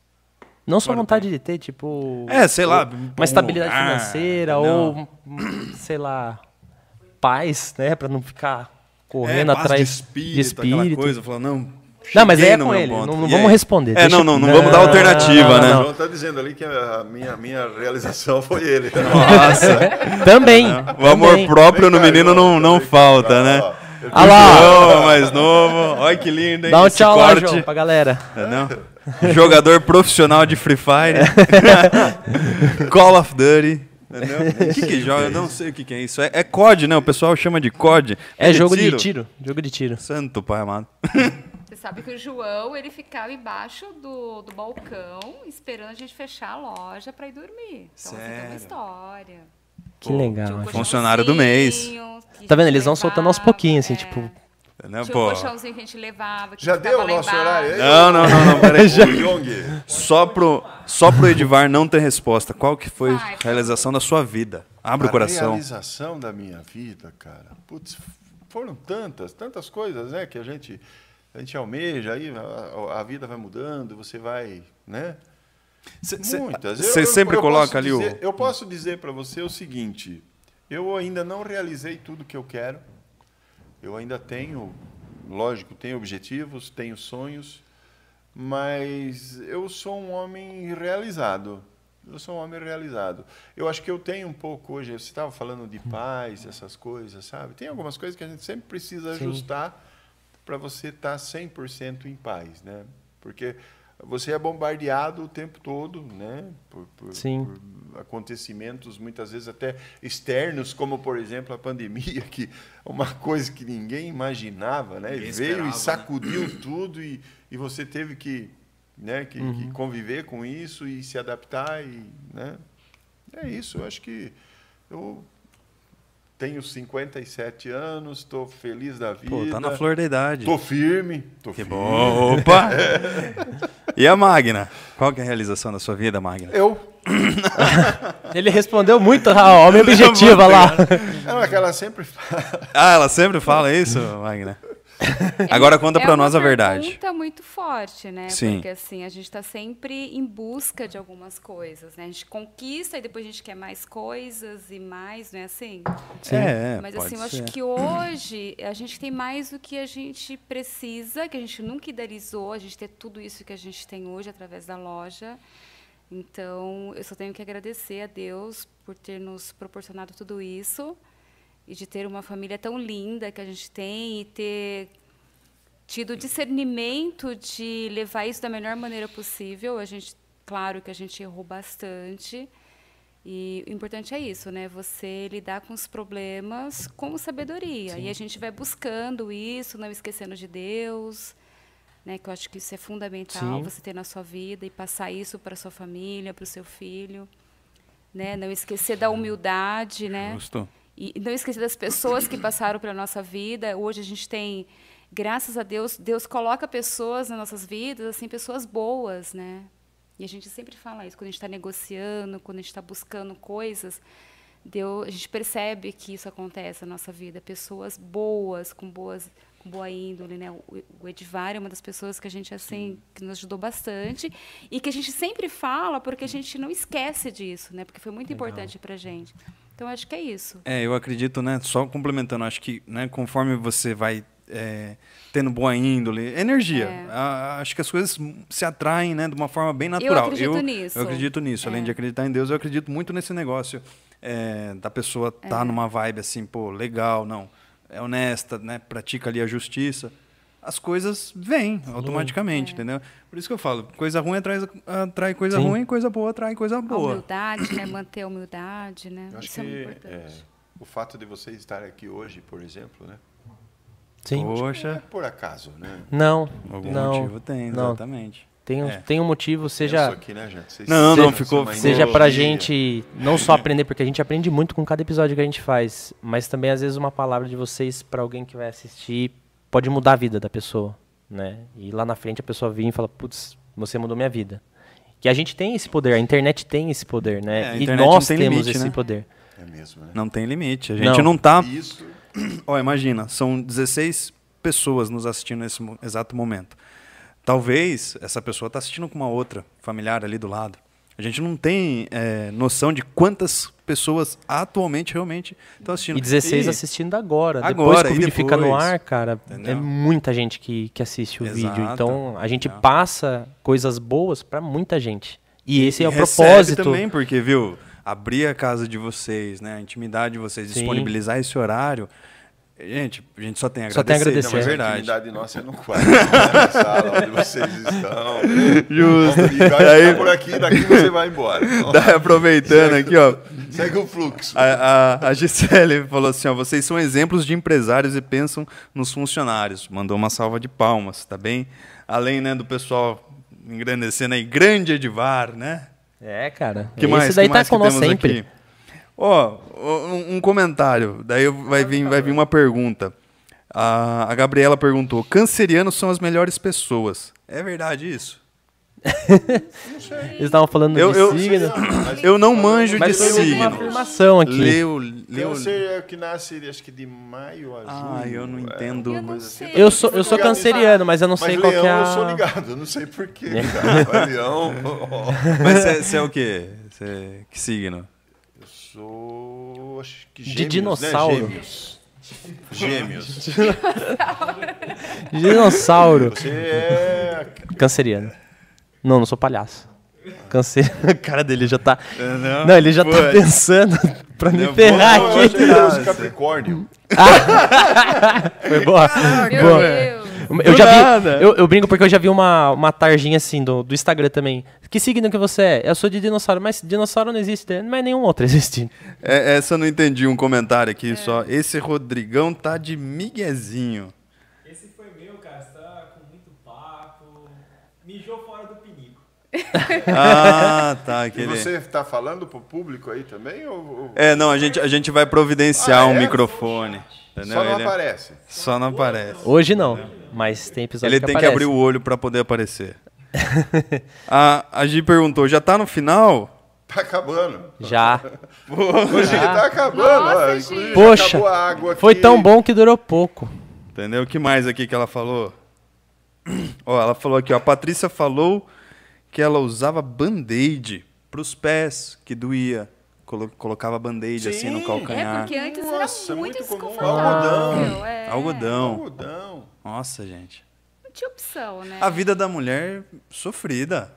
S2: Não só vontade de ter, tipo.
S1: É, sei lá, um
S2: Uma estabilidade
S1: lugar,
S2: financeira
S1: não.
S2: ou, um, sei lá, paz, né? Pra não ficar correndo
S1: É, paz
S2: atrás
S1: de espírito, aquela
S2: *laughs*
S1: coisa, falou, não...
S2: Não, mas aí
S1: cheguei
S2: é
S1: no
S2: com
S1: meu
S2: ele.
S1: ponto.
S2: Não, não
S1: E
S2: vamos
S1: aí?
S2: responder.
S1: É,
S2: deixa-
S1: não, não, não vamos dar alternativa,
S2: não,
S1: né?
S3: O
S2: não.
S3: João tá dizendo ali que a minha, minha realização foi
S1: *laughs*
S3: ele.
S1: Nossa,
S2: É. Também.
S1: o amor
S2: também.
S1: próprio no
S3: Vem cá,
S1: menino não,
S3: João,
S1: não
S3: vem cá.
S1: falta, né?
S3: Ó, eu
S2: Ah lá. *laughs*
S1: João, mais novo. Olha que lindo, hein?
S2: Dá um
S1: esse
S2: tchau lá,
S1: corte.
S2: João, pra galera.
S1: É, não? Jogador profissional de Free
S2: *laughs*
S1: Fire. Call of Duty.
S2: *laughs*
S1: entendeu? O que, que joga? Eu não sei o que, que é isso. É, é COD, né? O pessoal chama de COD.
S2: É jogo de tiro. Jogo de tiro.
S1: Santo pai amado.
S4: Você sabe que o João, ele ficava embaixo do, do balcão, esperando a gente fechar a loja pra ir dormir. Então, assim, tem
S1: Sério?
S4: uma história.
S2: Que legal.
S4: Tinha um
S2: hein?
S1: Funcionário do mês.
S4: colchãozinho que
S2: É, Tá
S4: a
S2: vendo?
S4: gente
S2: Eles vão soltando aos
S4: levava,
S2: pouquinhos, assim,
S4: é.
S2: tipo.
S1: Né,
S4: Tinha um
S1: pô?
S4: colchãozinho que a gente levava. que
S3: Já
S4: ficava
S3: deu o
S4: lá
S3: nosso
S4: embaixo.
S3: horário? aí?
S1: Não, não, não, não, peraí. *laughs*
S3: Ô, Jong,
S1: Só pro, só pro Edivar não ter resposta. Qual que foi
S4: Vai.
S1: a realização da sua vida? Abre o
S3: A
S1: coração.
S3: realização da minha vida, cara. Putz, foram tantas, tantas coisas, né, que a gente a gente almeja, aí a, a vida vai mudando, você vai, né? Muitas. Eu-
S1: Você
S3: eu-
S1: sempre
S3: eu posso
S1: coloca ali
S3: dizer-
S1: o.
S3: Eu posso dizer para você o seguinte: eu ainda não realizei tudo que eu quero. Eu ainda tenho, lógico, tenho objetivos, tenho sonhos, mas eu sou um homem realizado. Eu sou um homem realizado. Eu acho que eu tenho um pouco hoje. Você estava falando de paz, essas coisas, sabe? Tem algumas coisas que a gente sempre precisa
S2: Sim.
S3: ajustar para você tá estar 100% em paz, né? Porque você é bombardeado o tempo todo, né? Por, por-
S2: Sim.
S3: por acontecimentos muitas vezes até externos, como por exemplo a pandemia, *laughs* que é uma coisa que ninguém imaginava, né?
S1: Ninguém
S3: Veio
S1: esperava, né?
S3: e sacudiu *coughs* tudo e, e você teve que, né? Que, que
S1: Uhum.
S3: conviver com isso e se adaptar e, né? É isso. Eu acho que eu tenho 57 anos, estou feliz da vida.
S1: Pô, tá na flor da idade.
S3: Tô firme. Tô
S1: Que
S3: firme.
S1: bom. Opa! E a Magna? Qual que é a realização da sua vida, Magna?
S3: Eu
S2: Ele respondeu muito
S1: *laughs*
S2: ao meu objetivo, olha lá.
S3: Não, é que ela sempre fala.
S1: Ah, ela sempre fala isso,
S4: *laughs*
S1: Magna? Agora conta pra nós a
S4: É uma
S1: verdade.
S4: pergunta muito forte, né?
S1: Sim.
S4: Porque assim, a gente está sempre em busca de algumas coisas, né? A gente conquista e depois a gente quer mais coisas e mais, não é assim?
S1: É, é,
S4: Mas
S1: pode
S4: assim, eu
S1: ser.
S4: acho que hoje a gente tem mais do que a gente precisa, que a gente nunca idealizou, a gente ter tudo isso que a gente tem hoje através da loja. Então, eu só tenho que agradecer a Deus por ter nos proporcionado tudo isso e de ter uma família tão linda que a gente tem e ter tido o discernimento de levar isso da melhor maneira possível. A gente, claro que a gente errou bastante. E o importante é isso, né? Você lidar com os problemas com sabedoria. E a gente vai buscando isso, não esquecendo de Deus, né? Que eu acho que isso é fundamental
S2: Sim.
S4: você ter na sua vida e passar isso para sua família, para o seu filho, né? Não esquecer da humildade, né?
S1: Justo.
S4: E não esquecer das pessoas que passaram pela nossa vida. Hoje a gente tem, graças a Deus, Deus coloca pessoas nas nossas vidas, assim, pessoas boas, né? E a gente sempre fala isso, quando a gente está negociando, quando a gente está buscando coisas, Deus, a gente percebe que isso acontece na nossa vida. Pessoas boas, com boas com boa índole, né? O, o Edivar é uma das pessoas que a gente, assim, que nos ajudou bastante e que a gente sempre fala porque a gente não esquece disso, né? Porque foi muito importante pra gente. Então, acho que é isso.
S1: É, eu acredito, né? Só complementando, acho que né, conforme você vai é, tendo boa índole, energia.
S4: É.
S1: A- acho que as coisas se atraem, né, de uma forma bem natural.
S4: acredito nisso.
S1: Eu acredito nisso. Além
S4: É.
S1: de acreditar em Deus, eu acredito muito nesse negócio é, da pessoa estar numa vibe assim, pô, legal, não, é honesta, né, pratica ali a justiça. As coisas vêm
S4: É.
S1: automaticamente, entendeu? Por isso que eu falo, coisa ruim atrai, atrai coisa
S2: Sim.
S1: ruim, coisa boa atrai coisa
S4: A
S1: boa.
S4: humildade, né? Manter a humildade, né?
S3: Eu acho
S4: isso é muito
S3: que
S4: importante.
S3: é, o fato de você estar aqui hoje, por exemplo, né?
S2: Sim.
S3: Não é
S1: Poxa,
S3: por acaso, né?
S2: Não,
S1: algum
S2: não.
S1: motivo tem,
S2: não.
S1: exatamente.
S2: Tem um,
S1: É.
S2: tem um motivo,
S3: Isso
S2: seja,
S3: aqui, né, gente? Vocês-
S1: Não, não,
S3: vocês-
S1: ficou-
S3: vocês-
S2: seja pra
S3: Imagina.
S2: gente não só aprender, porque a gente aprende muito com cada episódio que a gente faz, mas também às vezes uma palavra de vocês pra alguém que vai assistir pode mudar a vida da pessoa, né? E lá na frente a pessoa vem e fala, putz, você mudou minha vida. Que a gente tem esse poder, a internet tem esse
S1: É,
S2: poder,
S1: a
S2: né? e
S1: internet
S2: nós
S1: não tem
S2: temos
S1: limite,
S2: esse
S1: né?
S2: poder.
S3: É mesmo, né?
S1: Não tem limite. A gente não,
S2: Não.
S1: tá.
S3: E Isso,
S1: Ó, imagina, são 16 pessoas nos assistindo nesse mo- exato momento. Talvez essa pessoa tá assistindo com uma outra familiar ali do lado. A gente não tem é, noção de quantas pessoas atualmente realmente estão assistindo.
S2: E 16
S1: E-
S2: assistindo agora. depois
S1: Agora,
S2: que o
S1: e
S2: vídeo fica no
S1: depois.
S2: ar, cara,
S1: Entendeu?
S2: é muita gente que, que assiste o
S1: Exato.
S2: vídeo. Então a gente
S1: É.
S2: passa coisas boas pra muita gente. E esse é o
S1: recebe
S2: propósito.
S1: também, porque, viu, abrir a casa de vocês, né, a intimidade de vocês,
S2: Sim.
S1: disponibilizar esse horário. Gente, a gente só tem a agradecer.
S2: Só tem a
S3: não,
S2: agradecer.
S1: É
S3: mas a
S1: verdade.
S3: intimidade nossa é no quarto, né? na sala onde vocês estão.
S1: *laughs* Justo.
S3: E vai ficar por aqui, daqui você vai
S1: *laughs*
S3: embora. Então,
S1: Daí, aproveitando aqui, ó.
S3: Segue o fluxo.
S1: Ah, A, a, a Gisele falou assim: ó, vocês são exemplos de empresários e pensam nos funcionários. Mandou uma salva de palmas, tá bem? Além né, do pessoal engrandecendo aí, grande Edivar, né?
S2: É, cara.
S1: que
S2: esse
S1: mais?
S2: daí
S1: que
S2: tá
S1: mais
S2: com
S1: que
S2: nós
S1: temos
S2: sempre.
S1: aqui? Ó, um, um comentário, daí eu- vai vir, vai vir uma pergunta. A, a Gabriela perguntou: cancerianos são as melhores pessoas. É verdade isso?
S3: Não sei.
S2: Eles estavam falando
S1: Eu-
S2: de
S1: eu- *laughs*
S2: signo.
S1: *coughs*
S3: Mas-
S1: Eu não manjo de
S2: Mas foi uma
S1: signos.
S2: afirmação aqui.
S1: Leu,
S3: Tem
S1: leu.
S3: um ser que nasce, acho que de maio a junho.
S1: Ah, eu não
S3: é,
S1: entendo.
S4: Eu não
S1: mas-
S4: sei.
S2: Eu sou, eu sou
S4: Obrigado.
S2: canceriano, mas eu não
S3: Mas
S2: sei
S3: leão,
S2: qual que é a...
S3: eu sou ligado, não
S2: *laughs*
S3: sei porquê. leão, ó,
S1: Mas você- você é o quê? Você- que signo?
S3: eu sou acho que
S2: De
S3: gêmeos, né?
S2: dinossauro.
S3: Gêmeos. Gêmeos.
S1: *laughs*
S2: Dinossauro.
S3: *laughs* Você é
S2: Canceriano. Não, não sou palhaço. Canceriano. *laughs* A cara dele já tá...
S1: Não,
S2: Não, ele já tá
S1: putz.
S2: pensando *laughs* pra me
S1: Eu
S2: ferrar
S3: Não, eu acho que
S2: aqui.
S3: eu sou é Capricórnio.
S2: Foi boa.
S4: Meu
S2: boa.
S4: Deus.
S2: Eu, já vi,
S1: nada.
S2: eu, eu brinco porque eu já vi uma, uma tarjinha assim do, do Instagram também. Que signo que você é? Eu sou de dinossauro, mas dinossauro não existe, né? mas nenhum outro *laughs* existe.
S1: É, essa eu não entendi um comentário aqui só. Esse Rodrigão tá de
S3: *laughs*
S1: miguezinho.
S5: Esse foi meu, cara. Você tá com muito papo. Mijou fora do pinico.
S1: Ah, tá,
S3: E
S1: aquele.
S3: você está falando pro público aí também? Ou, ou-
S1: É, não, a gente, a gente vai providenciar
S3: Ah,
S1: um
S3: é?
S1: microfone. Entendeu?
S3: Só não é.
S1: Ele- é-
S3: aparece.
S1: Só não aparece.
S2: Hoje não, mas tem episódio
S1: Ele
S2: que
S1: tem que
S2: aparece.
S1: abrir o olho pra poder
S2: *laughs*
S1: aparecer. a, a Gi perguntou: já tá no final?
S3: Tá *laughs* acabando.
S2: Já.
S3: Hoje tá acabando.
S4: Nossa,
S3: ó,
S4: gente.
S3: inclusive
S2: Poxa,
S3: acabou a água aqui.
S2: foi tão bom que durou pouco.
S1: Entendeu? O que mais aqui que ela falou? Ó, ela falou aqui: ó, a Patrícia falou que ela usava band-aid pros pés, que doía. Colo- colocava band-aid assim no
S3: Sim.
S1: calcanhar.
S4: É porque antes
S3: Nossa,
S4: era muito,
S3: muito comum.
S4: desconfortável. É.
S1: Algodão.
S3: Algodão.
S1: Nossa, gente.
S4: Não tinha opção, né?
S2: Ah,
S1: A vida da mulher sofrida.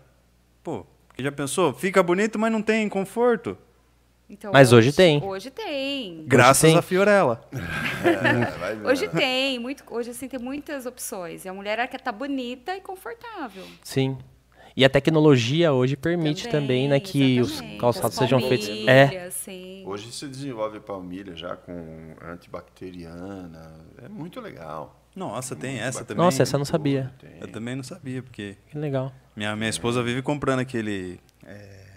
S1: Pô, porque já pensou? Fica bonito, mas não tem conforto.
S4: Então,
S2: Mas hoje tem.
S4: Hoje tem.
S1: Graças
S2: tem.
S1: à Fiorella.
S3: É, vai ver.
S4: Hoje tem, muito, hoje assim tem muitas opções. E a mulher ela quer tá bonita e confortável.
S2: Sim. E a tecnologia hoje permite também, né, que os
S4: exatamente.
S2: calçados
S4: As
S2: sejam feitos. É,
S4: palmilhas, sim.
S3: Hoje se desenvolve palmilha já com antibacteriana. É muito legal.
S1: Nossa, tem essa também.
S2: nossa, essa eu não sabia.
S1: Eu também não sabia, porque
S2: Que legal.
S1: minha, minha esposa vive comprando aquele. é,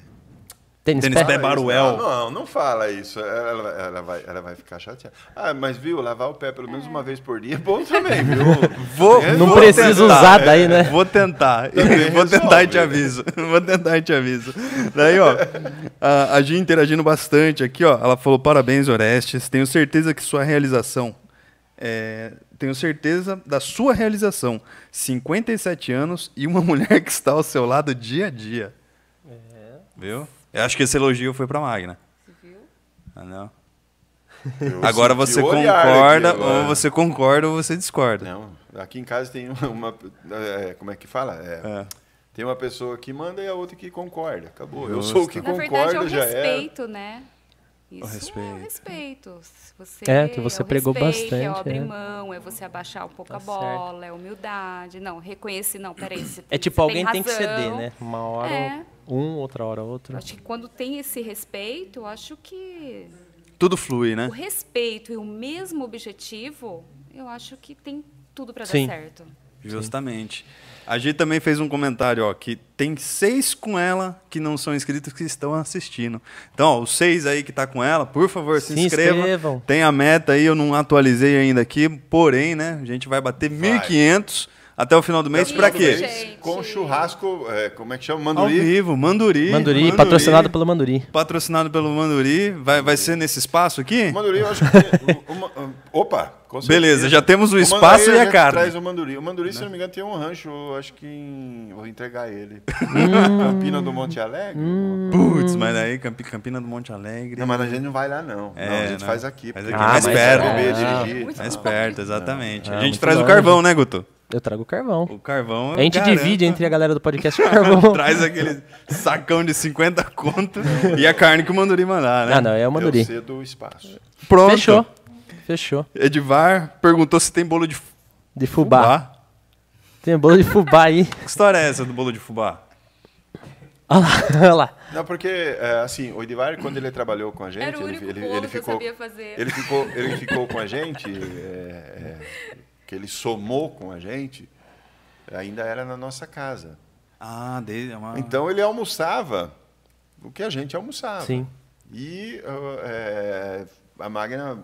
S2: Tênis,
S1: Tênis
S2: pé?
S1: pé Baruel.
S3: Ah, Não, não fala isso. Ela, ela vai, ela vai ficar chateada. Ah, mas viu, lavar o pé pelo menos uma vez por dia é bom também, viu?
S1: *laughs*
S3: É,
S1: Vou,
S3: Não
S1: vou
S2: precisa
S1: tentar.
S2: usar daí, né?
S1: Vou
S2: *laughs*
S1: tentar. *laughs*
S3: Também
S1: vou tentar e te
S3: resolve.
S1: aviso. *laughs* Vou tentar e te aviso. Daí, ó, a, a Gi interagindo bastante aqui, ó. Ela falou: parabéns, Orestes. Tenho certeza que sua realização. é, tenho certeza da sua realização. 57 anos e uma *laughs* mulher que está ao seu lado dia a dia.
S3: É.
S1: Viu? Eu acho que esse elogio foi pra Magna.
S4: Você viu?
S1: Ah, não.
S3: Eu
S1: Agora
S3: senti
S1: você
S3: o olhar
S1: concorda,
S3: aqui agora.
S1: ou você concorda, ou você discorda.
S3: Não, aqui em casa tem uma. é, como é que fala? É,
S1: É.
S3: Tem uma pessoa que manda e a outra que concorda. Acabou. Eu
S1: Justo.
S3: sou o que
S4: Na verdade, é o
S3: concorda, já é.
S4: respeito, né? Isso é o
S1: respeito.
S4: respeito. Se Você,
S2: É, que você
S4: o
S2: pregou
S4: respeito, É o
S2: bastante,
S4: abrir
S2: né?
S4: mão, é você abaixar um pouco
S2: Tá
S4: a bola, é humildade. Não, reconhecer, não, peraí. Você
S2: É tipo,
S4: você
S2: alguém tem que
S4: razão.
S2: ceder, né? Uma hora
S4: É.
S2: um, outra hora
S4: Eu
S2: outra.
S4: Acho que quando tem esse respeito, eu acho que
S1: Tudo flui, né?
S4: o respeito e o mesmo objetivo, eu acho que tem tudo para dar
S2: Sim.
S4: certo.
S1: Justamente. A Gi também fez um comentário, ó, que tem seis com ela que não são inscritos que estão assistindo. Então, ó, os seis aí que tá com ela, por favor, se,
S2: Se
S1: inscrevam.
S2: inscrevam.
S1: Tem a meta aí, eu não atualizei ainda aqui, porém, né, a gente vai bater 1.500 até o final do mês.
S3: Tá
S4: o
S1: Pra
S4: final do
S1: quê?
S4: mês.
S3: Com churrasco, é, como é que chama?
S1: Ao
S3: Manduri.
S1: vivo, Manduri.
S2: Manduri, patrocinado pelo Manduri.
S1: Patrocinado pelo Manduri. Vai, vai ser nesse espaço aqui?
S3: Manduri, eu acho
S1: *laughs*
S3: que. uma- uma- opa, com certeza.
S1: Beleza, já temos o
S3: Manduri,
S1: espaço e a
S3: gente
S1: carne.
S3: né, traz um- o manduri. O manduri, se não me engano, tem um rancho, eu acho que em- vou entregar ele. Campina do Monte Alegre.
S1: Hum. Putz, mas aí, Campi- Campina do Monte Alegre.
S3: Não, mas a gente não vai lá, não.
S1: É,
S3: não, a gente
S1: não.
S3: faz aqui.
S1: Faz
S3: porque
S1: aqui,
S3: não
S1: mais
S3: vai
S1: perto.
S3: saber
S2: Ah,
S3: dirigir.
S4: muito
S1: Mais
S4: bom.
S1: perto, exatamente. a
S2: Ah,
S1: gente
S2: muito
S1: traz o
S2: longe.
S1: carvão, né, Guto?
S2: Eu trago o carvão.
S1: É, O carvão.
S2: A gente
S1: eu garanto. *laughs*
S2: divide entre a galera do podcast o carvão.
S1: Traz aquele sacão de 50
S2: *laughs*
S1: conto e a carne que o Manduri mandar, né?
S2: Ah, não, é o
S3: Eu
S2: Manduri.
S3: sei do espaço.
S1: Pronto.
S2: Fechou. Fechou.
S1: Edivar perguntou se tem bolo de fubá.
S2: De fubá. Tem um bolo de fubá aí.
S1: Que história é essa do bolo de fubá?
S2: Olha lá, olha lá.
S3: Não, porque, é, assim, o Edivar, quando ele trabalhou com a gente,
S4: Era o
S3: ele,
S4: único
S3: ele-
S4: bolo
S3: ele
S4: que eu
S3: ficou,
S4: sabia fazer.
S3: Ele ficou, ele ficou com a gente, é, é, que ele somou com a gente, ainda era na nossa casa.
S1: Ah, dele é uma.
S3: Então ele almoçava o que a gente almoçava.
S2: Sim.
S3: E ah, é, a Magna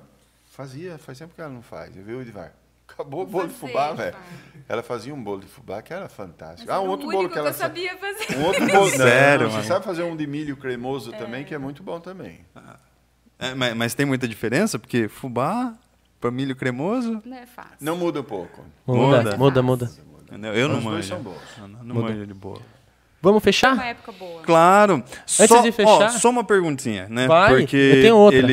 S3: fazia, faz tempo que ela não faz, viu, Edivar? Acabou o bolo de
S4: Fazer,
S3: fubá, velho.
S4: Edivar.
S3: Ela fazia um bolo de fubá que era fantástico.
S4: Mas
S3: Ah,
S4: era
S3: um
S4: o
S3: outro
S4: único
S3: bolo que ela
S4: eu
S3: sa-
S4: sabia fazer.
S3: Um outro
S1: *laughs*
S3: bolo.
S1: Sério,
S3: não,
S1: mano.
S3: Você sabe fazer um de milho cremoso também, que é muito bom também.
S1: É, mas, mas tem muita diferença? Porque fubá, pra milho cremoso.
S4: Não é fácil.
S3: Não muda um pouco.
S1: Muda.
S2: Muda, muda, muda.
S1: entendeu? Eu não
S3: Os dois
S1: manjo.
S3: são bons.
S1: Eu Não, não manjo de boa.
S2: Vamos
S4: Uma
S2: fechar?
S4: época boa.
S1: Claro. só,
S2: de fechar-
S1: ó, só uma perguntinha, né?
S2: Vai,
S1: Porque
S2: eu tenho outra.
S1: ele.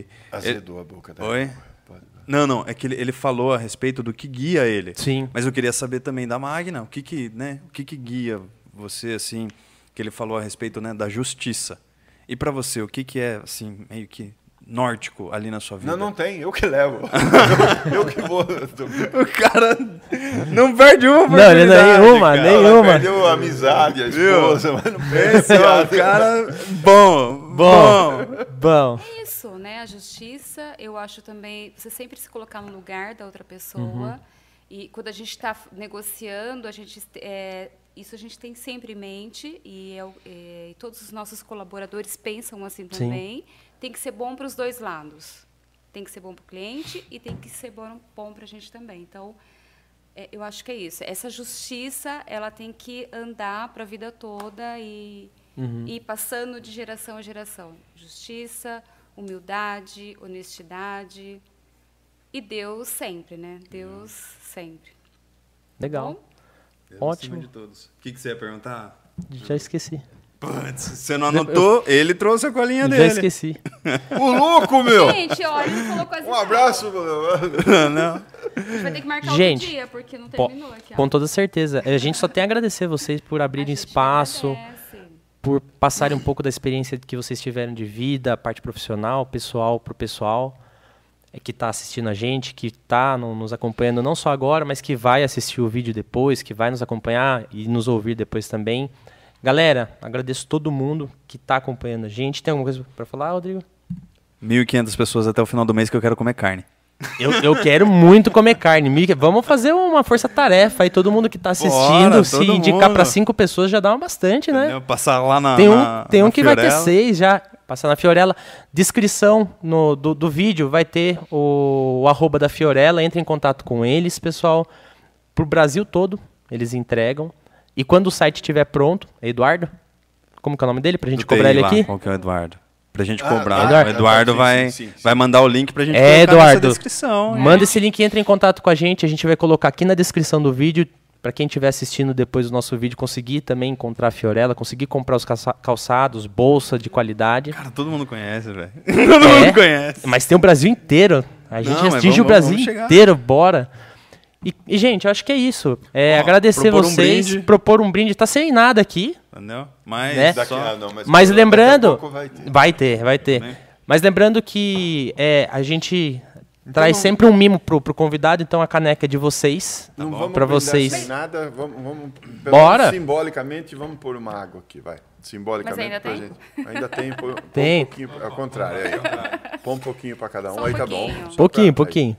S1: ele-
S3: Azedou a boca da
S1: Oi?
S3: Pode-
S1: Não, não, é que ele, ele falou a respeito do que guia ele.
S2: Sim.
S1: Mas eu queria saber também da Magna, o que que, né, o que que guia você, assim, que ele falou a respeito, né, da justiça. E pra você, o que que é, assim, meio que nórdico ali na sua vida?
S3: Não, não tem. Eu que levo. eu, eu que vou.
S1: *laughs*
S3: Tô-
S1: O cara não perde uma
S2: Não,
S1: oportunidade,
S2: ele não é nenhuma,
S1: cara.
S3: Ela
S2: nenhuma.
S3: perdeu a amizade, a esposa, mas não
S1: Esse
S3: pensa.
S1: é um cara bom, bom.
S2: Bom, bom.
S4: É isso, né? A justiça, eu acho também, você sempre se colocar no lugar da outra pessoa. E quando a gente está negociando, a gente é, isso a gente tem sempre em mente e é o- é, e todos os nossos colaboradores pensam assim
S2: Sim.
S4: também. Tem que ser bom para os dois lados. Tem que ser bom para o cliente e tem que ser bom, bom para a gente também. Então, é, eu acho que é isso. Essa justiça, ela tem que andar para a vida toda e
S2: Uhum.
S4: e ir passando de geração a geração. Justiça, humildade, honestidade e Deus sempre, né? Deus sempre.
S2: Uhum. Legal.
S4: Bom,
S2: Ótimo.
S1: de todos. O que que você ia perguntar?
S2: Já esqueci.
S1: Putz, você não anotou, ele trouxe a colinha
S2: Já
S1: dele.
S2: esqueci.
S3: O louco, meu!
S4: gente, olha, ele colocou as
S3: Um abraço,
S1: *laughs*
S4: então.
S1: não.
S4: A gente vai ter que marcar
S2: Gente,
S4: outro dia, porque não
S2: Po-
S4: terminou aqui. ó.
S2: Com toda certeza. É, A gente só tem a agradecer vocês por abrirem
S4: A gente
S2: espaço,
S4: agradece.
S2: por passarem um pouco da experiência que vocês tiveram de vida, a parte profissional, pessoal pro pessoal é, que está assistindo a gente, que está nos acompanhando não só agora, mas que vai assistir o vídeo depois, que vai nos acompanhar e nos ouvir depois também. Galera, agradeço todo mundo que está acompanhando a gente. Tem alguma coisa para falar, Rodrigo?
S1: 1.500 pessoas até o final do mês que eu quero comer carne.
S2: Eu, eu quero muito comer carne. Mica. Vamos fazer uma força-tarefa aí. Todo mundo que tá assistindo,
S1: Bora,
S2: se
S1: todo
S2: indicar
S1: mundo.
S2: para cinco pessoas já dá uma bastante, né?
S1: Entendeu? Passar lá na.
S2: Tem um,
S1: na-
S2: tem um
S1: na
S2: que vai ter
S1: Fiorella.
S2: seis já. Passar na Fiorella. Descrição no- do, do vídeo vai ter o, o arroba da Fiorella. Entre em contato com eles, pessoal. Pro Brasil todo, eles entregam. E quando o site estiver pronto, Eduardo, como que é o nome dele? Pra gente
S1: Do
S2: cobrar
S1: TI
S2: ele
S1: lá,
S2: aqui?
S1: Qual que é o Eduardo? Pra gente
S3: Ah,
S1: cobrar. o
S3: Eduardo.
S1: Eduardo
S3: Sim,
S1: vai,
S3: sim, sim, sim.
S1: vai mandar o link pra gente
S2: É,
S1: colocar nessa
S2: Eduardo.
S1: descrição. né?
S2: Manda esse link e entra em contato com a gente. A gente vai colocar aqui na descrição do vídeo. Pra quem estiver assistindo depois do nosso vídeo, conseguir também encontrar a Fiorella, conseguir comprar os calça- calçados, bolsa de qualidade.
S1: Cara, todo mundo conhece, velho. *laughs* todo
S2: É,
S1: mundo conhece.
S2: Mas tem o Brasil inteiro. A gente
S1: mas
S2: atinge
S1: vamos-
S2: o Brasil
S1: vamos chegar.
S2: inteiro, bora. E, e, gente, eu acho que é isso. É
S1: Ó,
S2: agradecer
S1: propor um
S2: vocês,
S1: brinde.
S2: propor um brinde. Tá sem nada aqui,
S1: Entendeu? Mas
S2: Né?
S1: só-
S3: Ah, não,
S2: mas,
S3: daqui a
S2: lembrando.
S3: pouco vai ter.
S2: Vai ter, vai ter.
S1: Né?
S2: Mas lembrando que é, a gente traz sempre um mimo pro, pro convidado, então a caneca é de vocês.
S3: Não Tá vamos
S2: pra
S3: brindar
S2: vocês.
S3: sem nada, vamos, vamos pelo
S2: Bora.
S3: menos simbolicamente, vamos pôr uma água aqui, vai. Simbolicamente
S4: Mas ainda
S3: pra
S4: tem?
S3: gente. Ainda tem, põe, põe
S2: Tem.
S3: um pouquinho, ao contrário, aí, ó. Põe um pouquinho pra cada um,
S4: Só um
S3: aí tá bom.
S4: pouquinho.
S3: Só
S2: Pouquinho, um
S3: pra- aí.
S2: pouquinho.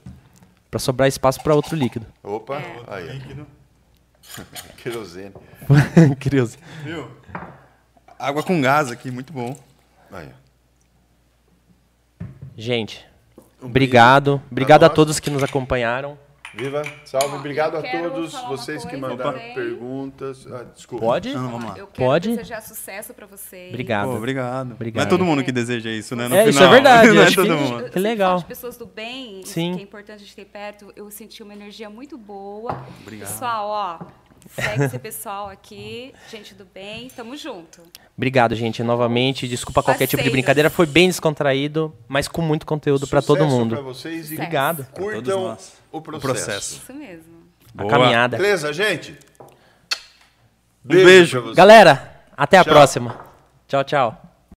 S2: Pra sobrar espaço pra outro líquido.
S3: Opa,
S4: É.
S3: aí. ó. *laughs* Querosene.
S2: Curioso.
S1: Viu? Água com gás aqui, muito bom.
S3: Aí, ó.
S2: Gente, obrigado. Obrigado a
S3: Um nós.
S2: todos que nos acompanharam.
S3: Viva, salve, obrigado
S4: eu
S3: a
S4: quero
S3: todos
S4: falar uma
S3: vocês que
S4: coisa
S3: mandaram
S4: também.
S3: perguntas. Ah, desculpa.
S2: Pode?
S1: Não, Então, vamos lá.
S4: Eu quero
S2: Pode?
S4: desejar sucesso para vocês.
S2: Obrigado.
S1: Pô, obrigado.
S2: Obrigado.
S1: Não é todo mundo que deseja isso, né? No
S2: É,
S1: final.
S2: isso é verdade,
S1: *laughs* Não é
S2: acho que-
S1: todo
S4: Eu
S1: mundo.
S4: sempre
S2: Que legal.
S4: falo de pessoas do bem, isso
S2: Sim.
S4: que é importante a gente ter perto. Eu senti uma energia muito boa. Obrigado. Pessoal, ó, segue esse pessoal aqui, gente do bem, tamo junto.
S2: Obrigado, gente, novamente. Desculpa qualquer tipo de
S4: Parceiros.
S2: brincadeira. Foi bem descontraído, mas com muito conteúdo para todo
S3: Sucesso
S2: mundo.
S3: Pra vocês e
S2: Obrigado.
S4: Pra
S1: todos
S3: Curtam
S1: nós.
S3: o processo.
S1: processo.
S4: Isso mesmo.
S1: Boa.
S2: A caminhada.
S3: Beleza, gente?
S1: beijo.
S3: Um pra vocês.
S2: Galera, até a
S3: Tchau.
S2: próxima. Tchau, tchau.